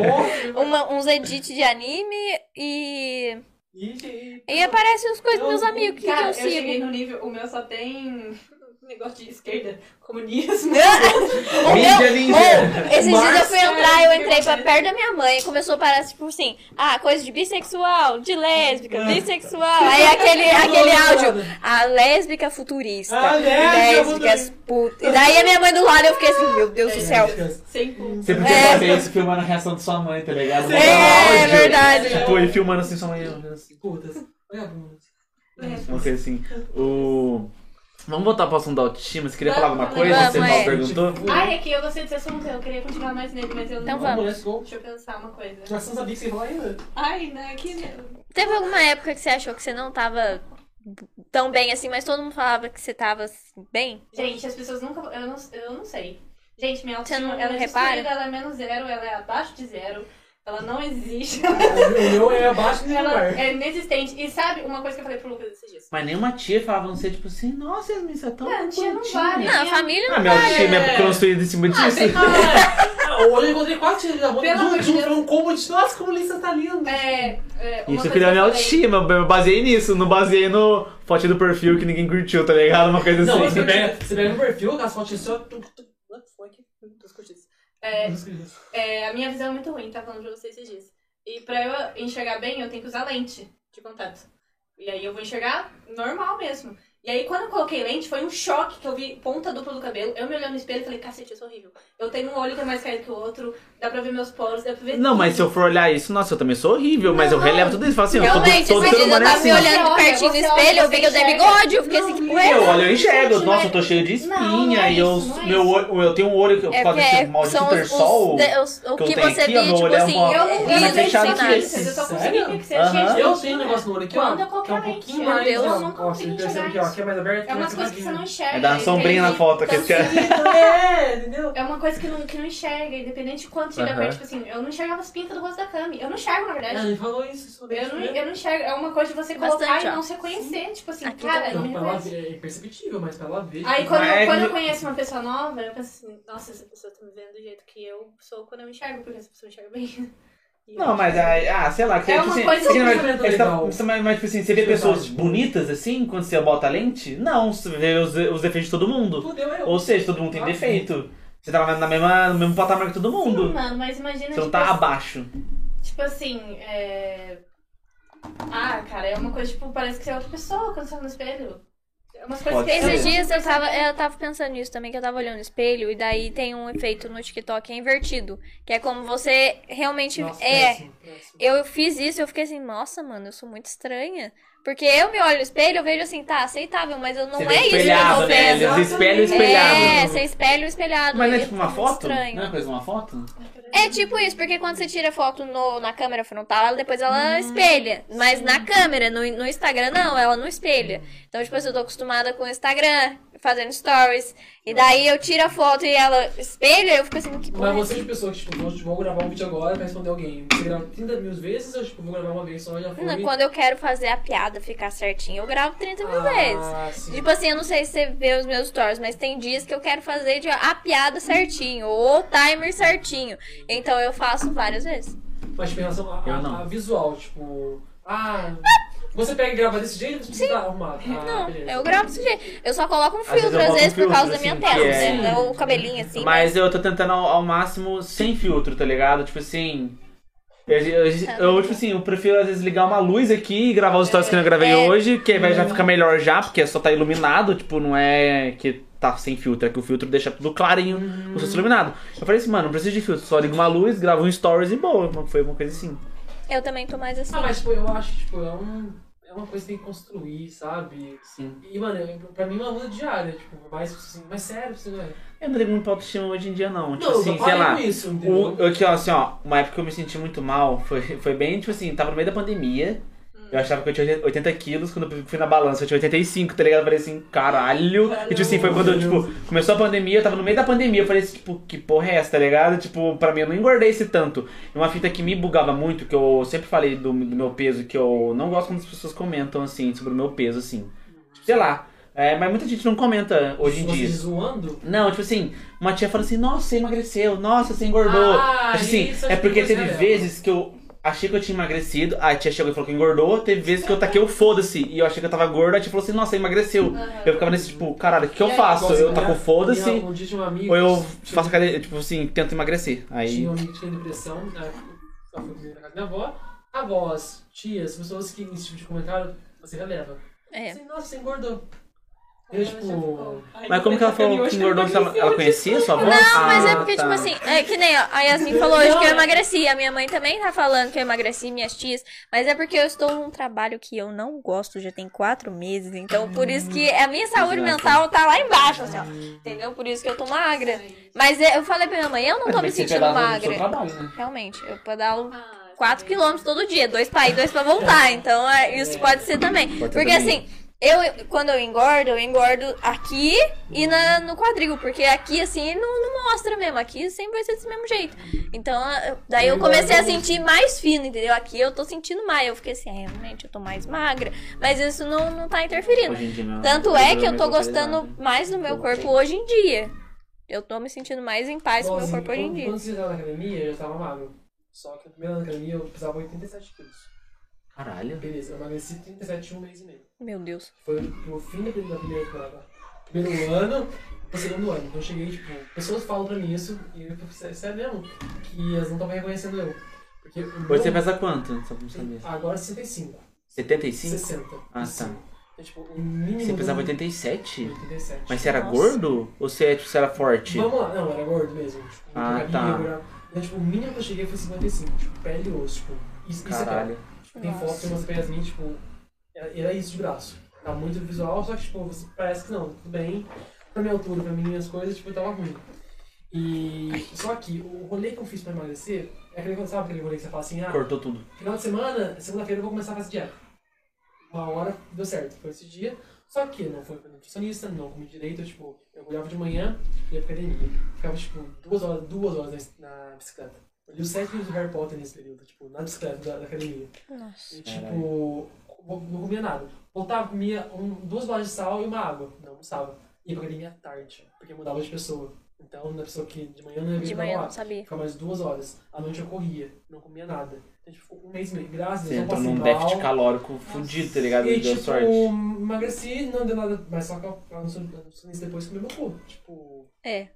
Oh, uma- uns edits de anime e. e- E aparecem as coisas dos meus amigos que, Cara, eu eu sigo. cheguei no nível, o meu só tem negócio de esquerda, comunismo. O meu- Mídia ninja. Ou, esses dias eu fui Mas- entrar, eu entrei pra Mas- perto da minha mãe e começou a parar, tipo assim, ah, coisa de bissexual, de lésbica, bissexual. Aí aquele, aquele áudio, a lésbica futurista, Ah, lésbica lésbicas putas. E daí a minha mãe do lado, eu fiquei assim, meu Deus do É. céu. Sem culpa. Você podia É. fazer isso filmando a reação de sua mãe, tá ligado? É, Mandar É, áudio, verdade. Tipo, e filmando assim sua mãe. assim, Curtas. Vagabundas. Uma coisa assim. O. Vamos voltar pro assunto da autoestima? Você queria falar alguma Vamos, coisa? vamos, Você é. mal perguntou? Ai, aqui eu gostei desse assunto, eu queria continuar mais nele, mas eu não. Então vou. vamos. let's go. Deixa eu pensar uma coisa. Nossa, não sabia que você ia falar ainda. Ai, não, é que. Teve alguma época que você achou que você não tava tão bem assim, mas todo mundo falava que você tava assim, bem? Gente, as pessoas nunca. Eu não, eu não sei. Gente, minha autoestima, não ela é repara? destruída, ela é menos zero, ela é abaixo de zero, ela não existe, O meu é abaixo do meu ela lugar. é inexistente. E sabe uma coisa que eu falei pro Lucas esses dias? Mas nenhuma tia falava não sei, tipo assim, nossa, Yasmin, você é tão. Não, tia não bonitinha." vale. Não, né? a minha- família Ah, minha autoestima é construída em cima disso? Ah, é. Hoje eu encontrei quatro tiras da rua. Pelo amor Duas de juntas Deus. foi um combo de. Nossa, como Lisa tá linda. É, é, uma Isso coisa criou minha eu falei- autoestima, eu baseei nisso, não baseei no foto do perfil que ninguém curtiu, tá ligado? Uma coisa Não, assim. você pega, você pega um perfil, as fotos só. tu- tu- What the fuck? Duas curtidas. É, É, a minha visão é muito ruim, tá falando pra vocês esses dias. E pra eu enxergar bem, eu tenho que usar lente de contato. E aí eu vou enxergar normal mesmo. E aí quando eu coloquei lente, foi um choque que eu vi ponta dupla do cabelo. Eu me olhando no espelho e falei, cacete, eu sou horrível. Eu tenho um olho que é mais caído que o outro, dá pra ver meus poros, dá pra ver Não, tudo. mas se eu for olhar isso, nossa, eu também sou horrível, mas eu relevo tudo isso. Falo assim, ó, todo, Realmente, todo ser esse tá dia eu humano é tava assim. tá me ó. olhando Você pertinho no olha, espelho, eu você vi que eu dei enxerga. bigode, eu fiquei assim, que porra é Eu essa? olho, eu enxergo. Gente, Nossa, mas- eu tô cheio de Não, não espinha é e eu, isso, não é meu isso. olho, eu tenho um olho que eu É falo porque desse maldito são os, hipersol. os, de- os- o que eu que tenho você aqui, ó, via, meu tipo olho é assim, uma- Eu não Ela vi é lente de fechada contato, aqui. assim, eu só Sério? consegui fixar Aham. cheio de Eu lente, tenho um né? negócio no olho aqui, ó. Quando eu que é coloquei um a lente, pouquinho eu mais. Deus. ó. não Ó, você consigo percebe enxergar aqui, ó. isso. aqui é mais aberto. É umas coisas que você não enxerga. É dar uma sombrinha na entende? foto que esse cara. É, entendeu? assim, É uma coisa que não, que não enxerga, independente de quanto tira Aham. perto. Tipo assim, eu não enxergava as pintas do rosto da Cami. Eu não enxergo, na verdade. Ah, Ele falou isso, isso É, né? Eu não, eu não enxergo. É uma coisa de você Bastante, colocar e ó. não se conhecer. Tipo assim, Aqui cara, eu Não, não me pra ela conheço. ver, é imperceptível, mas pra ela ver. é Aí quando, Mas- é eu, quando eu conheço uma pessoa nova, eu penso assim, nossa, essa pessoa tá me vendo do jeito que eu sou quando eu enxergo, porque essa pessoa enxerga bem. E eu Não, mas aí, ah, sei lá, que É tipo uma assim, coisa né, você vai- muito é que tá- legal. você vai- mas tipo assim, você vê Verdade. pessoas bonitas assim quando você bota a lente? Não, você vê os, os defeitos de todo mundo. Fudeu, eu. Ou seja, todo mundo tem Ah, defeito. Você tá na mesma, no mesmo patamar que todo Sim, mundo. mano, mas imagina, é Você não tipo, tá assim, abaixo. tipo assim, é... Ah, cara, é uma coisa, tipo, parece que você é outra pessoa quando você tá no espelho. É umas coisas Pode que... ser. Esses dias eu tava, é, eu tava pensando nisso também, que eu tava olhando no espelho, e daí tem um efeito no TikTok é invertido. Que é como você realmente Nossa, é. péssimo, péssimo. Eu fiz isso, eu fiquei assim, nossa, mano, eu sou muito estranha. Porque eu me olho no espelho, eu vejo assim, tá, aceitável, mas eu não você vê é isso que eu espelhado, tô né? vendo. Eles espelham espelhado. É, você espelha o espelhado. Mas não é eu tipo uma fico muito foto? estranho. Não é coisa de uma foto? É tipo isso, porque quando você tira foto no- na câmera frontal, ela, depois Ah, ela espelha. Mas na câmera, no, no Instagram, não, ela não espelha. Então, tipo assim, eu tô acostumada com o Instagram, fazendo stories. E daí eu tiro a foto e ela espelha, eu fico assim, que porra. Mas você é é essa? de pessoa que, tipo, vou, vou gravar um vídeo agora pra responder alguém. Você grava 30 mil vezes ou, tipo, vou gravar uma vez só já foi? Não, quando eu quero fazer a piada ficar certinha, eu gravo 30 mil vezes. Ah, sim. Tipo assim, eu não sei se você vê os meus stories, mas tem dias que eu quero fazer de- a piada certinho, ou o timer certinho. Então eu faço várias vezes. Mas tipo, em relação a, Eu a- não. a visual, tipo. Ah, você pega e grava desse jeito, você precisa arrumar. Ah, Não, beleza. eu gravo desse jeito. Eu só coloco um vezes filtro, eu às boto um vezes, por filtro, causa da assim, minha que testa, é- né? Ou o cabelinho, assim. Mas eu tô tentando ao, ao máximo sem filtro, tá ligado? Tipo assim. Eu, eu- Tá eu, tipo assim, eu prefiro às vezes ligar uma luz aqui e gravar os stories que eu gravei É. hoje, que vai já ficar melhor já, porque só tá iluminado, tipo, não é que tá sem filtro, é que o filtro deixa tudo clarinho, o Uhum. seu iluminado. Eu falei assim, mano, não preciso de filtro, só ligo uma luz, gravo um stories e boa. Foi uma coisa assim. Eu também tô mais assim. Ah, mas tipo, eu acho, tipo, é, um, é uma coisa que tem que construir, sabe? Sim. E, mano, eu- pra mim é uma luta diária, tipo, mas assim, mas sério, você não é. Eu não ligo muito pra autoestima hoje em dia, não. Tipo Não, eu assim, sei parei lá. com isso, entendeu? O, aqui, ó, assim, ó, uma época que eu me senti muito mal, foi, foi bem, tipo assim, tava no meio da pandemia. Eu achava que eu tinha 80 quilos, quando eu fui na balança eu tinha 85, tá ligado? Eu falei assim, caralho. E tipo assim, foi quando, tipo, começou a pandemia, eu tava no meio da pandemia, eu falei assim, tipo, que porra é essa, tá ligado? Tipo, pra mim eu não engordei esse tanto. E uma fita que me bugava muito, que eu sempre falei do, do meu peso, que eu não gosto quando as pessoas comentam, assim, sobre o meu peso, assim. Tipo, sei lá. É, mas muita gente não comenta hoje em Você dia. Tipo, zoando? Não, tipo assim, uma tia falou assim, nossa, você emagreceu, nossa, você engordou. Ah, Tipo assim, isso é acho que porque você teve leva. vezes que eu achei que eu tinha emagrecido, a tia chegou e falou que engordou, teve vezes que eu taquei o foda-se e eu achei que eu tava gordo, a tia falou assim, nossa, emagreceu. Eu ficava nesse tipo, caralho, o que eu E aí, faço? Eu taco o Tinha foda-se Um dia tinha um amigo. ou eu tinha- faço academia, tipo assim, tento emagrecer. Aí, Tinha um amigo que tinha depressão, ela foi comigo na casa da minha avó. Avós, tias, pessoas que nesse tipo de comentário, você releva. É. Assim, nossa, você engordou. Eu, tipo. mas como que ela falou que engordou? que Ela, ela conhecia sua avó? Não, Mas é porque, Ah. tipo assim, é que nem ó, a Yasmin falou hoje que eu emagreci. A minha mãe também tá falando que eu emagreci, minhas tias. Mas é porque eu estou num trabalho que eu não gosto, já tem quatro meses. Então, por isso que a minha saúde Exato. mental tá lá embaixo, assim, ó. Entendeu? Por isso que eu tô magra. Mas é, eu falei pra minha mãe, eu não tô me sentindo magra. trabalho, né? Realmente, eu um pedalo Ah, 4 quilômetros todo dia, dois pra ir, dois pra voltar. Então, é, isso pode ser também. Pode ser Porque também. assim, eu quando eu engordo, eu engordo aqui e na- no quadril, porque aqui assim não, não mostra mesmo, aqui sempre vai ser desse mesmo jeito. Então, eu- daí eu comecei a sentir mais fino, entendeu? Aqui eu tô sentindo mais, eu fiquei assim, é, realmente eu tô mais magra, mas isso não, não tá interferindo. Hoje em dia, meu, Tanto é que eu tô gostando né? mais do meu corpo hoje em dia. Eu tô me sentindo mais em paz com o meu nossa, corpo hoje em quando- dia. Quando você tava na academia, eu já tava magro. Só que no primeiro ano da academia eu pesava 87 quilos. Caralho. Beleza, eu emagreci 37 em um mês e meio. Meu Deus. Foi pro fim da primeira da primeira temporada. Primeiro ano pro segundo ano. Então eu cheguei, tipo, pessoas falam pra mim isso e eu falei, sério é mesmo, que elas não estavam reconhecendo eu. Porque o meu- Hoje você pesa quanto? Só pra eu saber. Agora é 65. 75? 60. Ah, Sim. tá. É, tipo, o mínimo. Você pesava do- 87? 87. Mas você é era Nossa. gordo? Ou você, tipo, você era forte? Vamos lá, não, era gordo mesmo. Tipo, Ah, barriga, tá. era- Mas, tipo, o mínimo que eu cheguei foi 55, tipo, pele e osso. Tipo, isso, isso é Caralho. Tipo, tem foto que você pega assim, tipo, era, era isso de braço. Tá muito visual, só que, tipo, você- parece que não, tudo bem. Pra minha altura, pra minhas coisas, tipo, tava ruim. E. Só que o rolê que eu fiz pra emagrecer é aquele, sabe aquele rolê que você fala assim, ah, Cortou tudo. Final de semana, segunda-feira eu vou começar a fazer dieta. Uma hora deu certo, foi esse dia. Só que não foi pra nutricionista, não comi direito, tipo, eu olhava de manhã e ia pra academia. Ficava, tipo, duas horas, duas horas na, na bicicleta. Eu li os sete livros do Harry Potter nesse período, tipo, na bicicleta da, da academia. Nossa. E, tipo, não não comia nada. Voltava, comia um, duas bolas de sal e uma água. Não almoçava. Ia pra academia à tarde, porque mudava de pessoa. Então, na pessoa que de manhã eu não ia vir De pra manhã eu lá. não sabia. Ficava mais duas horas. À noite eu corria, não comia nada. Então, tipo, um mês e meio. Graças a Você Deus, não entrou passei num mal. déficit calórico fudido, tá ligado? E, Deu tipo, sorte. emagreci, não deu nada. Mas só que eu eu não sou eu não sou nisso depois comeu meu cu. Tipo, É.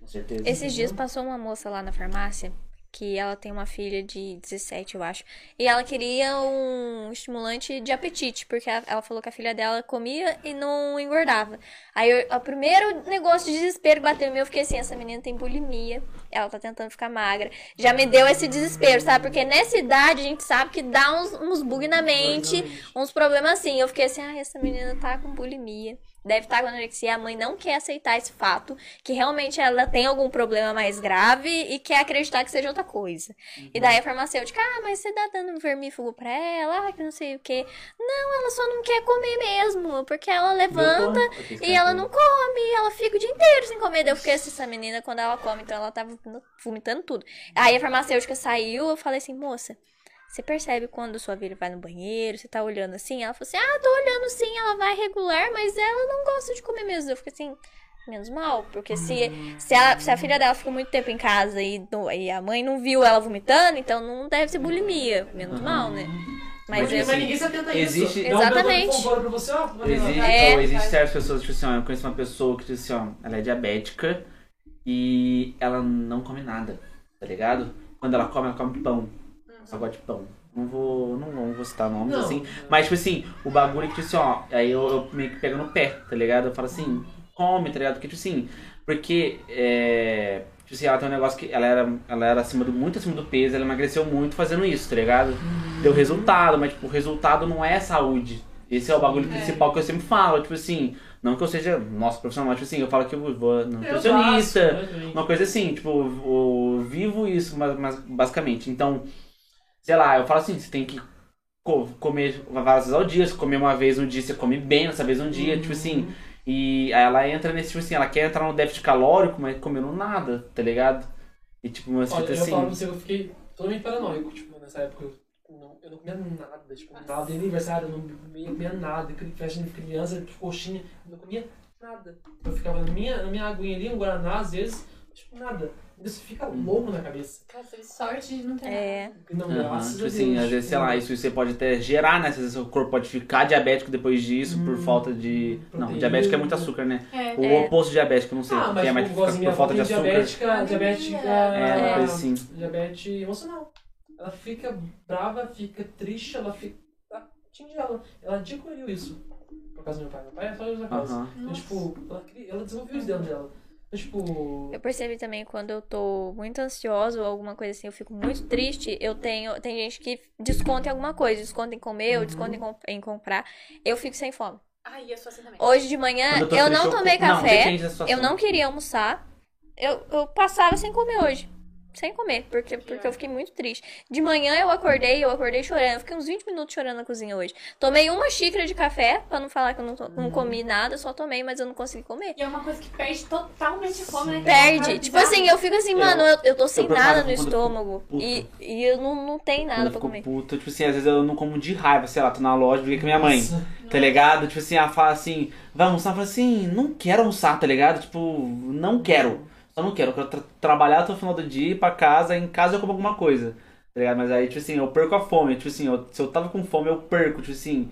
Com certeza. Esses dias passou uma moça lá na farmácia que ela tem uma filha de 17, eu acho. E ela queria um estimulante de apetite, porque a- ela falou que a filha dela comia e não engordava. Aí eu- o primeiro negócio de desespero que bateu em mim, eu fiquei assim, essa menina tem bulimia, ela tá tentando ficar magra. Já me deu esse desespero, sabe? Porque nessa idade a gente sabe que dá uns, uns bug na mente, uns problemas assim. Eu fiquei assim, ah, essa menina tá com bulimia. Deve estar com anorexia. A mãe não quer aceitar esse fato que realmente ela tem algum problema mais grave e quer acreditar que seja outra coisa. E daí a farmacêutica, ah, mas você tá dando vermífugo pra ela, ah, que não sei o quê. Não, ela só não quer comer mesmo, porque ela levanta é e ela não come, ela fica o dia inteiro sem comer. Daí eu fiquei assim, essa menina, quando ela come, então ela tá vomitando- vomitando tudo. Aí a farmacêutica saiu, eu falei assim, moça. Você percebe quando sua filha vai no banheiro, você tá olhando assim? Ela falou assim: Ah, tô olhando sim, ela vai regular, mas ela não gosta de comer mesmo. Eu fiquei assim, Menos mal, porque se, se, ela- se a filha dela ficou muito tempo em casa e, não- e a mãe não viu ela vomitando, então não deve ser bulimia. Menos mal, né? Mas Mas eu. assim, ninguém se atenta a isso. Existe, Exato. Exatamente. Dá um belo pra você, ó. vai lá. Existe, É. então, existe certas pessoas, tipo assim, ó, eu conheço uma pessoa que, tipo assim, ó, ela é diabética e ela não come nada, tá ligado? Quando ela come, ela come pão. Uhum. Só gosta de pão. Não vou, não, não vou citar nomes, Não. assim. Mas, tipo assim, o bagulho é que, tipo assim, ó, aí eu, eu meio que pego no pé, tá ligado? Eu falo assim, come, tá ligado? Porque, tipo assim, porque, é... Tipo assim, ela tem um negócio que ela era, ela era acima do, muito acima do peso, ela emagreceu muito fazendo isso, tá ligado? Deu resultado, mas, tipo, o resultado não é saúde. Esse é o bagulho principal que eu sempre falo, tipo assim, não que eu seja nosso profissional, mas, tipo assim, eu falo que eu vou no Eu nutricionista, faço, né, gente? uma coisa assim, tipo, eu vivo isso, mas, mas basicamente. Então, sei lá, eu falo assim, você tem que co- comer várias vezes ao dia, se comer uma vez no dia, você come bem nessa vez no dia, tipo assim. Uhum. E aí ela entra nesse, tipo assim, ela quer entrar no déficit calórico, mas comendo nada, tá ligado? E tipo, umas Olha, fitas eu assim. falo pra você, eu fiquei totalmente paranoico, tipo, nessa época. Eu não, eu não comia nada, tipo, nada de aniversário, eu não comia, comia nada, cri- festa de criança, tipo, coxinha, eu não comia nada. Eu ficava na minha, na minha aguinha ali, um Guaraná, às vezes, tipo, nada. Isso fica louco na cabeça. Cara, teve sorte de não ter nada. É. Não, Aham, graças tipo a assim, Deus, às vezes, sei tipo, lá, isso você pode até gerar, né? Às vezes o corpo pode ficar diabético depois disso por falta de. Não, Hum. proteína. diabético é muito açúcar, né? É. O É. oposto de diabético, eu não sei, Ah, que mas é mais tipo, por, igualzinho, por falta de açúcar. diabética, diabética, É, uma coisa assim. diabetes emocional. Ela fica brava, fica triste, ela fica. Ela atinge ela. Ela adquiriu isso. Por causa do meu pai. Meu pai é só da casa. Aham. Então, tipo, ela, cri- ela desenvolveu isso dentro dela. Então, tipo. Eu percebi também quando eu tô muito ansiosa ou alguma coisa assim, eu fico muito triste. Eu tenho. Tem gente que desconta em alguma coisa, desconta em comer, ou desconta em, Uhum. comp- em comprar. Eu fico sem fome. Ai, eu sou assim também. Hoje de manhã Quando É, eu, tô triste, não tomei Não, café. depende da situação. Eu não queria almoçar. Eu, eu passava sem comer hoje. Sem comer, porque, porque eu fiquei muito triste. De manhã eu acordei, eu acordei chorando. Eu fiquei uns 20 minutos chorando na cozinha hoje. Tomei uma xícara de café, pra não falar que eu não, to- Uhum. não comi nada, eu só tomei, mas eu não consegui comer. E é uma coisa que perde totalmente a fome, né? Perde. Tipo assim, eu fico assim, mano, eu, eu tô sem eu nada no quando eu fico estômago. puto. E, e eu não, não tenho Quando nada eu pra fico comer. puto, tipo assim, às vezes eu não como de raiva, sei lá, tô na loja, briguei com minha mãe, tá ligado? Tipo assim, ela fala assim, vai almoçar, eu falo assim, não quero almoçar, tá ligado? Tipo, Uhum. não quero. Só não quero, eu quero tra- trabalhar até o final do dia, ir pra casa, em casa eu como alguma coisa, tá ligado? Mas aí, tipo assim, eu perco a fome, tipo assim, eu- se eu tava com fome, eu perco, tipo assim.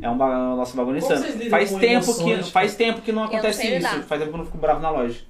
É um ba- nosso bagulho Como insano. vocês lidam Faz com tempo, que, emoções, tipo, faz tempo que não não acontece isso. sei lidar. Faz tempo que eu não fico bravo na loja.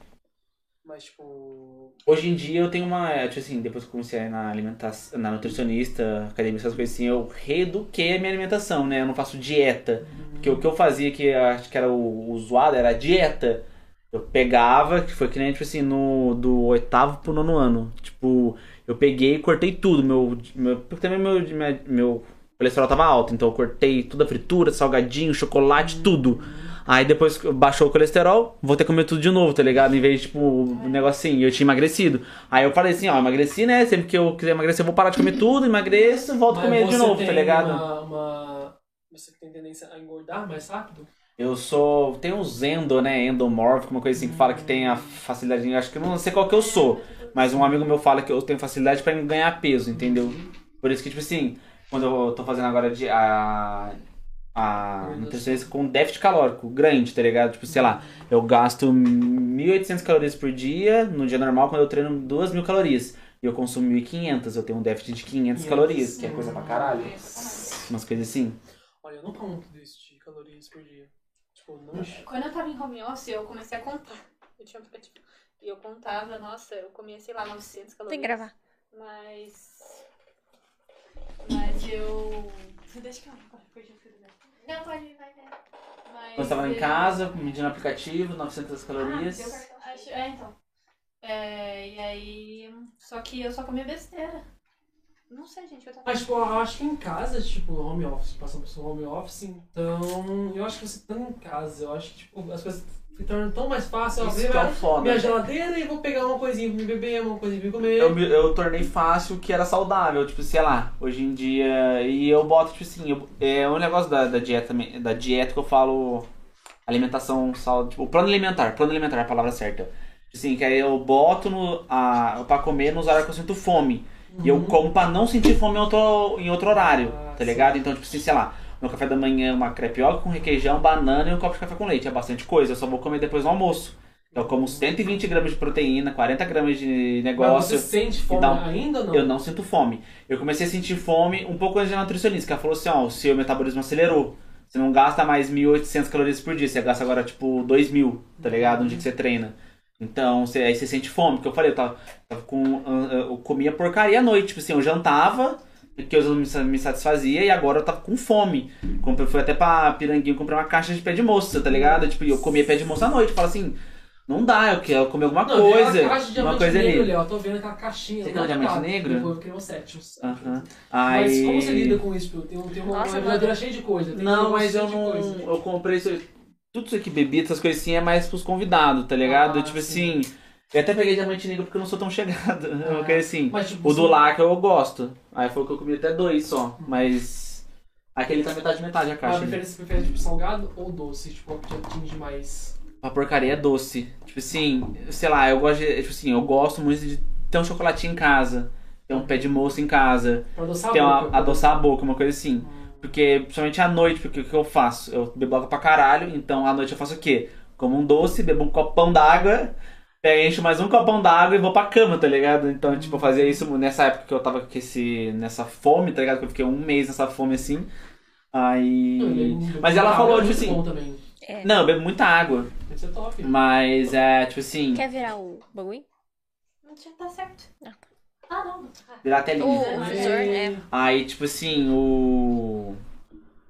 Mas, tipo. Hoje em dia eu tenho uma. é, Tipo assim, depois que eu comecei a ir na alimentação, na nutricionista, academia, essas coisas assim, eu reeduquei a minha alimentação, né? Eu não faço dieta. Porque o que eu fazia, que eu acho que era o, o zoado, era a dieta. Eu pegava, que foi que nem, tipo assim, no, do oitavo pro nono ano. Tipo, eu peguei e cortei tudo. Meu, meu, porque também meu, minha- meu colesterol tava alto, então eu cortei toda a fritura, salgadinho, Hum. chocolate, tudo. Aí depois que eu- baixou o colesterol, vou ter que comer tudo de novo, tá ligado? Em vez de, tipo, É. um negocinho, eu tinha emagrecido. Aí eu falei assim, ó, emagreci, né? Sempre que eu quiser emagrecer, eu vou parar de comer tudo, emagreço, volto a mas comer de você novo, tem tá ligado? Uma, uma- Você tem tendência a engordar mais rápido? Eu sou. Tem uns endo, né? Endomórfico, uma coisa assim que fala que tem a facilidade. de- Acho que eu não sei qual que eu sou, mas um amigo meu fala que eu tenho facilidade pra ganhar peso, entendeu? Por isso que, tipo assim, quando eu tô fazendo agora de, a. A nutricionista com déficit calórico grande, tá ligado? Tipo, sei lá, eu gasto 1.800 calorias por dia, no dia normal, quando eu treino 2.000 calorias. E eu consumo 1.500, eu tenho um déficit de 500 calorias, que é coisa pra caralho. Umas coisas assim. Olha, eu não como tudo isso de calorias por dia. Tipo, não enche. Quando eu tava em home office, eu comecei a contar. Eu tinha um aplicativo. E eu contava, nossa, eu comia, sei lá, 900 calorias. Tem que gravar. Mas. Mas eu. Deixa que eu perdi o fio da Não, pode ir, vai, vai. Mas. Quando eu tava em eu- casa, medindo o aplicativo, 900 calorias. Ah, acho- É, então. É, e aí. Só que eu só comia besteira. Não sei, gente, eu tava. Mas, tipo, eu acho que em casa, tipo, home office, passamos por home office, então. Eu acho que você tá em casa, eu acho que, tipo, as coisas se tornam tão mais fáceis. Eu Isso abri que é o minha, foda. minha geladeira e vou pegar uma coisinha pra me beber, uma coisinha pra me comer. Eu, me- eu tornei fácil o que era saudável, tipo, sei lá, hoje em dia. E eu boto, tipo assim, eu- é um negócio da, da dieta me- da dieta que eu falo alimentação saudável. Tipo, plano alimentar, plano alimentar é a palavra certa. Tipo Assim, que aí eu boto no, a, pra comer nos horários que eu sinto fome. E Uhum. eu como pra não sentir fome em outro, em outro horário, Ah, tá sim. ligado? Então, tipo assim, sei lá, meu café da manhã é uma crepioca com requeijão, banana e um copo de café com leite. É bastante coisa, eu só vou comer depois do almoço. Então, Eu como 120 gramas de proteína, 40 gramas de Mas você negócio. sente fome dá um- ainda ou não? Eu não sinto fome. Eu comecei a sentir fome um pouco antes da nutricionista, que ela falou assim, ó, o seu metabolismo acelerou. Você não gasta mais 1.800 calorias por dia, você gasta agora, tipo, 2.000, tá ligado? No dia que você treina. Então, você, aí você sente fome, porque eu falei, eu tava, tava com... ah, Eu comia porcaria à noite, tipo assim, eu jantava, porque eu me, sa- me satisfazia, e agora eu tava com fome. Comprei, fui até pra Piranguinho comprar uma caixa de pé de moça, tá ligado? Tipo, e eu comia pé de moça à noite, fala assim... Não dá, eu quero comer alguma eu vi aquela coisa. caixa de uma diamante coisa negro ali. ó, eu tô vendo aquela caixinha. Você quer um lá, diamante pá, negro? Depois eu criei um set. um set. Aham. Mas Aí- como você lida com isso, Pio? Tem, um- tem uma Nossa, uma mano. geladeira cheia de coisa. tem um Não, mas eu monte de não. coisa. Eu comprei isso. Tudo isso aqui, bebida, essas coisas assim, é mais pros convidados, tá ligado? Ah, tipo sim. assim. Eu até peguei diamante negro porque eu não sou tão chegado. Ah, Eu queria assim. Mas, tipo, O do você- Laca eu gosto. Aí foi o que eu comi até dois só. Mas. Aquele tá metade metade a Mas caixa. Né? prefere, você prefere tipo salgado ou doce? Tipo, o que atinge mais. A porcaria é doce. Tipo assim, sei lá, eu gosto de. Tipo assim, eu gosto muito de ter um chocolatinho em casa. Ter um pé de moça em casa. Pra adoçar Tá Ter a uma, boca. adoçar a boca, uma coisa assim. Porque, principalmente à noite, porque o que eu faço? Eu bebo água pra caralho, então à noite eu faço o quê? Como um doce, bebo um copão d'água, é, encho mais um copão d'água e vou pra cama, tá ligado? Então, tipo, eu fazia isso nessa época que eu tava com esse, nessa fome, tá ligado? Que eu fiquei um mês nessa fome assim. Aí. Mas ela falou, tipo é muito assim. bom também. É. Não, eu bebo muita água, Tem que ser top. mas é, tipo assim, Quer virar o bagulho? Não tinha que tá certo. Não. Ah, não. virar até O, liso. o visor, né? é. Aí, tipo assim, o.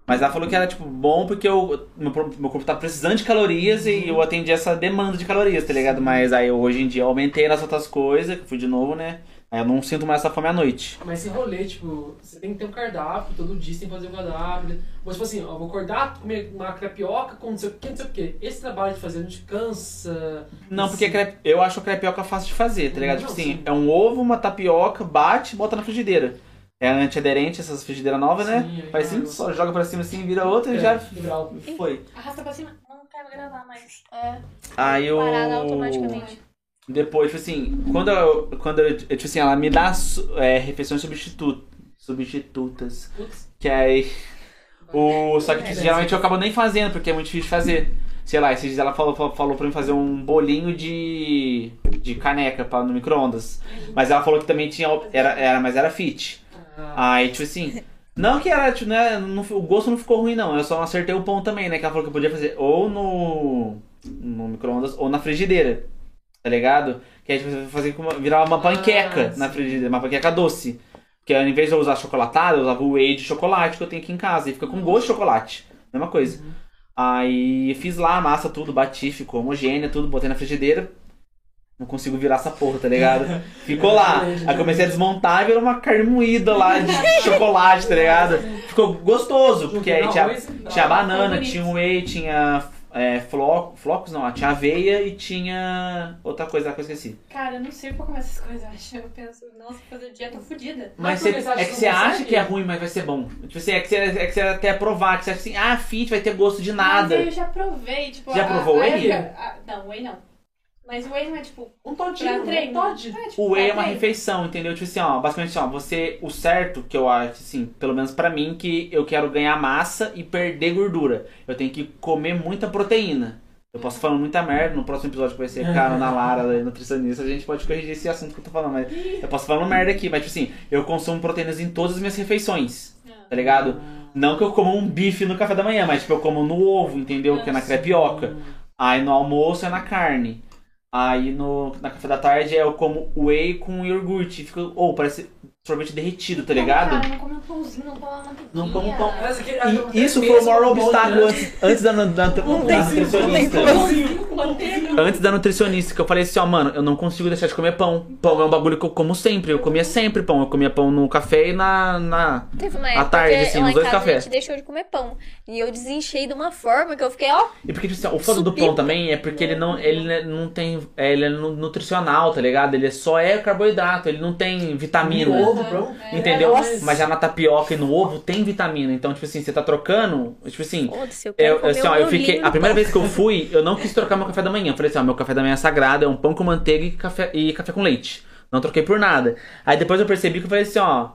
Mas ela falou que era, tipo, bom porque eu, meu, pro- meu corpo tá precisando de calorias e eu atendi essa demanda de calorias, tá ligado? Mas aí hoje em dia eu aumentei nas outras coisas, que eu fui de novo, né? Aí eu não sinto mais essa fome à noite. Mas esse rolê, tipo, você tem que ter um cardápio, todo dia você tem que fazer um cardápio. Mas tipo assim, ó, eu vou acordar, comer uma crepioca com não sei o que, não sei o que. Esse trabalho de fazer não te cansa. Não, porque Sim. crepe- eu acho a crepioca fácil de fazer, tá ligado? Não, tipo assim, sim. é um ovo, uma tapioca, bate e bota na frigideira. É antiaderente, essas frigideiras novas, né? Sim, aí Faz assim, vai. só joga pra cima assim, vira outra É, e já liberal. foi. Arrasta pra cima. Não quero gravar mais. É. Aí eu. Parada automaticamente. Depois, tipo assim, quando eu, quando eu, tipo assim, ela me dá su- é, refeições substitu- substitutas, Putz, que é aí o só que tipo, geralmente eu acabo nem fazendo, porque é muito difícil de fazer. Sei lá, esses dias ela falou, falou, falou pra mim fazer um bolinho de de caneca para no micro-ondas. Mas ela falou que também tinha op- era era, mas era fit. ah, Aí, tipo assim, não que era, tipo, né, não, o gosto não ficou ruim não, eu só não acertei o pão também, né, que ela falou que eu podia fazer ou no no micro-ondas ou na frigideira. Tá ligado? Que aí tipo, você vai fazer com uma, virar uma panqueca na frigideira, uma panqueca doce. Porque ao invés de eu usar chocolatada, eu usava o whey de chocolate que eu tenho aqui em casa. E fica com gosto de chocolate. Mesma coisa. Aí fiz lá a massa, tudo, bati, ficou homogênea, tudo, botei na frigideira. Não consigo virar essa porra, tá ligado? Ficou lá. Aí comecei a desmontar e virou uma carne moída lá de é, chocolate, tá ligado? Ficou gostoso, porque aí Tipo, Não, tinha, mas- tinha banana, bonito. tinha whey, tinha é, flo- flocos, não, tinha aveia e tinha outra coisa lá que eu esqueci. Cara, eu não sei pra comer essas coisas, eu acho. Eu penso, nossa, fazer dia, tô fodida. Mas Mas cê- por que você acha é que que você não acha consegue? que é ruim, mas vai ser bom. Tipo assim, é que você é que você até provar, que você acha assim, ah, fit, vai ter gosto de Mas nada. eu já provei, tipo... Já a- provou a whey? época- a- Não, whey não. Mas whey não é, tipo, Um pra todinho, um treino. todinho. É, tipo, O whey pra é uma treino. refeição, entendeu? Tipo assim, ó, basicamente assim, ó, você, o certo que eu acho, assim, pelo menos pra mim, que eu quero ganhar massa e perder gordura. Eu tenho que comer muita proteína. Eu posso falar muita merda, no próximo episódio que vai ser cara na Lara, ela é nutricionista, a gente pode corrigir esse assunto que eu tô falando, mas eu posso falar uma merda aqui, mas tipo assim, eu consumo proteínas em todas as minhas refeições, tá ligado? Não que eu como um bife no café da manhã, mas tipo, eu como no ovo, entendeu? Que é na crepioca. Aí no almoço é na carne. Aí no na café da tarde é eu como whey com iogurte. Fica, ou parece sorvete derretido, tá ligado? Cara, não come um pãozinho, não come uma manteiguinha. Não come um pão. Mas aquele- E isso foi o maior obstáculo né? antes, antes da, nu- da, da nutricionista. Pãozinho com manteiga. Antes da nutricionista, que eu falei assim, ó, mano, eu não consigo deixar de comer pão. Pão é um bagulho que eu como sempre. Eu comia sempre pão. Eu comia pão no café e na. na... Teve uma À época tarde, que assim, lá uns em dois casa a cafés. gente deixou de comer pão. E eu desenchei de uma forma que eu fiquei, ó, E porque tipo assim, ó, o foda do pão também é porque ele não, ele não tem. é, Ele é nu- nutricional, tá ligado? Ele só é carboidrato, ele não tem vitamina. Ovo, pronto. É, Entendeu? Nossa. Mas já na tapioca e no ovo tem vitamina. Então, tipo assim, você tá trocando. Tipo assim, foda-se, eu quero eu, eu, comer assim, ó, um eu fiquei. bolinho A no primeira pão. vez que eu fui, eu não quis trocar meu café da manhã. Eu falei assim, ó, meu café da manhã é sagrado, é um pão com manteiga e café, e café com leite. Não troquei por nada. Aí depois eu percebi que eu falei assim, ó.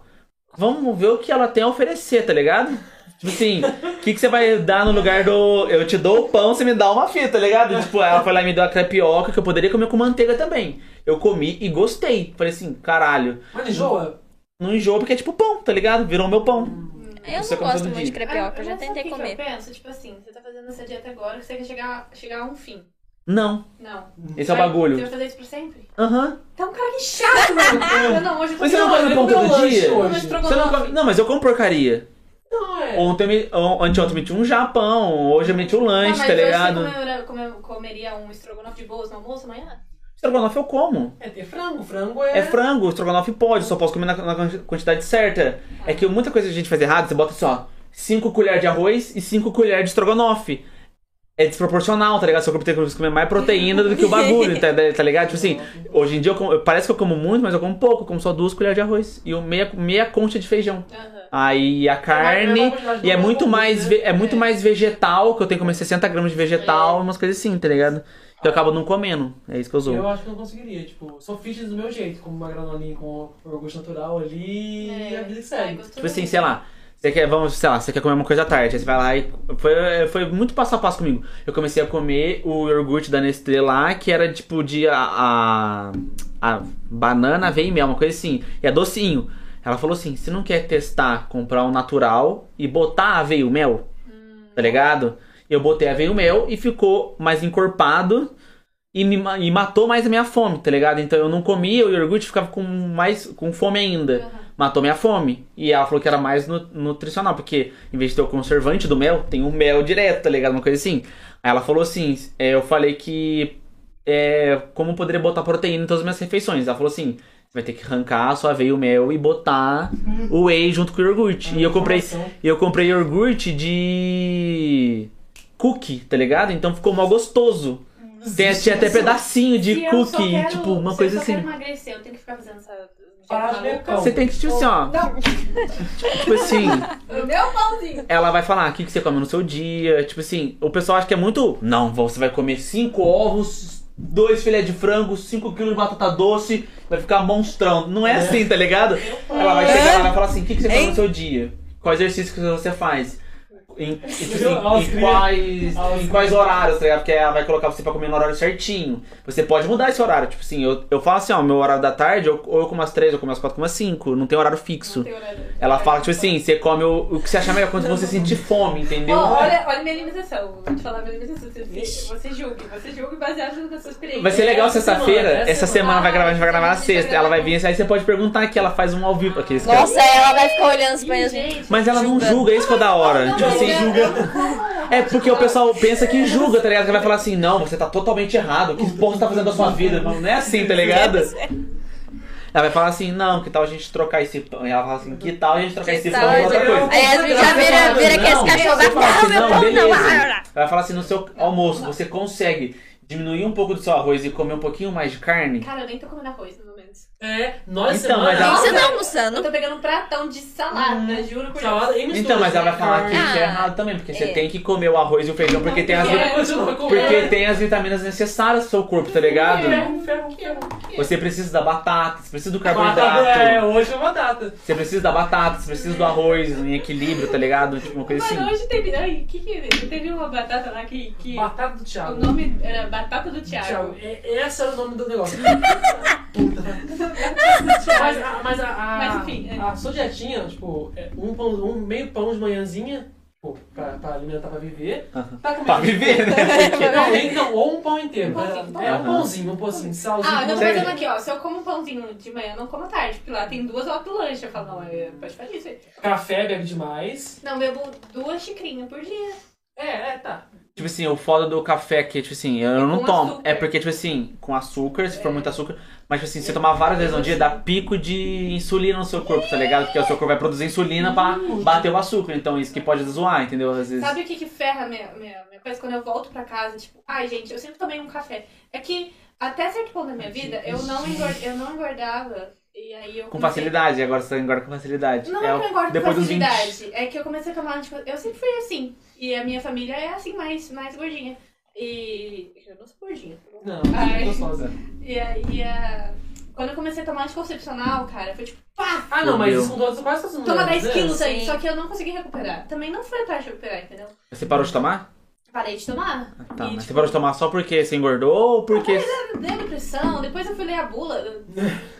Vamos ver o que ela tem a oferecer, tá ligado? Tipo assim, o que, que você vai dar no lugar do. Eu te dou o pão, você me dá uma fita, tá ligado? Tipo, ela foi lá e me deu a crepioca que eu poderia comer com manteiga também. Eu comi e gostei. Falei assim, caralho. Mas enjoa? Não enjoa porque é tipo pão, tá ligado? Virou meu pão. Eu Isso acontece não gosto todo muito de dia. crepioca, eu já Ah, mas sabe tentei o que comer. Que eu penso, tipo assim, você tá fazendo essa dieta agora que você quer chegar, chegar a um fim. Não, Não. esse é o Vai- Você bagulho. vai fazer isso pra sempre? Aham. Tá um cara que chato, mano. Eu não, hoje eu Mas você comi não ovo, é come eu pão comi todo ovo, dia? eu comi Você Você não, estrogonofe. come... não, mas eu como porcaria. Não, é. Ontem, eu me... on- anteontem eu meti um japão, hoje eu meti um Ah, lanche, mas tá hoje ligado? Você comemora- come- comeria um estrogonofe de boas no almoço amanhã? Estrogonofe eu como. É ter frango. Frango é... É frango, estrogonofe pode, só posso comer na, na quantidade certa. É que muita coisa que a gente faz errado, você bota só 5 colheres de arroz e 5 colheres de estrogonofe. É desproporcional, tá ligado? Seu corpo tem que comer mais proteína do que o bagulho, tá, tá ligado? Tipo assim, hoje em dia eu como- parece que eu como muito, mas eu como pouco. Eu como só duas colheres de arroz e um meia, meia concha de feijão. Aham. Aí a carne. E é muito né? mais ve- é muito mais vegetal, que eu tenho que comer 60 gramas de vegetal, umas coisas assim, tá ligado? Que eu acabo não comendo. É isso que eu Eu sou. acho que não conseguiria, tipo, sou fitness do meu jeito, como uma granolinha com iogurte natural ali e a vida que É, Ai, segue. gostoso. Tipo assim, sei lá. Você quer, vamos, sei lá, você quer comer uma coisa à tarde, aí você vai lá e. Foi, foi muito passo a passo comigo. Eu comecei a comer o iogurte da Nestlé lá, que era tipo de a. a, a banana, aveia e mel, uma coisa assim. E é docinho. Ela falou assim: se não quer testar, comprar um natural e botar aveia e o mel, tá ligado? Eu botei aveia e o mel e ficou mais encorpado e, me, ma- e matou mais a minha fome, tá ligado? Então eu não comia o iogurte ficava com mais com fome ainda. Matou minha fome. E ela falou que era mais nu- nutricional, porque em vez de ter o conservante do mel, tem o mel direto, tá ligado? Uma coisa assim. Aí ela falou assim: é, eu falei que. É, como eu poderia botar proteína em todas as minhas refeições? Ela falou assim: você vai ter que arrancar a sua aveia e o mel e botar o whey junto com o iogurte. e eu comprei e eu comprei iogurte de cookie, tá ligado? Então ficou mal gostoso. Tem, tinha até pedacinho de Se eu só cookie, quero- tipo, uma se coisa eu só assim. quero emagrecer, eu tenho que ficar fazendo essa... Parada de maluca. pão. Você tem que, tipo assim, ó. Tipo assim, O meu pãozinho. ela vai falar "Ah, o que, que você come no seu dia. Tipo assim, o pessoal acha que é muito. Não, você vai comer cinco ovos, dois filés de frango, 5 quilos de batata doce, vai ficar monstrão. Não é assim, tá ligado? Ela vai chegar lá e vai falar assim: o que, que você come no seu dia? Qual exercício que você faz? Em, tipo assim, Elas em criam- quais, elas em quais horários, tá ligado? Porque ela vai colocar você pra comer no horário certinho. Você pode mudar esse horário. Tipo assim, eu, eu falo assim, ó, meu horário da tarde, eu, ou eu como às três, ou eu como às quatro, como às cinco. Não tem horário fixo. Não tem horário. Ela fala, tipo assim, você come o, o que você achar melhor quando você sentir fome, entendeu? Ó, olha, olha minha alimentação. Vou te falar minha alimentação. Você, você julgue. Você julgue baseado na sua experiência. Vai ser legal sexta-feira. semana, essa Essa semana. semana vai gravar, a gente vai gravar na Ah, sexta. Ela vai vir, aí você pode perguntar que ela faz um ao vivo. Aqueles que ela- Nossa, ela vai ficar olhando Ih, pra mim assim. gente, Mas ela não julgando. julga, isso que é da hora. Tipo assim, mas julga. É porque o pessoal pensa que julga, tá ligado? Que vai falar assim, não, você tá totalmente errado. Que porra você tá fazendo da sua vida? Não é assim, tá ligado? Ela vai falar assim, não, que tal a gente trocar esse pão? E ela fala assim, que tal a gente trocar Que esse tal pão a por outra gente- coisa? Aí a gente já vira, vira que esse Não, você cachorro vai fala falar, assim, meu não, pão não. beleza. ah, ah, Ela vai falar assim, no seu almoço, você consegue diminuir um pouco do seu arroz e comer um pouquinho mais de carne? Cara, eu nem tô comendo arroz no momento. É, nós Então, mas ah. ela- Você semana. tá Eu almoçando? tô pegando um pratão de salada, juro por Deus. Uhum. Salada e mistura, Então, mas ela vai né, falar que carne. isso é Ah, errado também, porque você é. tem que comer o arroz e o feijão, porque Ah, tem as, porque- Ela continua comendo. é porque tem as vitaminas necessárias pro seu corpo, tá ligado? É. Ferro, ferro, ferro. Você precisa da batata, você precisa do Batata, é, carboidrato, hoje é uma data. você precisa da batata, você precisa do arroz em equilíbrio, tá ligado? Tipo, uma coisa assim. Mano, hoje teve. Ai, que que. Teve uma batata lá que. que Batata do o Thiago. nome era Batata do Thiago. Thiago, é, esse era o nome do negócio. Puta, mas a, mas a, a, Mas enfim, é. a sua dietinha, tipo, é um, pão, um meio pão de manhãzinha, tipo, pra, pra alimentar, pra viver. Tá comendo. Pra viver, né? Porque- É, Não, nem- não, ou um pão inteiro. Pãozinho, é, um pão. pãozinho, um pãozinho, salzinho. Ah, eu tô Sério? fazendo aqui, ó. Se eu como um pãozinho de manhã, eu não como à tarde, porque lá tem duas horas do lanche. Eu falo, não, é, pode fazer isso aí. Café bebe demais. Não, bebo duas xicrinhas por dia. É, é, tá. Tipo assim, o foda do café que, tipo assim, eu não Com tomo. açúcar. É porque, tipo assim, com açúcar, se for É. muito açúcar. Mas, tipo assim, se você tomar várias vezes ao dia, dá pico de insulina no seu corpo, tá ligado? Porque o seu corpo vai produzir insulina pra bater o açúcar. Então, isso que pode zoar, entendeu? Às vezes. Sabe o que que ferra minha, minha, minha coisa? Quando eu volto pra casa, tipo, ai, gente, eu sempre tomei um café. É que até certo ponto da minha vida, eu não, engor- eu não engordava. E aí eu Com comecei- facilidade, agora você engorda com facilidade. Não é, que eu engordo depois com dos 20. facilidade. É que eu comecei a tomar, tipo, eu sempre fui assim. E a minha família é assim, mais, mais gordinha. E eu não sou gordinha. Não, Ai. gostosa. E aí, a... quando eu comecei a tomar anticoncepcional, cara, foi tipo, pá! Ah, não, mas Meu. isso com todas, quase todas as Toma mulheres, 10 quilos Sim. aí, só que eu não consegui recuperar. Também não foi atrás de recuperar, entendeu? Você parou de tomar? Parei de tomar. Ah, Tá, E, mas você tipo, parou de tomar só porque você engordou ou porque. Deu depressão, depois eu fui ler a bula.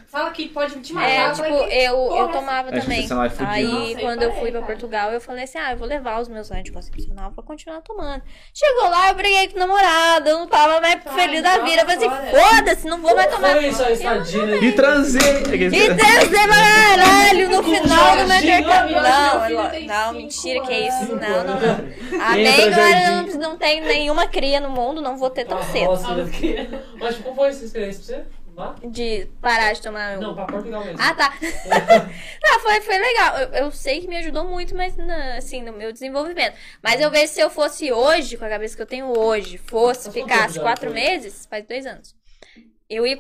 Fala que pode te matar. É, eu tipo, falei, que eu, eu porra, tomava essa- também. essa lá é fudida. Nossa, Aí, eu quando eu parei, fui pra cara. Portugal, eu falei assim: ah, eu vou levar os meus anticoncepcional pra continuar tomando. Chegou lá, eu briguei com o namorado, eu não tava mais Ai, feliz da joga vida. Eu falei fora. assim: foda-se, não vou mais tomar. Foi isso, a estadinha. E transei! É E Deus pra caralho Com no final do meu jardim, intercâmbio. olha, meu Não, filho eu- tem não, cinco mentira, que é isso. anos. Não, não, não. né? Entra, Amém, glória, jardim. Tá não, não tenho nenhuma cria no mundo, não vou ter tão Nossa, cedo. Mas como foi essa experiência pra você? Lá? De parar de tomar. um. Não, pra Portugal mesmo. Ah, tá. tá, foi, foi legal. Eu, eu sei que me ajudou muito, mas na- assim, no meu desenvolvimento. Mas eu vejo se eu fosse hoje, com a cabeça que eu tenho hoje, Mas fosse, quanto tempo ficasse já quatro foi? meses, faz dois anos. Eu ia